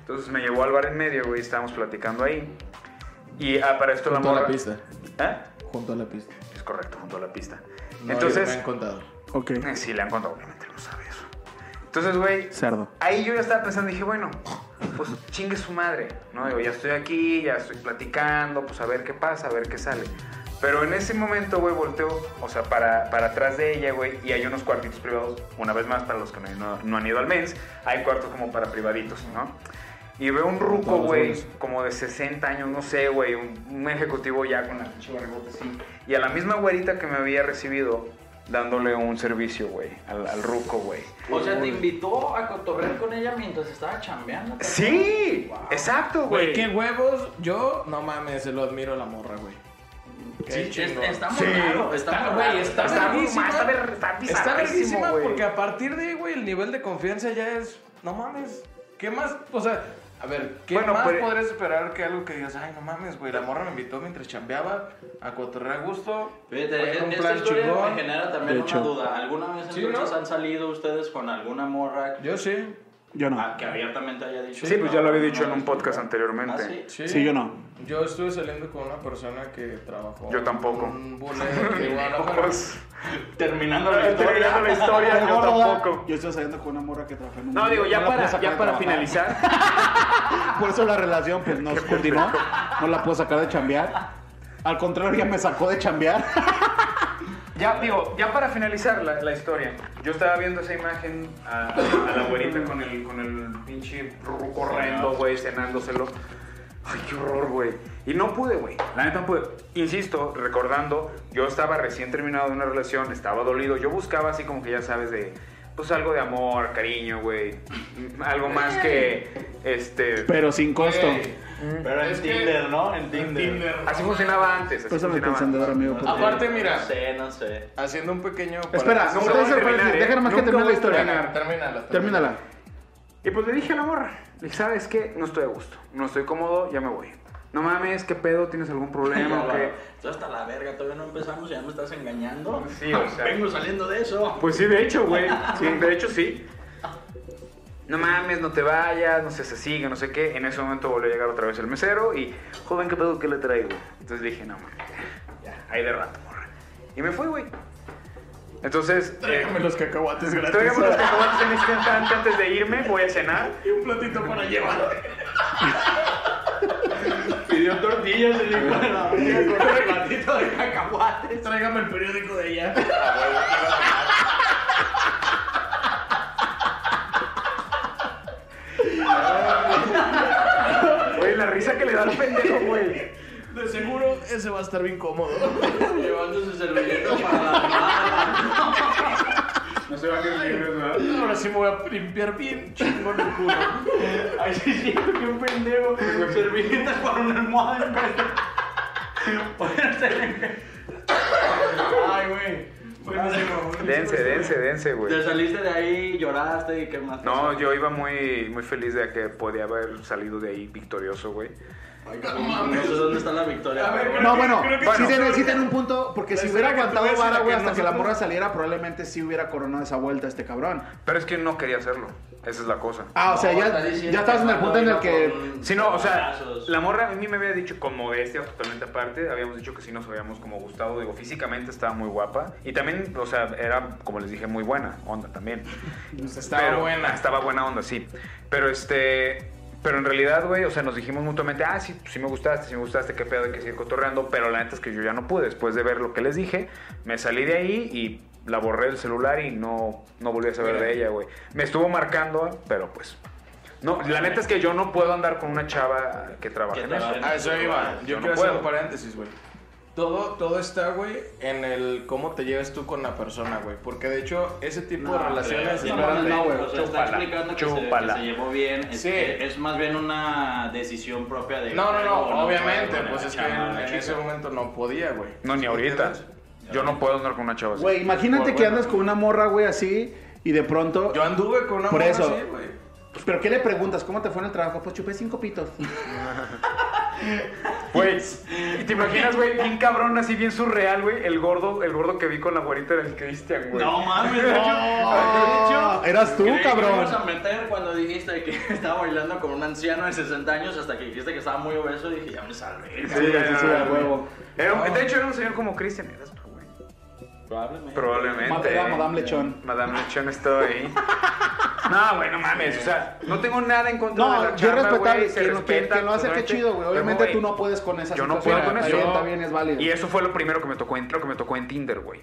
Speaker 1: Entonces me llevó al bar en medio, güey, estábamos platicando ahí. Y ah, para esto
Speaker 4: Junto
Speaker 1: la
Speaker 4: a
Speaker 1: morra...
Speaker 4: la pista.
Speaker 1: ¿Eh?
Speaker 4: Junto a la pista.
Speaker 1: Es correcto, junto a la pista.
Speaker 4: No,
Speaker 1: Entonces...
Speaker 4: ellos me han contado.
Speaker 10: Ok.
Speaker 1: Eh, Sí, le han contado, obviamente no sabe eso. Entonces, güey,
Speaker 10: Cerdo.
Speaker 1: ahí yo ya estaba pensando, dije, bueno, pues chingue su madre, ¿no? Digo, ya estoy aquí, ya estoy platicando, pues a ver qué pasa, a ver qué sale. Pero en ese momento, güey, volteo, o sea, para, para atrás de ella, güey, y hay unos cuartitos privados, una vez más, para los que no, no- no han ido al mens, hay cuartos como para privaditos, ¿no? Y veo un ruco, güey, como de 60 años, no sé, güey, un, un ejecutivo ya con la pinche barrigota así. Y a la misma güerita que me había recibido, dándole un servicio, güey, al, al ruco, güey.
Speaker 6: O sea, te invitó a cotorrear con ella mientras estaba chambeando. cabrón.
Speaker 1: Sí,
Speaker 6: Wow.
Speaker 1: exacto, güey.
Speaker 2: Güey, qué huevos. Yo, no mames, se lo admiro a la morra, güey.
Speaker 6: Sí,
Speaker 2: Qué
Speaker 6: es-
Speaker 2: chingón.
Speaker 6: está muy raro, está muy raro.
Speaker 2: güey, está
Speaker 1: Está
Speaker 2: verguísima.
Speaker 1: bruma, está ver- está
Speaker 2: Está
Speaker 1: bizarrísimo,
Speaker 2: verguísima
Speaker 1: güey.
Speaker 2: porque a partir de ahí, güey, el nivel de confianza ya es. No mames. ¿Qué más? O sea, a ver, ¿qué
Speaker 1: Bueno,
Speaker 2: más
Speaker 1: pero-
Speaker 2: podrías esperar que algo que digas, ay, no mames, güey, la morra me invitó mientras chambeaba a cotorrear a gusto?
Speaker 6: Fíjate,
Speaker 2: fue
Speaker 6: e-
Speaker 2: un
Speaker 6: esta
Speaker 2: plan
Speaker 6: historia me
Speaker 2: chingón.
Speaker 6: genera también
Speaker 10: De
Speaker 6: una
Speaker 10: hecho.
Speaker 6: duda. ¿Alguna vez
Speaker 2: Sí,
Speaker 6: entonces
Speaker 2: ¿no?
Speaker 6: han salido ustedes con alguna morra
Speaker 2: Yo sí.
Speaker 10: Yo no.
Speaker 11: Ah,
Speaker 6: a- que abiertamente haya dicho?
Speaker 1: Sí, pues ya lo había dicho en
Speaker 6: no,
Speaker 1: un
Speaker 6: no,
Speaker 1: podcast
Speaker 6: no.
Speaker 1: anteriormente.
Speaker 6: Ah, sí.
Speaker 2: Sí,
Speaker 10: Sí, yo no.
Speaker 2: Yo estuve saliendo con una persona que trabajó.
Speaker 1: Yo tampoco.
Speaker 2: en Un bolero de Guadalajara.
Speaker 1: Pues,
Speaker 6: Terminando la historia.
Speaker 1: terminando la historia, yo tampoco.
Speaker 10: Yo estoy saliendo con una morra que trabajé en un.
Speaker 1: No, digo, ya
Speaker 10: la puedo
Speaker 1: para,
Speaker 10: sacar de
Speaker 1: ya para
Speaker 10: trabajar.
Speaker 1: finalizar.
Speaker 10: Ah, Por eso la relación, pues no continuó. No la puedo sacar de chambear. Al contrario, ya me sacó de chambear.
Speaker 1: Ya, digo, ya para finalizar la, la historia, yo estaba viendo esa imagen a, a- a la abuelita con el, con el pinche ruco horrendo, güey, cenándoselo. Ay, qué horror, güey. Y no pude, güey. La neta no pude. Insisto, recordando, yo estaba recién terminado de una relación, estaba dolido. Yo buscaba así como que ya sabes de, pues algo de amor, cariño, güey. Mm, Algo más que, este... eh,
Speaker 8: Pero sin costo.
Speaker 11: Pero en
Speaker 2: Es que-
Speaker 11: Tinder, ¿no? En
Speaker 2: En
Speaker 11: Tinder.
Speaker 2: Tinder.
Speaker 1: Así funcionaba antes. Así
Speaker 8: Pásame el
Speaker 1: funcionaba antes.
Speaker 8: encendedor, amigo.
Speaker 10: pues,
Speaker 8: por favor.
Speaker 3: Aparte, mira,
Speaker 11: No sé, no sé.
Speaker 3: haciendo un pequeño.
Speaker 8: Espera,
Speaker 1: Nunca
Speaker 8: ustedes
Speaker 1: voy a
Speaker 8: se pueden-
Speaker 1: terminar, ¿eh?
Speaker 8: déjenme que
Speaker 1: Nunca
Speaker 8: termine la
Speaker 1: voy a
Speaker 8: historia.
Speaker 2: Termina, termínala.
Speaker 8: Termínala.
Speaker 1: Y pues le dije a la morra, le dije, ¿sabes qué? No estoy a gusto, no estoy cómodo, ya me voy. No mames, ¿qué pedo? ¿Tienes algún problema? o qué?
Speaker 11: Esto hasta la verga, todavía no empezamos, ya me estás engañando.
Speaker 1: Sí, o
Speaker 10: eh.
Speaker 1: sea.
Speaker 11: Vengo saliendo de eso.
Speaker 1: Pues sí, de hecho, güey. Sí, de hecho, sí. No mames, no te vayas, no seas así, que no sé qué. En ese momento volvió a llegar otra vez el mesero y, joven, ¿qué pedo que le traigo? Entonces le dije, no mames, ya, ahí de rato, morra. Y me fui, güey. Entonces, eh,
Speaker 2: Tráigame los cacahuates
Speaker 1: tráigame
Speaker 2: gratis.
Speaker 1: los cacahuates en este instante antes de irme, voy a cenar.
Speaker 2: Y un platito para llevar.
Speaker 11: Pidió tortillas y dijo, la verga, con un platito de cacahuates.
Speaker 2: Tráigame el periódico de allá.
Speaker 1: Güey, la risa que le da al pendejo, güey.
Speaker 2: De seguro ese va a estar bien cómodo.
Speaker 11: Llevando su servilleta para la almohada.
Speaker 15: No se va a quedar libre, ¿verdad?
Speaker 2: Ahora sí me voy a limpiar bien chingón el culo.
Speaker 11: Ay, sí, siento que un pendejo. Servilletas para una almohada en vez de- Ponerte- Ay, güey. Bueno, sí, mamón.
Speaker 1: Dense, dense, dense,
Speaker 11: Te
Speaker 1: güey.
Speaker 11: saliste de ahí, lloraste y qué más.
Speaker 1: No, yo iba muy, muy feliz de que podía haber salido de ahí victorioso, güey.
Speaker 11: No sé dónde está la victoria.
Speaker 2: A ver,
Speaker 11: pero-
Speaker 2: creo
Speaker 8: No,
Speaker 2: que-
Speaker 8: bueno,
Speaker 2: creo que
Speaker 8: sí
Speaker 1: bueno.
Speaker 8: tienen, sí tienen un punto, porque si
Speaker 2: La
Speaker 8: hubiera
Speaker 2: historia que te voy a
Speaker 8: aguantado
Speaker 2: decir,
Speaker 8: vara,
Speaker 2: la
Speaker 8: güey,
Speaker 2: que
Speaker 8: hasta que la
Speaker 2: nosotros-
Speaker 8: morra saliera, probablemente sí hubiera coronado esa vuelta este cabrón.
Speaker 1: Pero es que no quería hacerlo. Esa es la cosa.
Speaker 8: Ah, o sea,
Speaker 11: No,
Speaker 8: ya,
Speaker 11: estás diciendo
Speaker 8: ya estabas en el punto en el
Speaker 11: que
Speaker 8: que...
Speaker 11: Fernando iba con
Speaker 1: Si no, o sea,
Speaker 11: balazos.
Speaker 1: la morra a mí me había dicho con modestia totalmente aparte, habíamos dicho que sí nos habíamos como gustado, digo, físicamente estaba muy guapa y también, o sea, era, como les dije, muy buena onda también.
Speaker 2: estaba
Speaker 1: Pero- ah,
Speaker 2: buena.
Speaker 1: Estaba buena onda, sí. Pero este, pero en realidad, güey, o sea, nos dijimos mutuamente, ah, sí, sí me gustaste, sí me gustaste, qué pedo, hay que seguir cotorreando, pero la neta es que yo ya no pude, después de ver lo que les dije, me salí de ahí y la borré del celular y no, no volví a saber de ella, güey. Me estuvo marcando, pero pues... No, la neta es que yo no puedo andar con una chava que trabaje
Speaker 11: Que
Speaker 1: en eso.
Speaker 11: trabaje en
Speaker 3: A Ah, eso iba. Yo
Speaker 1: Yo no
Speaker 3: quiero hacer
Speaker 1: puedo.
Speaker 3: un paréntesis, güey. Todo, todo está, güey, en el cómo te lleves tú con la persona, güey. Porque de hecho, ese tipo de relaciones.
Speaker 11: Sí,
Speaker 3: espérate.
Speaker 11: no,
Speaker 8: güey,
Speaker 11: o sea, está
Speaker 1: chúpala,
Speaker 11: explicando que se-
Speaker 1: chúpala.
Speaker 11: que se llevó bien. Es,
Speaker 3: Sí.
Speaker 11: es más bien una decisión propia de.
Speaker 3: No, no,
Speaker 11: o
Speaker 3: no, obviamente.
Speaker 11: con la
Speaker 3: Pues es que
Speaker 11: chava,
Speaker 3: en,
Speaker 11: la
Speaker 3: en
Speaker 11: chica.
Speaker 3: ese momento no podía, güey.
Speaker 1: No, ni
Speaker 3: ¿Sí
Speaker 1: ahorita.
Speaker 3: entiendes?
Speaker 1: Yo no puedo andar con una chava así.
Speaker 8: Güey, imagínate
Speaker 3: Bueno,
Speaker 8: que
Speaker 3: bueno.
Speaker 8: andas con una morra, güey, así, y de pronto...
Speaker 3: Yo anduve con una
Speaker 8: Por
Speaker 3: morra
Speaker 8: eso.
Speaker 3: así, güey.
Speaker 8: ¿Pero qué le preguntas? ¿Cómo te fue en el trabajo? Pues chupé cinco pitos.
Speaker 1: Güey, ¿y te imaginas, güey, bien cabrón, así bien surreal, güey? El gordo, el gordo que vi con la guarita del Cristian, güey.
Speaker 11: No mames, no.
Speaker 8: Ah, eras tú,
Speaker 11: Creí que me
Speaker 8: cabrón.
Speaker 11: ibas a meter cuando dijiste que estaba bailando con un anciano de 60 años hasta que dijiste que estaba muy obeso y dije, ya me salvé.
Speaker 8: Sí, sí, sí, a huevo.
Speaker 1: Era un- de hecho, era un señor como Cristian, eras tú, güey.
Speaker 11: Probablemente.
Speaker 1: Probablemente.
Speaker 8: Era Madame
Speaker 1: eh.
Speaker 8: Lechón.
Speaker 1: Madame Lechón está ahí. No, güey, no mames, o sea, no tengo nada en contra de
Speaker 8: No,
Speaker 1: la
Speaker 8: yo
Speaker 1: chamba,
Speaker 8: respetable,
Speaker 1: güey, se
Speaker 8: que lo- que-
Speaker 1: respeta
Speaker 8: que lo hace, qué
Speaker 1: absolutamente.
Speaker 8: chido, güey.
Speaker 1: Pero,
Speaker 8: Obviamente
Speaker 1: güey,
Speaker 8: tú no puedes con esa
Speaker 1: Yo no
Speaker 8: situación,
Speaker 1: puedo con
Speaker 8: está
Speaker 1: eso.
Speaker 8: bien, está bien, es válido.
Speaker 1: Y eso fue lo primero que me tocó en, lo que me tocó en Tinder, güey.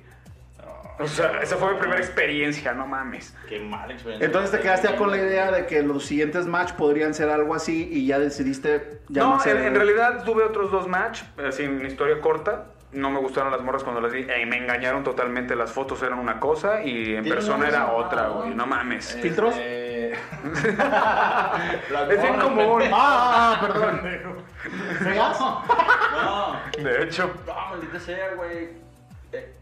Speaker 1: O sea, esa fue mi primera experiencia, no mames.
Speaker 11: Qué mala experiencia.
Speaker 8: Entonces te quedaste ya con la idea de que los siguientes match podrían ser algo así y ya decidiste ya
Speaker 1: no,
Speaker 8: hacer-
Speaker 1: en, en realidad tuve otros dos match, así una historia corta. No me gustaron las morras cuando las vi. eh, me engañaron totalmente. Las fotos eran una cosa y en
Speaker 11: Tiene
Speaker 1: persona
Speaker 11: una
Speaker 1: era
Speaker 11: cosa,
Speaker 1: otra,
Speaker 11: ¿no?
Speaker 1: güey. No mames.
Speaker 8: ¿Filtros?
Speaker 15: Eh,
Speaker 1: es bien común.
Speaker 8: Ah, ah, perdón. ¿Feas?
Speaker 11: No.
Speaker 1: De hecho,
Speaker 11: Ah, maldita sea, güey. Eh,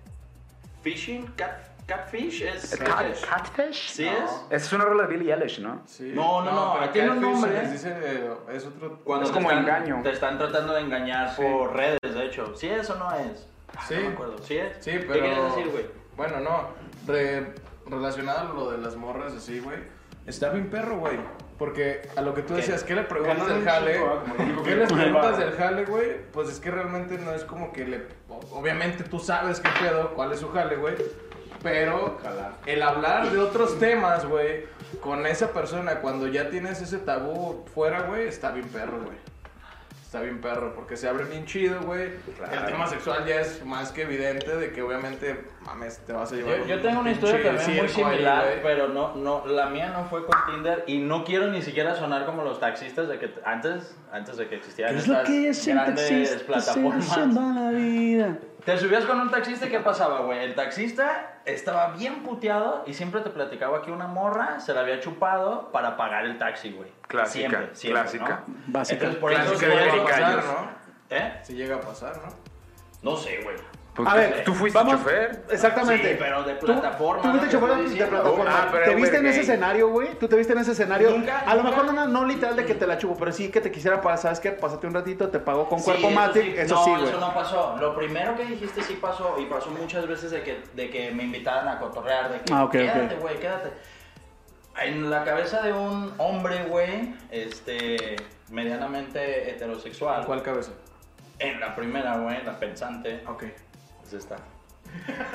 Speaker 11: Fishing, cat, catfish es.
Speaker 1: cat-
Speaker 11: es-
Speaker 1: catfish.
Speaker 11: ¿Sí es?
Speaker 1: Esa es una rola de Billie Eilish, ¿no?
Speaker 3: Sí.
Speaker 11: No, no, no,
Speaker 3: pero
Speaker 11: tiene un
Speaker 3: catfish
Speaker 11: nombre.
Speaker 3: les dicen, eh, es otro.
Speaker 11: Cuando
Speaker 1: Es
Speaker 11: te
Speaker 1: como
Speaker 11: están-
Speaker 1: engaño.
Speaker 11: Te están tratando de engañar por redes, de hecho. ¿Sí es o no es? Ah,
Speaker 3: Sí.
Speaker 11: No me acuerdo. ¿Sí es?
Speaker 3: Sí, pero.
Speaker 11: ¿Qué quieres decir, güey?
Speaker 3: Bueno, no. Re- relacionado a lo de las morras, así, güey. Está bien perro, güey. Porque a lo que tú
Speaker 11: ¿Qué?
Speaker 3: decías, ¿qué le preguntas
Speaker 15: Ganan
Speaker 3: del
Speaker 15: un
Speaker 3: jale?
Speaker 15: chingo, ah, como lo digo,
Speaker 3: ¿Qué
Speaker 15: que-
Speaker 3: les preguntas del jale, güey? Pues es que realmente no es como que le. o- Obviamente tú sabes qué pedo, cuál es su jale, güey. Pero el hablar de otros temas, güey, con esa persona cuando ya tienes ese tabú fuera, güey, está bien perro, güey.
Speaker 2: está bien perro, porque se abre bien chido, güey. El tema sexual ya es más que evidente de que obviamente, mames, te vas a llevar.
Speaker 11: Yo,
Speaker 2: un
Speaker 11: yo tengo una historia
Speaker 2: pinche
Speaker 11: también muy
Speaker 2: circo ahí,
Speaker 11: similar,
Speaker 2: güey.
Speaker 11: pero no, no, la mía no fue con Tinder y no quiero ni siquiera sonar como los taxistas de que antes, antes de que existieran
Speaker 8: Es lo
Speaker 11: estas
Speaker 8: que es el
Speaker 11: grandes
Speaker 10: pues,
Speaker 8: taxista, se
Speaker 11: plataformas.
Speaker 8: llama la vida.
Speaker 11: Te subías con un taxista y ¿qué pasaba, güey? El taxista estaba bien puteado y siempre te platicaba que una morra se la había chupado para pagar el taxi, güey.
Speaker 1: Clásica,
Speaker 11: Siempre, siempre,
Speaker 1: clásica.
Speaker 11: ¿no?
Speaker 8: Básica.
Speaker 11: Entonces, por
Speaker 3: Pues
Speaker 1: Clásica
Speaker 11: eso
Speaker 1: de
Speaker 11: se llega a
Speaker 1: americanos.
Speaker 11: pasar, ¿no? ¿Eh?
Speaker 2: Si llega a pasar, ¿no?
Speaker 11: No sé, güey.
Speaker 1: Pues,
Speaker 8: A ver,
Speaker 1: tú fuiste
Speaker 8: vamos-
Speaker 1: chofer.
Speaker 8: Exactamente.
Speaker 11: Sí, pero de
Speaker 8: Tú-
Speaker 11: plataforma,
Speaker 8: Tú,
Speaker 11: ¿no?
Speaker 8: fuiste
Speaker 11: Te
Speaker 8: chofer
Speaker 11: estoy
Speaker 8: de
Speaker 11: diciendo.
Speaker 8: plataforma.
Speaker 1: Ah, pero
Speaker 8: te
Speaker 1: era
Speaker 8: viste en
Speaker 1: Uber
Speaker 8: ese
Speaker 1: gay.
Speaker 8: escenario, güey. Tú te viste en ese escenario.
Speaker 11: Nunca,
Speaker 8: a lo
Speaker 11: nunca.
Speaker 8: mejor no, no literal de que te la chupo, pero sí que te quisiera pasar. ¿Sabes qué? Pásate un ratito, te pago con
Speaker 11: Sí,
Speaker 8: cuerpo mate. Eso sí,
Speaker 11: No,
Speaker 8: güey.
Speaker 11: eso no pasó. Lo primero que dijiste sí pasó y pasó muchas veces de que, de que me invitaran a cotorrear, de que
Speaker 8: Ah, ok, ok.
Speaker 11: quédate, güey, quédate. En la cabeza de un hombre, güey, este, medianamente heterosexual.
Speaker 2: ¿Cuál cabeza?
Speaker 11: En la primera, güey, la pensante.
Speaker 2: Ok.
Speaker 8: Pues
Speaker 11: Es esta.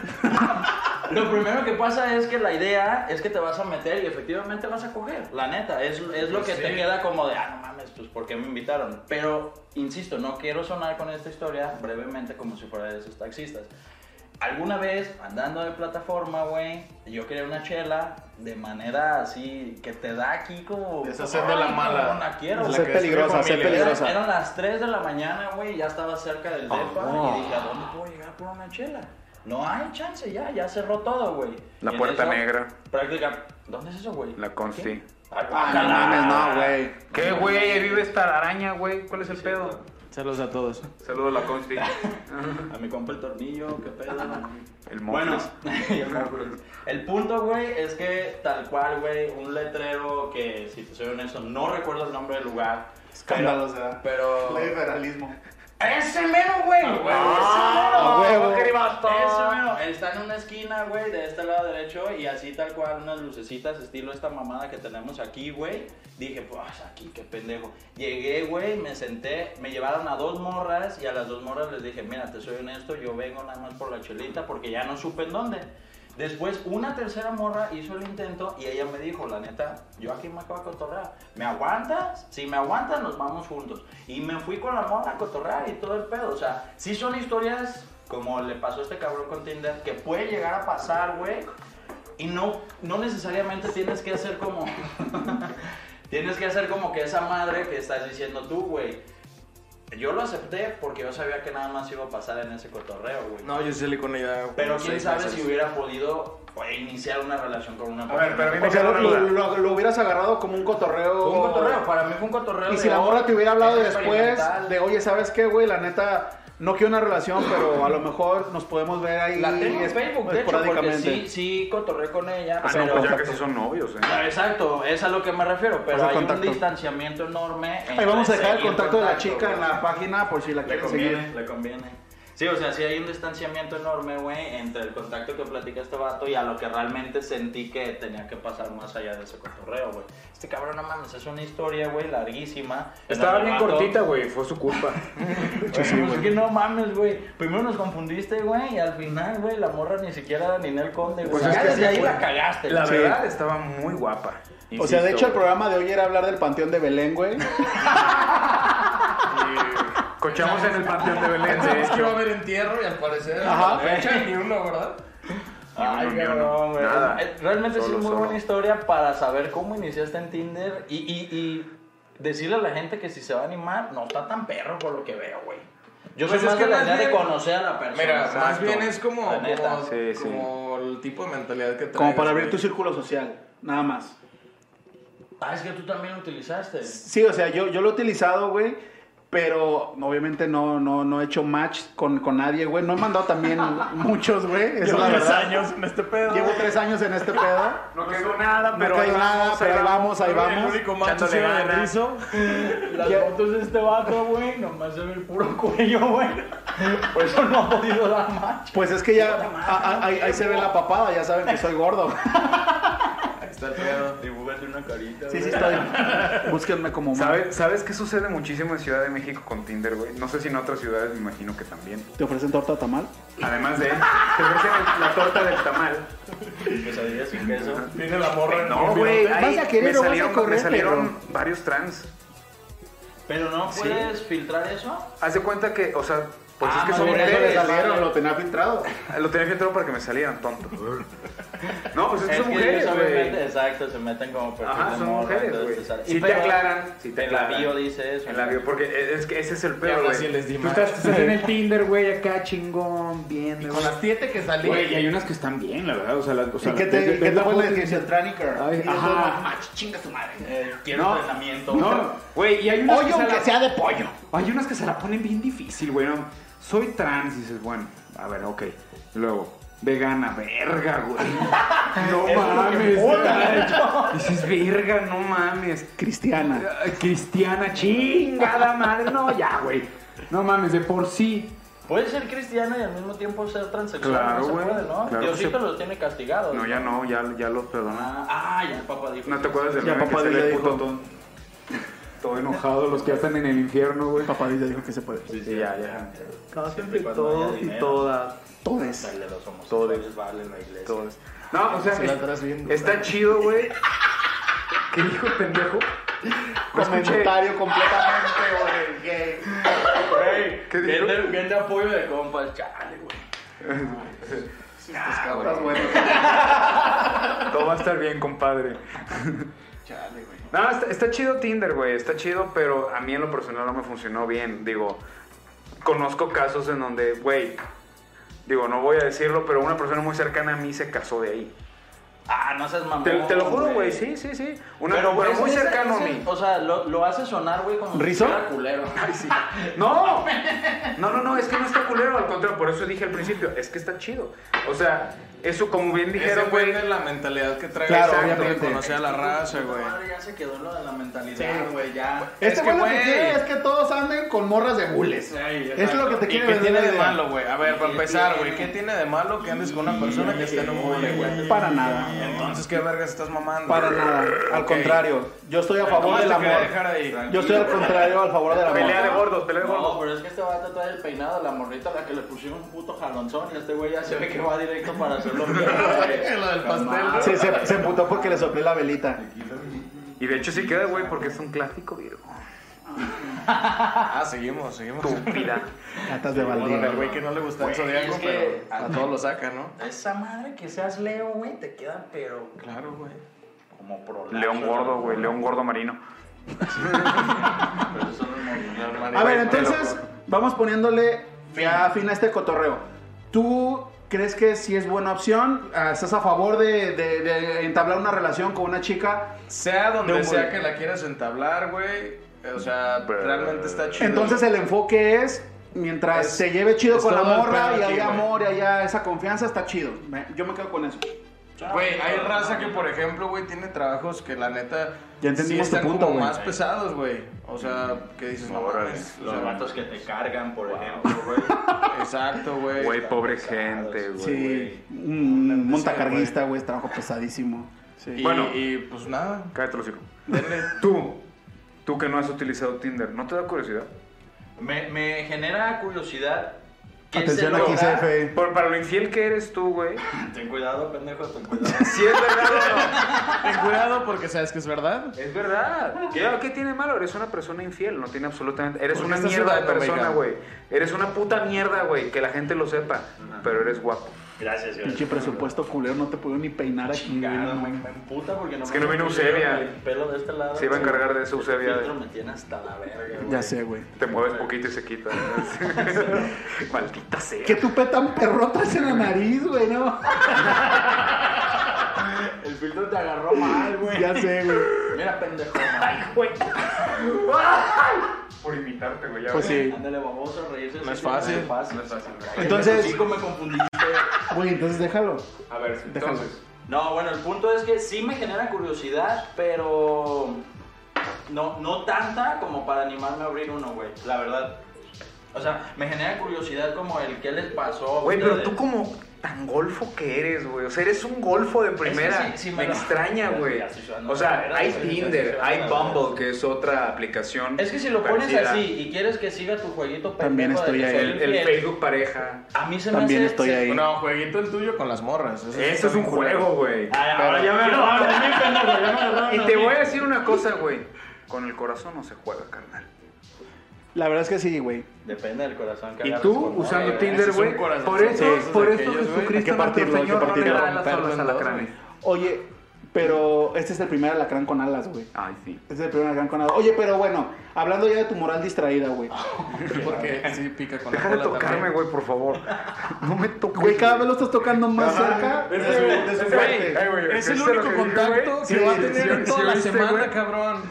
Speaker 11: Lo primero que pasa es que la idea es que te vas a meter y efectivamente vas a coger. La neta, es, es
Speaker 2: Pues
Speaker 11: lo que te queda como de, ah, no mames, pues ¿por qué me invitaron? Pero, insisto, no quiero sonar con esta historia brevemente como si fuera de esos taxistas. Alguna vez, andando de plataforma, güey, yo quería una chela de manera así que te da aquí como...
Speaker 2: Deshacer de la
Speaker 11: Ay,
Speaker 2: mala.
Speaker 11: como la quiero,
Speaker 8: Esa
Speaker 11: güey.
Speaker 8: es peligrosa, esa es
Speaker 2: familia.
Speaker 8: peligrosa.
Speaker 11: Eran las 3 de la mañana, güey, ya estaba cerca del
Speaker 1: Ah,
Speaker 11: depa y dije, ¿a dónde puedo llegar por una chela? No hay chance, ya, ya cerró todo, güey.
Speaker 1: La
Speaker 11: Y en
Speaker 1: puerta
Speaker 11: eso,
Speaker 1: negra.
Speaker 11: Práctica, ¿dónde es eso, güey?
Speaker 1: La Ah, consti.
Speaker 11: ¿Qué? "Ah, Ay,
Speaker 8: No
Speaker 11: guácala.
Speaker 8: mames, no, güey.
Speaker 1: ¿Qué, güey? Ahí vive esta araña, güey. ¿Cuál es el pedo?
Speaker 2: Saludos a todos.
Speaker 1: Saludos a la consti.
Speaker 11: A mi compa el tornillo, qué pedo.
Speaker 1: El
Speaker 11: Bueno,
Speaker 1: Mofles.
Speaker 11: el Mofles. el punto, güey, es que tal cual, güey, un letrero que, si te soy honesto, no recuerdo el nombre del lugar.
Speaker 10: Escándalo, o sea.
Speaker 11: Pero...
Speaker 10: liberalismo.
Speaker 11: ¡Ese mero, güey!
Speaker 1: Ah,
Speaker 8: a
Speaker 11: ¡Ah,
Speaker 8: huevo.
Speaker 11: Eso, bueno, está en una esquina, güey, de este lado derecho y así tal cual unas lucecitas estilo esta mamada que tenemos aquí, güey. Dije, pues aquí, qué pendejo. Llegué, güey, me senté, me llevaron a dos morras y a las dos morras les dije, mira, te soy honesto, yo vengo nada más por la chelita porque ya no supe en dónde. Después, una tercera morra hizo el intento y ella me dijo, la neta, yo aquí me acabo de cotorrear. ¿Me aguantas? Si me aguantas, nos vamos juntos. Y me fui con la morra a cotorrear y todo el pedo. O sea, sí son historias como le pasó a este cabrón con Tinder, que puede llegar a pasar, güey. Y no, no necesariamente tienes que hacer como... tienes que hacer como que esa madre que estás diciendo tú, güey. Yo lo acepté porque yo sabía que nada más iba a pasar en ese cotorreo, güey.
Speaker 2: No, yo salí con ella.
Speaker 11: Pero
Speaker 2: como
Speaker 11: quién
Speaker 2: seis
Speaker 11: sabe
Speaker 2: meses.
Speaker 11: si hubiera podido güey, iniciar una relación con una
Speaker 5: A ver, pero a mí me
Speaker 8: O sea,
Speaker 5: queda
Speaker 8: lo,
Speaker 5: una duda.
Speaker 8: lo- lo hubieras agarrado como un cotorreo.
Speaker 11: Fue un cotorreo, para mí fue un cotorreo.
Speaker 8: Y
Speaker 11: de
Speaker 8: si la morra
Speaker 11: hoy,
Speaker 8: te hubiera hablado
Speaker 11: es
Speaker 8: después
Speaker 11: experimental.
Speaker 8: de, oye, ¿sabes qué, güey? La neta, no quiero una relación, pero a lo mejor nos podemos ver ahí
Speaker 11: La tengo en
Speaker 8: es-
Speaker 11: Facebook, de hecho, porque
Speaker 8: esporádicamente.
Speaker 11: sí, sí cotorreé con ella.
Speaker 1: Ah, no,
Speaker 11: pero-
Speaker 1: pues ya casi son novios, eh.
Speaker 11: Ah, Exacto, es a lo que me refiero, pero
Speaker 8: Pasa
Speaker 11: hay un
Speaker 8: contacto.
Speaker 11: distanciamiento enorme.
Speaker 8: Ahí
Speaker 11: entre
Speaker 8: vamos a dejar el
Speaker 11: seguir
Speaker 8: contacto de la chica
Speaker 11: güey.
Speaker 8: en la página por si la
Speaker 11: Le
Speaker 8: quieren seguir.
Speaker 11: conviene, le conviene. Sí, o sea, sí hay un distanciamiento enorme, güey, entre el contacto que platica este vato y a lo que realmente sentí que tenía que pasar más allá de ese cotorreo, güey. Este cabrón, no mames, es una historia, güey, larguísima. en
Speaker 1: Estaba
Speaker 11: donde
Speaker 1: bien
Speaker 11: el vato-
Speaker 1: cortita, güey. Fue su culpa.
Speaker 11: Güey, pues es que no mames, güey. Primero nos confundiste, güey, y al final, güey, la morra ni siquiera era Ninel Conde, güey.
Speaker 1: Pues es
Speaker 11: ya
Speaker 1: que
Speaker 11: desde
Speaker 1: sí,
Speaker 11: ahí
Speaker 1: güey.
Speaker 11: la cagaste,
Speaker 1: La
Speaker 11: güey.
Speaker 1: verdad, estaba muy guapa.
Speaker 8: O sea, de hecho, el
Speaker 1: programa
Speaker 8: programa de hoy era hablar del panteón de Belén, güey.
Speaker 1: Cochamos en el Panteón de Belén. de
Speaker 2: Es que
Speaker 1: hecho.
Speaker 2: iba a haber entierro y al parecer.
Speaker 8: Ajá.
Speaker 2: Ajá. Fecha ni uno, ¿verdad?
Speaker 11: Ay,
Speaker 1: Ni uno, ni
Speaker 11: cabrón,
Speaker 1: uno.
Speaker 11: güey.
Speaker 1: Nada.
Speaker 11: Eh, Realmente sí es
Speaker 1: Solo,
Speaker 11: muy
Speaker 1: solo.
Speaker 11: buena historia para saber cómo iniciaste en Tinder y, y, y decirle a la gente que si se va a animar, no está tan perro por lo que veo, güey. Yo
Speaker 2: Pues
Speaker 11: soy
Speaker 2: es
Speaker 11: más
Speaker 2: que
Speaker 11: de la
Speaker 2: más
Speaker 11: idea de
Speaker 2: bien-
Speaker 11: conocer a la persona.
Speaker 2: Mira, más
Speaker 11: exacto.
Speaker 2: bien es como,
Speaker 11: La neta.
Speaker 2: como,
Speaker 1: Sí, sí.
Speaker 2: como el tipo de mentalidad que traes.
Speaker 8: Como para abrir tu
Speaker 2: güey.
Speaker 8: círculo social, nada más.
Speaker 11: Ah, es que tú también lo utilizaste.
Speaker 8: Sí, o sea, yo, yo lo he utilizado, güey. Pero obviamente no, no, no he hecho match con, con nadie, güey. No he mandado también muchos, güey. Esa es la verdad.
Speaker 4: años en este pedo.
Speaker 8: Llevo tres años en este pedo.
Speaker 1: No quedó nada,
Speaker 8: No caigo nada, pero ahí vamos, ahí
Speaker 4: El
Speaker 8: vamos.
Speaker 4: único macho
Speaker 1: Echándole
Speaker 4: se llama
Speaker 1: ganas.
Speaker 4: rizo.
Speaker 11: Las fotos de este vato, güey, nomás se ve el puro cuello, güey. Por eso no ha podido dar match.
Speaker 8: Pues es que ya a- a- ahí, ahí se ve la papada, ya saben que soy gordo.
Speaker 2: Ahí está el pedo.
Speaker 11: Dibújate una carita,
Speaker 8: Sí, sí estoy. Búsquenme como
Speaker 1: ¿Sabe- ¿Sabes qué sucede muchísimo en Ciudad de México con Tinder, güey? No sé si en otras ciudades me imagino que también.
Speaker 8: ¿Te ofrecen torta de tamal?
Speaker 1: Además de, te ofrecen el- la torta del tamal.
Speaker 11: Pesadillas sin queso.
Speaker 2: Viene la morra. en
Speaker 1: No, güey,
Speaker 8: ¿Vas
Speaker 1: ahí
Speaker 8: a querer
Speaker 1: me
Speaker 8: o vas a
Speaker 1: salieron,
Speaker 8: correr,
Speaker 1: me salieron varios trans.
Speaker 11: Pero no puedes filtrar eso.
Speaker 1: Haz de cuenta que, o sea, pues
Speaker 11: Ah,
Speaker 1: es que
Speaker 11: más
Speaker 1: son
Speaker 11: bien eso
Speaker 1: mujeres.
Speaker 11: le salió.
Speaker 10: Pero lo tenía filtrado.
Speaker 1: Lo tenía filtrado para que me salieran tonto. No, pues es que
Speaker 11: Es
Speaker 1: son
Speaker 11: que
Speaker 1: mujeres,
Speaker 11: ellos obviamente,
Speaker 1: güey.
Speaker 11: Exacto, se meten como perfil
Speaker 1: Ajá,
Speaker 11: de
Speaker 1: son
Speaker 11: morra,
Speaker 1: mujeres,
Speaker 11: entonces
Speaker 1: güey.
Speaker 11: sale-
Speaker 1: Si
Speaker 11: Y
Speaker 1: te
Speaker 11: pero
Speaker 1: aclaran, si te
Speaker 11: En la
Speaker 1: aclaran.
Speaker 11: bio dice eso.
Speaker 1: En la bio, porque e, es que ese es el
Speaker 4: Ya,
Speaker 1: pedo,
Speaker 4: ahora sí
Speaker 1: güey.
Speaker 4: les di
Speaker 1: Tú
Speaker 4: mal.
Speaker 1: estás, estás en el Tinder, güey, acá chingón, viendo.
Speaker 4: Con las siete que salí.
Speaker 10: Güey, y hay unas que están bien, la verdad. O sea, las- o sea,
Speaker 8: ¿Y qué
Speaker 10: ves-
Speaker 8: te,
Speaker 10: ves
Speaker 8: qué te
Speaker 10: la foto
Speaker 8: pones?
Speaker 10: y
Speaker 8: Que
Speaker 10: dices,
Speaker 8: se tranicar.
Speaker 10: Ay, ajá.
Speaker 8: Chinga tu madre.
Speaker 11: Eh, quiero
Speaker 10: No.
Speaker 11: entrenamiento.
Speaker 10: No, güey, y hay unas
Speaker 8: Pollo
Speaker 10: que se
Speaker 8: aunque
Speaker 10: la-
Speaker 8: sea de pollo.
Speaker 10: Hay unas que se la ponen bien difícil, güey. ¿no? Soy trans, y dices, bueno, a ver, ok. Y luego, vegana, verga, güey. No mames. güey. Dices, verga, no mames.
Speaker 8: Cristiana.
Speaker 10: Ay, Cristiana, chingada madre. No, ya, güey. No mames, de por sí.
Speaker 11: Puedes ser cristiano y al mismo tiempo ser transexual.
Speaker 1: Claro,
Speaker 11: no se
Speaker 1: güey,
Speaker 11: puede, ¿no?
Speaker 1: claro que
Speaker 11: Diosito lo tiene castigado.
Speaker 1: No, ya no, ya, ya los perdona.
Speaker 11: Ah, ah, ya el papá dijo.
Speaker 1: ¿No te acuerdas del
Speaker 8: Ya
Speaker 1: meme que
Speaker 8: papá
Speaker 1: se
Speaker 8: ya
Speaker 1: le
Speaker 8: dijo.
Speaker 1: puto todo?
Speaker 10: Todo enojado, los que ya están en el infierno, güey.
Speaker 8: Papadilla dijo que se puede.
Speaker 1: Sí, ya, ya.
Speaker 11: No, siempre y
Speaker 6: todo y
Speaker 11: todas.
Speaker 8: Todes.
Speaker 6: los
Speaker 1: homosexuales
Speaker 6: valen la iglesia.
Speaker 1: Todos. No, o sea,
Speaker 4: Se la traes viendo.
Speaker 1: está chido, güey. ¿Qué dijo el pendejo? No escuché.
Speaker 8: Comentario completamente gay.
Speaker 1: ¿Qué dijo?
Speaker 11: Bien de, bien de apoyo de compas, chale, güey.
Speaker 1: Todo va a estar bien, compadre. No, está, está chido Tinder, güey. Está chido, pero a mí en lo personal no me funcionó bien. Digo, conozco casos en donde, güey, digo, no voy a decirlo, pero una persona muy cercana a mí se casó de ahí.
Speaker 11: Ah, no seas mamón.
Speaker 1: Te, te lo juro, güey. Sí, sí, sí. Una,
Speaker 11: Pero,
Speaker 1: pero
Speaker 11: es-
Speaker 1: muy
Speaker 11: es-
Speaker 1: cercano a
Speaker 11: es-
Speaker 1: mí.
Speaker 11: O sea, lo, lo hace sonar, güey, como
Speaker 8: ¿Rizo?
Speaker 11: si fuera culero.
Speaker 1: No, no, no, no, es que no está culero, al contrario, por eso dije al principio, es que está chido. O sea, eso como bien dijeron, güey,
Speaker 2: de la mentalidad que trae
Speaker 8: Claro,
Speaker 2: exacto,
Speaker 8: obviamente.
Speaker 2: de conocer a la raza, güey.
Speaker 11: Madre, ya se quedó en lo de la mentalidad,
Speaker 8: Sí.
Speaker 11: güey, ya.
Speaker 8: Este
Speaker 2: que,
Speaker 8: güey lo que
Speaker 2: güey.
Speaker 8: quiere es que todos anden con morras de bules.
Speaker 2: Ay,
Speaker 8: Es lo que te
Speaker 2: ¿Y
Speaker 8: quiere
Speaker 2: qué
Speaker 8: vender
Speaker 2: tiene
Speaker 8: la
Speaker 2: de
Speaker 8: idea.
Speaker 2: malo, güey? A ver, para
Speaker 11: ¿Qué
Speaker 2: empezar,
Speaker 11: tiene?
Speaker 2: güey, ¿qué tiene de malo que andes con una persona que está en un mole, güey?
Speaker 8: Para nada.
Speaker 2: Entonces, ¿qué vergas estás mamando?
Speaker 8: Para nada. Al
Speaker 2: Ok.
Speaker 8: contrario. Yo estoy a favor
Speaker 2: ¿Cómo te
Speaker 8: del
Speaker 2: quería
Speaker 8: amor.
Speaker 2: dejar ahí?
Speaker 8: Yo estoy al contrario, al favor del amor.
Speaker 1: pelea de gordos, pelea de
Speaker 11: No,
Speaker 1: gordos.
Speaker 11: pero es que este vato trae el peinado, la morrita a la que le pusieron un puto jalonzón y este güey ya se ve que va directo para hacerlo bien, güey.
Speaker 4: Lo del pastel. güey.
Speaker 8: Sí, se, se emputó porque le soplé la velita.
Speaker 1: Y de hecho sí queda, güey, porque es un clásico, Virgo.
Speaker 2: Ah, seguimos, seguimos.
Speaker 1: Estúpida.
Speaker 8: Catas de
Speaker 2: Bueno, el
Speaker 8: baldía.
Speaker 2: güey que no le gusta el
Speaker 11: Güey,
Speaker 2: zodiaco,
Speaker 11: es que-
Speaker 2: pero a todos lo saca, ¿no?
Speaker 11: Esa madre que seas Leo, güey, te queda pero
Speaker 2: Claro, güey.
Speaker 11: como pro.
Speaker 1: León gordo, güey, león gordo marino.
Speaker 11: Pero eso no es normal.
Speaker 8: A ver, entonces, vamos poniéndole ya fin a este cotorreo. ¿Tú crees que sí es buena opción? Ah, ¿Estás a favor de, de- de entablar una relación con una chica?
Speaker 2: Sea
Speaker 8: De
Speaker 2: donde
Speaker 8: un
Speaker 2: sea
Speaker 8: güey.
Speaker 2: que la quieras entablar, güey. O sea,
Speaker 1: Pero-
Speaker 2: realmente está chido.
Speaker 8: Entonces, el enfoque es. Mientras
Speaker 2: Es-
Speaker 8: se lleve chido
Speaker 2: es
Speaker 8: con la
Speaker 2: todo el
Speaker 8: morra
Speaker 2: pedo
Speaker 8: y
Speaker 2: aquí,
Speaker 8: haya
Speaker 2: güey.
Speaker 8: amor y haya esa confianza, está chido. Me- Yo me quedo con eso.
Speaker 2: Güey, hay raza que, por ejemplo, güey, tiene trabajos que la neta.
Speaker 8: Ya entendimos tu
Speaker 2: están
Speaker 8: punto,
Speaker 2: como
Speaker 8: güey.
Speaker 2: más pesados, güey. O sea, que dices, no,
Speaker 1: Órale.
Speaker 2: mames, o
Speaker 11: Los
Speaker 2: sea,
Speaker 11: vatos que te cargan, por ejemplo, güey.
Speaker 2: Exacto, güey.
Speaker 1: Güey, pobre gente, güey.
Speaker 8: Sí, un montacarguista,
Speaker 2: montacarguista,
Speaker 8: güey, es trabajo pesadísimo.
Speaker 2: Y,
Speaker 1: Bueno.
Speaker 2: y pues nada.
Speaker 1: Cállate los hijos.
Speaker 2: Denle.
Speaker 1: Tú, tú que no has utilizado Tinder, ¿no te da curiosidad?
Speaker 11: Me, me genera curiosidad. ¿Qué
Speaker 8: Atención
Speaker 11: se
Speaker 8: aquí,
Speaker 11: logra?
Speaker 8: CFE.
Speaker 1: Por, para lo infiel que eres tú, güey.
Speaker 11: Ten cuidado, pendejo, ten cuidado.
Speaker 1: Sí, es verdad.
Speaker 4: Ten cuidado porque sabes que es verdad.
Speaker 1: Es verdad. Claro, ¿qué tiene de malo? Eres una persona infiel, no tiene absolutamente. Eres
Speaker 2: ¿Por qué
Speaker 1: una
Speaker 2: estás
Speaker 1: mierda de
Speaker 2: sudando,
Speaker 1: persona,
Speaker 2: mexicano?
Speaker 1: güey. Eres una puta mierda, güey. Que la gente lo sepa. Pero eres guapo.
Speaker 6: Gracias, gracias.
Speaker 8: Pinche presupuesto culero, no te puedo ni peinar aquí. güey,
Speaker 11: Chingado,
Speaker 8: no
Speaker 11: me,
Speaker 8: mames.
Speaker 11: me emputa porque no
Speaker 1: Es que no vino
Speaker 11: me
Speaker 1: Eusebia.
Speaker 11: El pelo de este lado.
Speaker 1: Se iba a encargar de eso,
Speaker 11: Este
Speaker 1: Eusebia.
Speaker 11: filtro me tiene hasta la verga, güey.
Speaker 8: Ya sé, güey.
Speaker 1: Te mueves poquito y se quita. Maldita sea.
Speaker 8: Que tupe tan perrotas en la nariz, güey, no.
Speaker 11: El filtro te agarró mal, güey.
Speaker 8: Ya sé, güey.
Speaker 11: Mira, pendejo.
Speaker 1: Por imitarte, güey. ya,
Speaker 8: Pues
Speaker 1: güey.
Speaker 8: sí.
Speaker 11: Ándale, baboso, reírse.
Speaker 2: No es
Speaker 11: sí,
Speaker 2: fácil.
Speaker 11: No es fácil.
Speaker 1: No es fácil, güey.
Speaker 8: Entonces-
Speaker 11: Chico, me confundiste.
Speaker 8: Güey, entonces déjalo.
Speaker 1: A ver,
Speaker 8: Déjalo.
Speaker 1: entonces.
Speaker 11: No, bueno, el punto es que sí me genera curiosidad, pero no, no tanta como para animarme a abrir uno, güey, la verdad. O sea, me genera curiosidad como el qué les pasó.
Speaker 1: Güey, pero
Speaker 11: ustedes.
Speaker 1: tú como tan golfo que eres, güey. O sea, eres un golfo de primera.
Speaker 11: sí, sí me
Speaker 1: me
Speaker 11: lo-
Speaker 1: extraña,
Speaker 11: Ya,
Speaker 1: güey.
Speaker 11: ya estoy sudando
Speaker 1: O sea,
Speaker 11: la
Speaker 1: hay
Speaker 11: verga, güey, ya estoy
Speaker 1: Tinder,
Speaker 11: sudando
Speaker 1: hay
Speaker 11: la verga.
Speaker 1: Bumble, que es otra aplicación.
Speaker 11: Es que si lo pones
Speaker 1: parecida.
Speaker 11: así y quieres que siga tu jueguito
Speaker 8: También
Speaker 11: pendejo de
Speaker 8: estoy
Speaker 11: que
Speaker 8: ahí.
Speaker 11: soy
Speaker 1: El, el
Speaker 11: infiel,
Speaker 1: Facebook pareja.
Speaker 11: A mí se
Speaker 8: También
Speaker 11: me hace.
Speaker 8: estoy
Speaker 11: se-
Speaker 8: ahí.
Speaker 2: No, jueguito el tuyo con las morras. Eso sí
Speaker 1: Eso
Speaker 2: está
Speaker 1: es un
Speaker 2: bien culero.
Speaker 1: juego, güey.
Speaker 11: Ay, ahora ya me agarraron a mí, pendejo, ya me agarraron
Speaker 1: Y
Speaker 11: a
Speaker 1: te
Speaker 11: mí.
Speaker 1: voy a decir una cosa, güey. Con el corazón no se juega, carnal.
Speaker 8: La verdad es que sí, güey.
Speaker 11: Depende del corazón que
Speaker 1: Y
Speaker 11: agarres
Speaker 1: tú,
Speaker 11: con- Eh,
Speaker 1: usando
Speaker 11: Ay,
Speaker 1: Tinder,
Speaker 2: es un
Speaker 1: güey.
Speaker 2: corazón,
Speaker 1: Por eso,
Speaker 8: sí, esos
Speaker 1: por
Speaker 2: de
Speaker 1: eso
Speaker 2: aquellos, güey.
Speaker 8: Hay que
Speaker 1: Jesucristo nuestro
Speaker 8: partirlo, hay que
Speaker 1: Señor no le
Speaker 8: partirlo.
Speaker 1: da las
Speaker 2: Romperlo
Speaker 1: alas
Speaker 2: en
Speaker 1: a la
Speaker 2: dos,
Speaker 1: crane.
Speaker 8: Oye, pero este es el primer alacrán con alas, güey.
Speaker 1: Ay, sí.
Speaker 8: Este es el primer alacrán con alas. Oye, pero bueno, hablando ya de tu moral distraída, güey.
Speaker 2: Porque sí pica con la
Speaker 1: Deja de
Speaker 2: cola
Speaker 1: tocarme,
Speaker 2: también.
Speaker 1: güey, por favor. No me toques.
Speaker 8: Güey, cada vez lo estás tocando más cerca de su, de su muerte.
Speaker 2: Es el único contacto que va a tener en toda la semana, cabrón.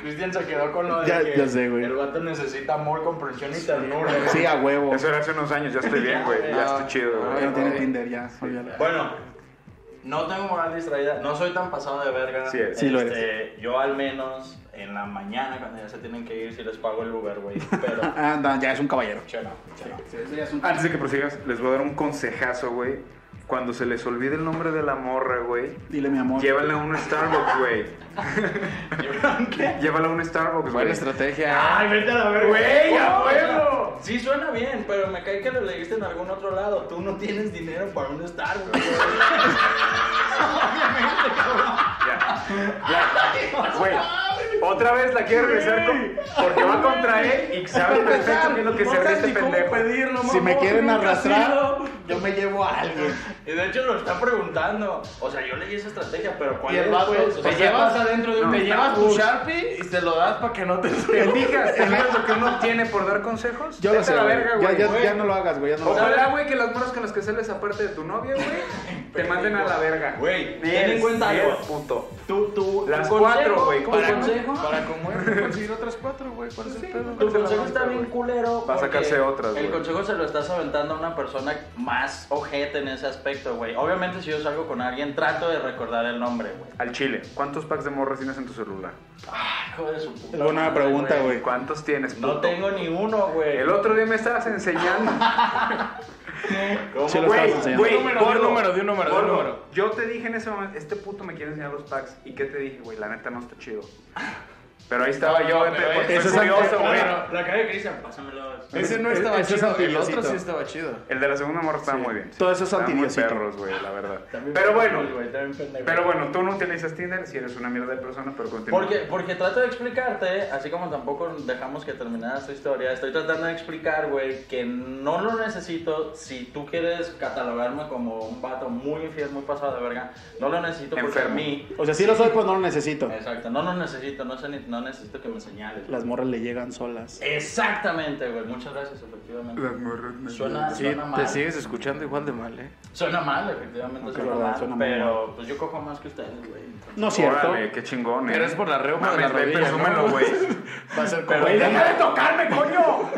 Speaker 11: Cristian se quedó con lo de
Speaker 8: Ya-
Speaker 11: que
Speaker 8: ya sé, güey.
Speaker 11: el vato necesita amor, comprensión y ternura. güey.
Speaker 8: Sí, a huevo.
Speaker 1: Eso era hace unos años, ya estoy bien, güey. Ya estoy chido, güey.
Speaker 8: Ah, Ya no tiene Tinder, ya. olvídalo.
Speaker 11: Bueno, no tengo moral distraída, no soy tan pasado de verga.
Speaker 1: Sí eres.
Speaker 8: Sí lo
Speaker 11: Este, Yo al menos en la mañana cuando ya se tienen que ir si les pago el Uber, güey. Pero
Speaker 8: Anda, ya es un caballero.
Speaker 11: che, no, che, no.
Speaker 1: Antes de que prosigas, les voy a dar un consejazo, güey. Cuando se les olvide el nombre de la morra, güey,
Speaker 8: Dile, mi amor.
Speaker 1: llévala a un Starbucks, güey. ¿Qué? Llévala a un Starbucks,
Speaker 2: Buena
Speaker 1: güey.
Speaker 2: estrategia.
Speaker 1: ¡Güey, a huevo!
Speaker 11: Sí suena bien, pero me cae que lo leíste en algún otro lado. Tú no tienes dinero para un Starbucks. güey.
Speaker 1: Güey, otra vez la quiere regresar con- porque va contra él y sabe perfecto que es lo que se ve este pendejo.
Speaker 8: Si me quieren arrastrar, yo me llevo a alguien.
Speaker 11: Y de hecho lo está preguntando. O sea, yo leí esa estrategia, pero ¿cuál
Speaker 4: Y
Speaker 11: es
Speaker 4: el vato, te llevas adentro de un... Te llevas tu Sharpie y se lo das para que no te...
Speaker 1: ¿Te fijas? ¿Te fijas lo que uno tiene por dar consejos?
Speaker 8: Yo lo
Speaker 1: Vete
Speaker 8: sé,
Speaker 1: a la
Speaker 8: güey.
Speaker 1: verga,
Speaker 8: Ya,
Speaker 1: güey.
Speaker 8: ya- ya no lo hagas, güey. Ya no lo hagas.
Speaker 1: Ojalá, güey, que las morras con las que sales aparte de tu novia, güey, te manden a la verga.
Speaker 11: Güey, ten
Speaker 1: Bien,
Speaker 11: en cuenta
Speaker 1: bien,
Speaker 11: algo.
Speaker 1: puto.
Speaker 11: Tú, tú,
Speaker 1: Las
Speaker 11: tu
Speaker 1: cuatro,
Speaker 11: consejo-
Speaker 1: güey. ¿Cómo
Speaker 11: para
Speaker 1: se llama?
Speaker 11: consejo,
Speaker 2: Para como él conseguir otras cuatro, güey. ¿Cuál es el pedo?
Speaker 11: Tu
Speaker 1: se la
Speaker 11: consejo
Speaker 1: banca,
Speaker 11: está bien
Speaker 1: güey.
Speaker 11: culero.
Speaker 1: Va a
Speaker 11: porque
Speaker 1: sacarse otras,
Speaker 11: El
Speaker 1: güey.
Speaker 11: consejo se lo estás aventando a una persona más ojete en ese aspecto, güey. Obviamente, si yo salgo con alguien, trato de recordar el nombre, güey.
Speaker 1: Al chile, ¿cuántos packs de morras tienes en tu celular?
Speaker 11: Hijo de su puta.
Speaker 8: Buena pregunta, güey.
Speaker 1: ¿Cuántos tienes, puto?
Speaker 11: No tengo ni uno, güey.
Speaker 1: El otro día me estabas enseñando.
Speaker 11: ¿Cómo,
Speaker 8: Sí lo
Speaker 11: güey?
Speaker 8: estabas
Speaker 1: Güey,
Speaker 8: enseñando.
Speaker 1: güey,
Speaker 2: Un número, de un
Speaker 1: gordo,
Speaker 2: número, de un número, de un
Speaker 1: gordo,
Speaker 2: número.
Speaker 1: Yo te dije en ese momento, este puto me quiere enseñar los packs. ¿Y qué te dije, güey? La neta no está chido. Pero ahí estaba yo,
Speaker 2: No,
Speaker 1: empe-
Speaker 2: pero
Speaker 1: porque
Speaker 8: ese
Speaker 1: soy
Speaker 8: es el-
Speaker 1: curioso, güey.
Speaker 2: claro.
Speaker 11: La cara de Cristian, pásamelo.
Speaker 2: Ese no estaba
Speaker 8: E-, Ese es
Speaker 2: chido. El
Speaker 8: antidiosito.
Speaker 2: otro sí estaba chido.
Speaker 1: El de la segunda morra estaba muy bien. sí.
Speaker 8: Todo eso es
Speaker 1: Estaban muy
Speaker 8: antidiosito.
Speaker 1: perros, güey, la verdad. Pero bueno,
Speaker 11: Güey, también pendejo.
Speaker 1: pero bueno, tú no utilizas Tinder si eres una mierda de persona, pero continúa.
Speaker 11: Porque, porque trato de explicarte, así como tampoco dejamos que terminara tu historia, estoy tratando de explicar, güey, que no lo necesito si tú quieres catalogarme como un vato muy infiel, muy pasado de verga, no lo necesito porque
Speaker 1: Enfermo.
Speaker 11: a mí...
Speaker 8: O sea, si lo soy, pues no lo necesito.
Speaker 11: Exacto, no lo necesito, no, sé ni- no necesito que me señales.
Speaker 8: Las morras le llegan solas.
Speaker 11: Exactamente, güey, muchas gracias, efectivamente. Suena,
Speaker 2: Sí,
Speaker 11: suena mal.
Speaker 2: te sigues escuchando igual de mal, eh.
Speaker 11: Suena mal, efectivamente,
Speaker 8: Es
Speaker 11: suena,
Speaker 8: verdad,
Speaker 11: mal,
Speaker 8: suena muy
Speaker 11: pero pues yo cojo más que ustedes, güey.
Speaker 8: No es cierto.
Speaker 1: Órale, qué chingón, eh.
Speaker 2: Pero es por la reuma de
Speaker 1: Mames,
Speaker 2: la
Speaker 1: ve,
Speaker 2: rodilla,
Speaker 1: presúmelo,
Speaker 2: ¿no?
Speaker 1: güey.
Speaker 2: Va a ser como...
Speaker 8: Güey, deja de
Speaker 1: tocarme, coño!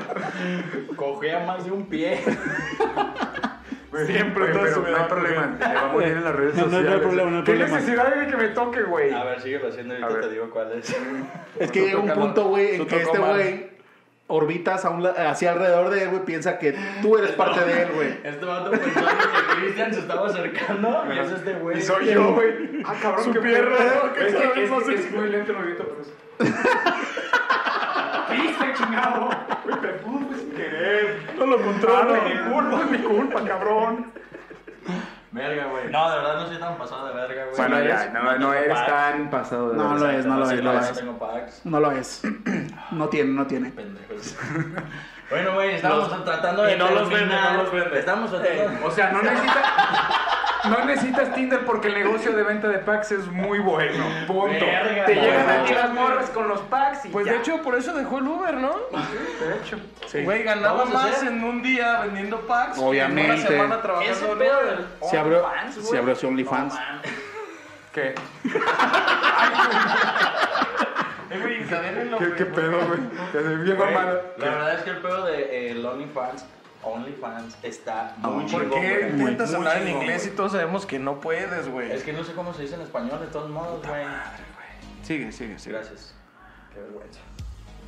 Speaker 11: Cogea más de un pie.
Speaker 1: Siempre, pero no hay problema. Le va a poner en las redes
Speaker 8: No, no, no hay
Speaker 1: sociales.
Speaker 8: problema, no hay
Speaker 1: ¿Qué
Speaker 8: problema.
Speaker 1: necesidad hay de que me toque, güey?
Speaker 11: A ver, síguelo haciendo
Speaker 1: A
Speaker 11: y ahorita
Speaker 1: ver.
Speaker 11: te digo cuál es.
Speaker 8: Es que llega un punto, güey, en
Speaker 2: Tú
Speaker 8: que
Speaker 2: tocó
Speaker 8: este
Speaker 2: mal.
Speaker 8: güey orbitas a un la- hacia alrededor de él, güey, piensa que tú eres parte de él, güey.
Speaker 11: Este vato pensando que Cristian se estaba acercando y es este güey.
Speaker 1: Y soy yo, güey. Ah, cabrón, qué pierna. Es que es, que es muy lento el movimiento, pero es. ¡Viste, chingado! Güey, me pudo, güey, sin querer. No lo controlo. Es mi culpa, es mi culpa, cabrón.
Speaker 11: Verga, güey. No, de verdad no soy tan pasado de verga, güey.
Speaker 1: Bueno,
Speaker 11: No
Speaker 1: ya,
Speaker 11: eres-
Speaker 1: no, no
Speaker 11: tengo
Speaker 1: eres
Speaker 11: packs.
Speaker 1: tan pasado de
Speaker 8: No
Speaker 1: verga.
Speaker 8: lo es, no lo
Speaker 11: Sí,
Speaker 8: es, no lo es.
Speaker 11: tengo packs.
Speaker 8: No lo es. No tiene, no tiene.
Speaker 11: Pendejos. Bueno, güey, estamos tratando de.
Speaker 2: y no los vende,
Speaker 11: terminar.
Speaker 2: no los vende.
Speaker 11: Estamos tratando.
Speaker 1: O sea, no necesitas. No necesitas Tinder porque el negocio de venta de packs es muy bueno. Punto.
Speaker 11: Verga,
Speaker 1: Te
Speaker 11: no,
Speaker 1: llegan
Speaker 11: no.
Speaker 1: aquí las morras con los packs y
Speaker 2: Pues
Speaker 1: ya.
Speaker 2: de hecho, por eso dejó el Uber, ¿no?
Speaker 1: de hecho.
Speaker 2: Güey, ganaba
Speaker 11: Vamos a
Speaker 2: más
Speaker 11: hacer-
Speaker 2: en un día vendiendo packs.
Speaker 8: Obviamente.
Speaker 2: que en Una semana trabajando
Speaker 11: Ese
Speaker 2: en
Speaker 11: pedo
Speaker 2: Uber.
Speaker 11: del.
Speaker 8: Se abrió-
Speaker 11: OnlyFans,
Speaker 8: se
Speaker 11: güey.
Speaker 8: abrió su OnlyFans.
Speaker 11: No, man.
Speaker 1: ¿Qué?
Speaker 2: Eh, güey, encadénenlo,
Speaker 1: ¿Qué,
Speaker 2: güey,
Speaker 1: qué
Speaker 2: por
Speaker 1: pedo, güey? Te doy bien
Speaker 11: Güey,
Speaker 1: mamada.
Speaker 11: La verdad es que el pedo de eh, el OnlyFans, OnlyFans está muy
Speaker 2: ¿Por
Speaker 11: chingón.
Speaker 2: qué
Speaker 11: güey.
Speaker 2: intentas
Speaker 11: Muy
Speaker 2: hablar en
Speaker 11: chingón,
Speaker 2: inglés y
Speaker 11: güey.
Speaker 2: todos sabemos que no puedes, güey?
Speaker 11: Es que no sé cómo se dice en español, de todos modos, güey.
Speaker 2: Sigue, sigue,
Speaker 11: Sí,
Speaker 2: sigue.
Speaker 11: gracias. Qué vergüenza.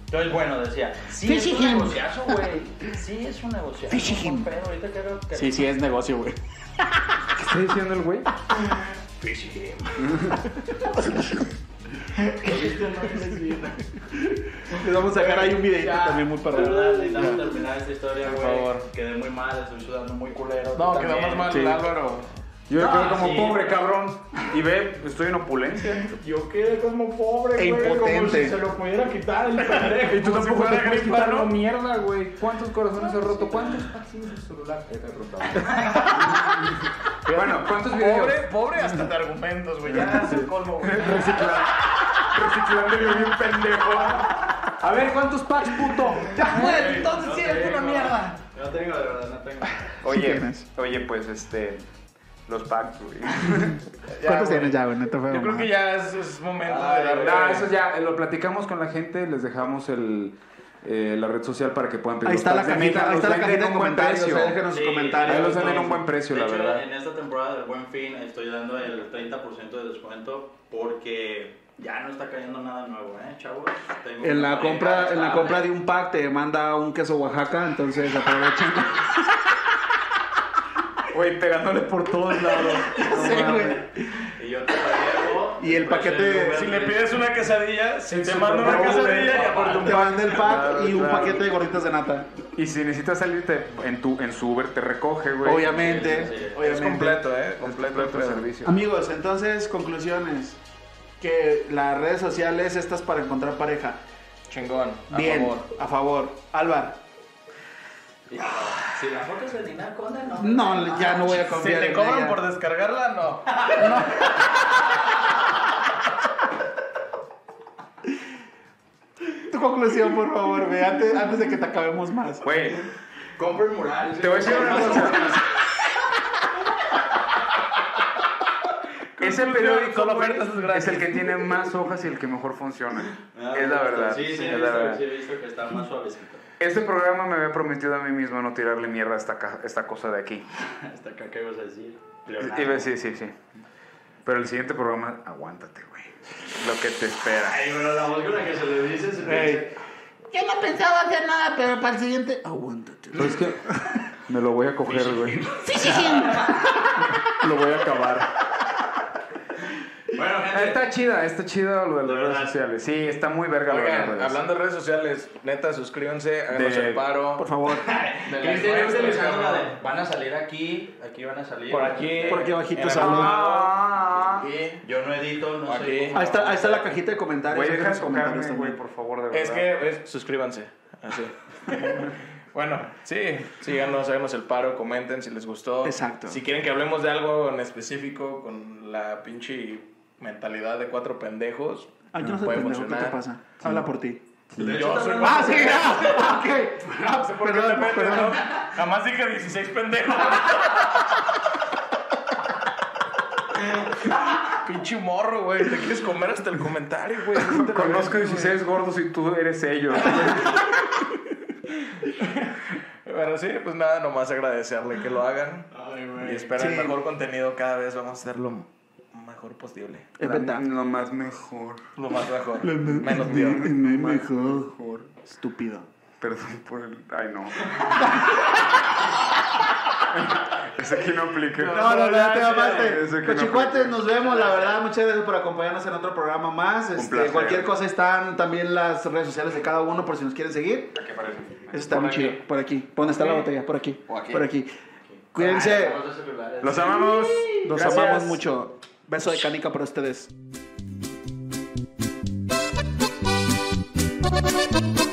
Speaker 11: Entonces, bueno, decía, sí es un negociazo, güey. Sí es un negociazo.
Speaker 8: Fishy him.
Speaker 11: Pero ahorita que hago- que-
Speaker 8: Sí, sí, es negocio, güey.
Speaker 1: ¿Qué está diciendo el güey?
Speaker 11: Fishy him. Esto no es bien.
Speaker 8: Les vamos a sacar ahí un videito
Speaker 11: Ya,
Speaker 8: también muy
Speaker 11: de
Speaker 8: perro.
Speaker 11: verdad, Necesitamos terminar esta historia, güey.
Speaker 2: favor.
Speaker 11: Quedé muy mal, estoy sudando muy culero.
Speaker 2: No,
Speaker 11: tú
Speaker 2: quedamos
Speaker 11: también.
Speaker 2: mal, Álvaro.
Speaker 1: Yo me
Speaker 11: No,
Speaker 10: Ah,
Speaker 1: quedo como
Speaker 11: sí.
Speaker 1: pobre cabrón. Y ve, estoy en opulencia.
Speaker 4: Yo quedé como pobre,
Speaker 8: E
Speaker 4: güey, Como
Speaker 8: impotente.
Speaker 4: si se lo pudiera quitar el pendejo.
Speaker 1: Y tú tampoco
Speaker 10: Te
Speaker 1: eres
Speaker 10: puedes
Speaker 1: gripa,
Speaker 10: quitar la
Speaker 1: ¿no?
Speaker 10: mierda, güey. ¿Cuántos corazones has roto? ¿Cuántos páginas de celular te has roto?
Speaker 1: Bueno, ¿cuántos videos?
Speaker 4: Pobre, pobre hasta de argumentos, güey. Ya es el colmo, güey.
Speaker 1: Reciclando. Reciclando yo bien pendejo.
Speaker 10: A ver, ¿cuántos packs, puto?
Speaker 4: Ya, güey, entonces sí eres una mierda.
Speaker 11: No tengo, de verdad, no tengo.
Speaker 1: Oye, oye, pues este. Los packs, güey.
Speaker 8: ¿Cuántos tienes ya, güey? Neta, fue
Speaker 2: Yo creo
Speaker 8: mamá.
Speaker 2: que ya es, es momento de
Speaker 10: No,
Speaker 2: darle.
Speaker 10: eso ya eh, lo platicamos con la gente, les dejamos el, eh, la red social para que puedan pedir
Speaker 8: Ahí
Speaker 10: los
Speaker 8: está la
Speaker 10: packs de Mita,
Speaker 8: cajita, ahí
Speaker 10: los
Speaker 8: está la
Speaker 10: venden a
Speaker 8: cajita de
Speaker 10: un buen
Speaker 8: comentarios. eh,
Speaker 10: precio.
Speaker 8: o sea, Déjenos sus
Speaker 11: Sí,
Speaker 8: comentarios.
Speaker 11: ahí
Speaker 1: los venden a un buen precio,
Speaker 11: De
Speaker 1: la
Speaker 11: hecho,
Speaker 1: verdad.
Speaker 11: En esta temporada del Buen Fin estoy dando el 30% de descuento porque ya no está cayendo nada nuevo, ¿eh, chavos? Tengo
Speaker 8: En
Speaker 11: una
Speaker 8: la
Speaker 11: pareja
Speaker 8: compra, en la
Speaker 11: estable.
Speaker 8: compra de un pack te manda un queso Oaxaca, entonces aprovechen.
Speaker 1: Güey, pegándole por todos lados.
Speaker 8: Sí, güey.
Speaker 11: Y yo te pagué Pues,
Speaker 8: Y el paquete,
Speaker 2: Si le pides una quesadilla, si te mando una
Speaker 1: Bowl,
Speaker 2: quesadilla,
Speaker 1: güey.
Speaker 2: y aparte un
Speaker 8: te manda el pack
Speaker 1: Claro,
Speaker 8: y un
Speaker 1: claro.
Speaker 8: paquete de gorditas de nata.
Speaker 1: Y si necesitas salirte en tu en su Uber te recoge, güey.
Speaker 8: Obviamente.
Speaker 2: Es completo, eh. Completo,
Speaker 1: Completo
Speaker 2: completo.
Speaker 1: servicio.
Speaker 8: Amigos, entonces, conclusiones. Que las redes sociales estas para encontrar pareja.
Speaker 4: Chingón, a
Speaker 8: Bien,
Speaker 4: favor.
Speaker 8: a favor. Álvaro.
Speaker 11: Si la foto es de Nina Conde, no.
Speaker 8: No, ya no voy a
Speaker 4: Si
Speaker 8: confiar
Speaker 4: te
Speaker 8: en
Speaker 4: cobran
Speaker 8: ella.
Speaker 4: por descargarla, no.
Speaker 8: Tu conclusión, por favor, ve, antes, antes de que te acabemos más.
Speaker 1: Güey,
Speaker 11: Compren murales.
Speaker 1: te voy a decir una cosa. Ese periódico
Speaker 4: solo
Speaker 1: güey,
Speaker 4: ofertas es gratis.
Speaker 1: es el que tiene más hojas y el que mejor funciona.
Speaker 11: Ah,
Speaker 1: es la verdad.
Speaker 11: Sí, sí, he
Speaker 1: es la
Speaker 11: visto-
Speaker 1: verdad.
Speaker 11: sí, he visto que está más suavecito.
Speaker 1: Este programa me había prometido a mí mismo no tirarle mierda a esta, ca- esta cosa de aquí.
Speaker 11: Hasta acá, ¿qué ibas a decir?
Speaker 1: Y- y- sí, sí, sí. Pero el siguiente programa, aguántate, güey. Lo que te espera.
Speaker 11: Ay, pero la voz con la que se le dice se
Speaker 8: Ey. Yo no pensaba hacer nada, pero para el siguiente, aguántate.
Speaker 1: Pero es que me lo voy a coger, güey. Lo voy a acabar.
Speaker 11: Bueno, gente.
Speaker 1: Está chida, está chida lo de las
Speaker 11: De verdad.
Speaker 1: redes sociales. Sí, está muy verga lo de las
Speaker 8: pues.
Speaker 2: Oigan,
Speaker 1: redes.
Speaker 2: hablando de redes sociales, neta, suscríbanse, háganos
Speaker 1: De-
Speaker 2: el paro.
Speaker 8: Por favor.
Speaker 11: de
Speaker 4: Cristian,
Speaker 11: las
Speaker 4: yo
Speaker 11: nuevas,
Speaker 4: estoy
Speaker 11: pues,
Speaker 4: pensando
Speaker 11: cabrón.
Speaker 4: la de-
Speaker 11: Van a salir aquí, aquí van a salir.
Speaker 4: Por aquí.
Speaker 8: Por aquí abajito
Speaker 4: En la
Speaker 8: sale.
Speaker 4: computadora.
Speaker 11: Aquí. Yo no edito, no
Speaker 4: Aquí.
Speaker 11: sé.
Speaker 8: Ahí está, ahí está la cajita de comentarios.
Speaker 1: Güey, deja
Speaker 8: déjenos
Speaker 1: de tocarme,
Speaker 8: también.
Speaker 1: güey, por favor, de verdad.
Speaker 2: Es que, es- suscríbanse. Así. bueno, sí, síganos, háganos el paro, comenten si les gustó.
Speaker 8: Exacto.
Speaker 2: Si quieren que hablemos de algo en específico con la pinche mentalidad de cuatro pendejos,
Speaker 8: Ay, yo no soy
Speaker 2: puede
Speaker 8: pendejo, ¿qué te
Speaker 2: funcionar.
Speaker 8: pasa? Habla por ti.
Speaker 2: Yo soy
Speaker 8: Ah, sí, ya. Ok. Ah,
Speaker 2: ¿Por qué
Speaker 8: perdón,
Speaker 2: te metes,
Speaker 8: perdón.
Speaker 2: no? Jamás dije 16 pendejos. Pinche morro, güey. Te quieres comer hasta el comentario, güey. Te lo
Speaker 1: Conozco
Speaker 2: agradezco,
Speaker 1: 16 gordos y tú eres ellos.
Speaker 2: güey. Bueno, sí, pues nada, nomás agradecerle que lo hagan. Y espero el
Speaker 8: Sí.
Speaker 2: mejor contenido cada vez. Vamos a hacer lo mejor posible.
Speaker 8: Es verdad.
Speaker 1: Lo más mejor.
Speaker 2: Lo más mejor.
Speaker 8: Lo me-
Speaker 2: Menos
Speaker 8: me-
Speaker 2: tío.
Speaker 8: me- mejor. Estúpido.
Speaker 1: Perdón por el. Ay, no. Ese aquí no aplica.
Speaker 8: No, no, no, ya te
Speaker 1: Ese
Speaker 8: mamaste.
Speaker 1: aquí no
Speaker 8: Cochicuates,
Speaker 1: aplica.
Speaker 8: nos vemos, la verdad. Muchas gracias por acompañarnos en otro programa más. Este,
Speaker 1: placer.
Speaker 8: cualquier cosa están también las redes sociales de cada uno por si nos quieren seguir.
Speaker 1: ¿Qué parece?
Speaker 8: Eso está
Speaker 4: Por
Speaker 8: muy
Speaker 4: aquí.
Speaker 8: chido. Por aquí. ¿Por ¿Dónde está la botella? Por aquí. Por aquí. Cuídense.
Speaker 1: Los amamos.
Speaker 8: Los
Speaker 1: Gracias.
Speaker 8: amamos mucho. Beso de canica para ustedes.
Speaker 16: Thank you.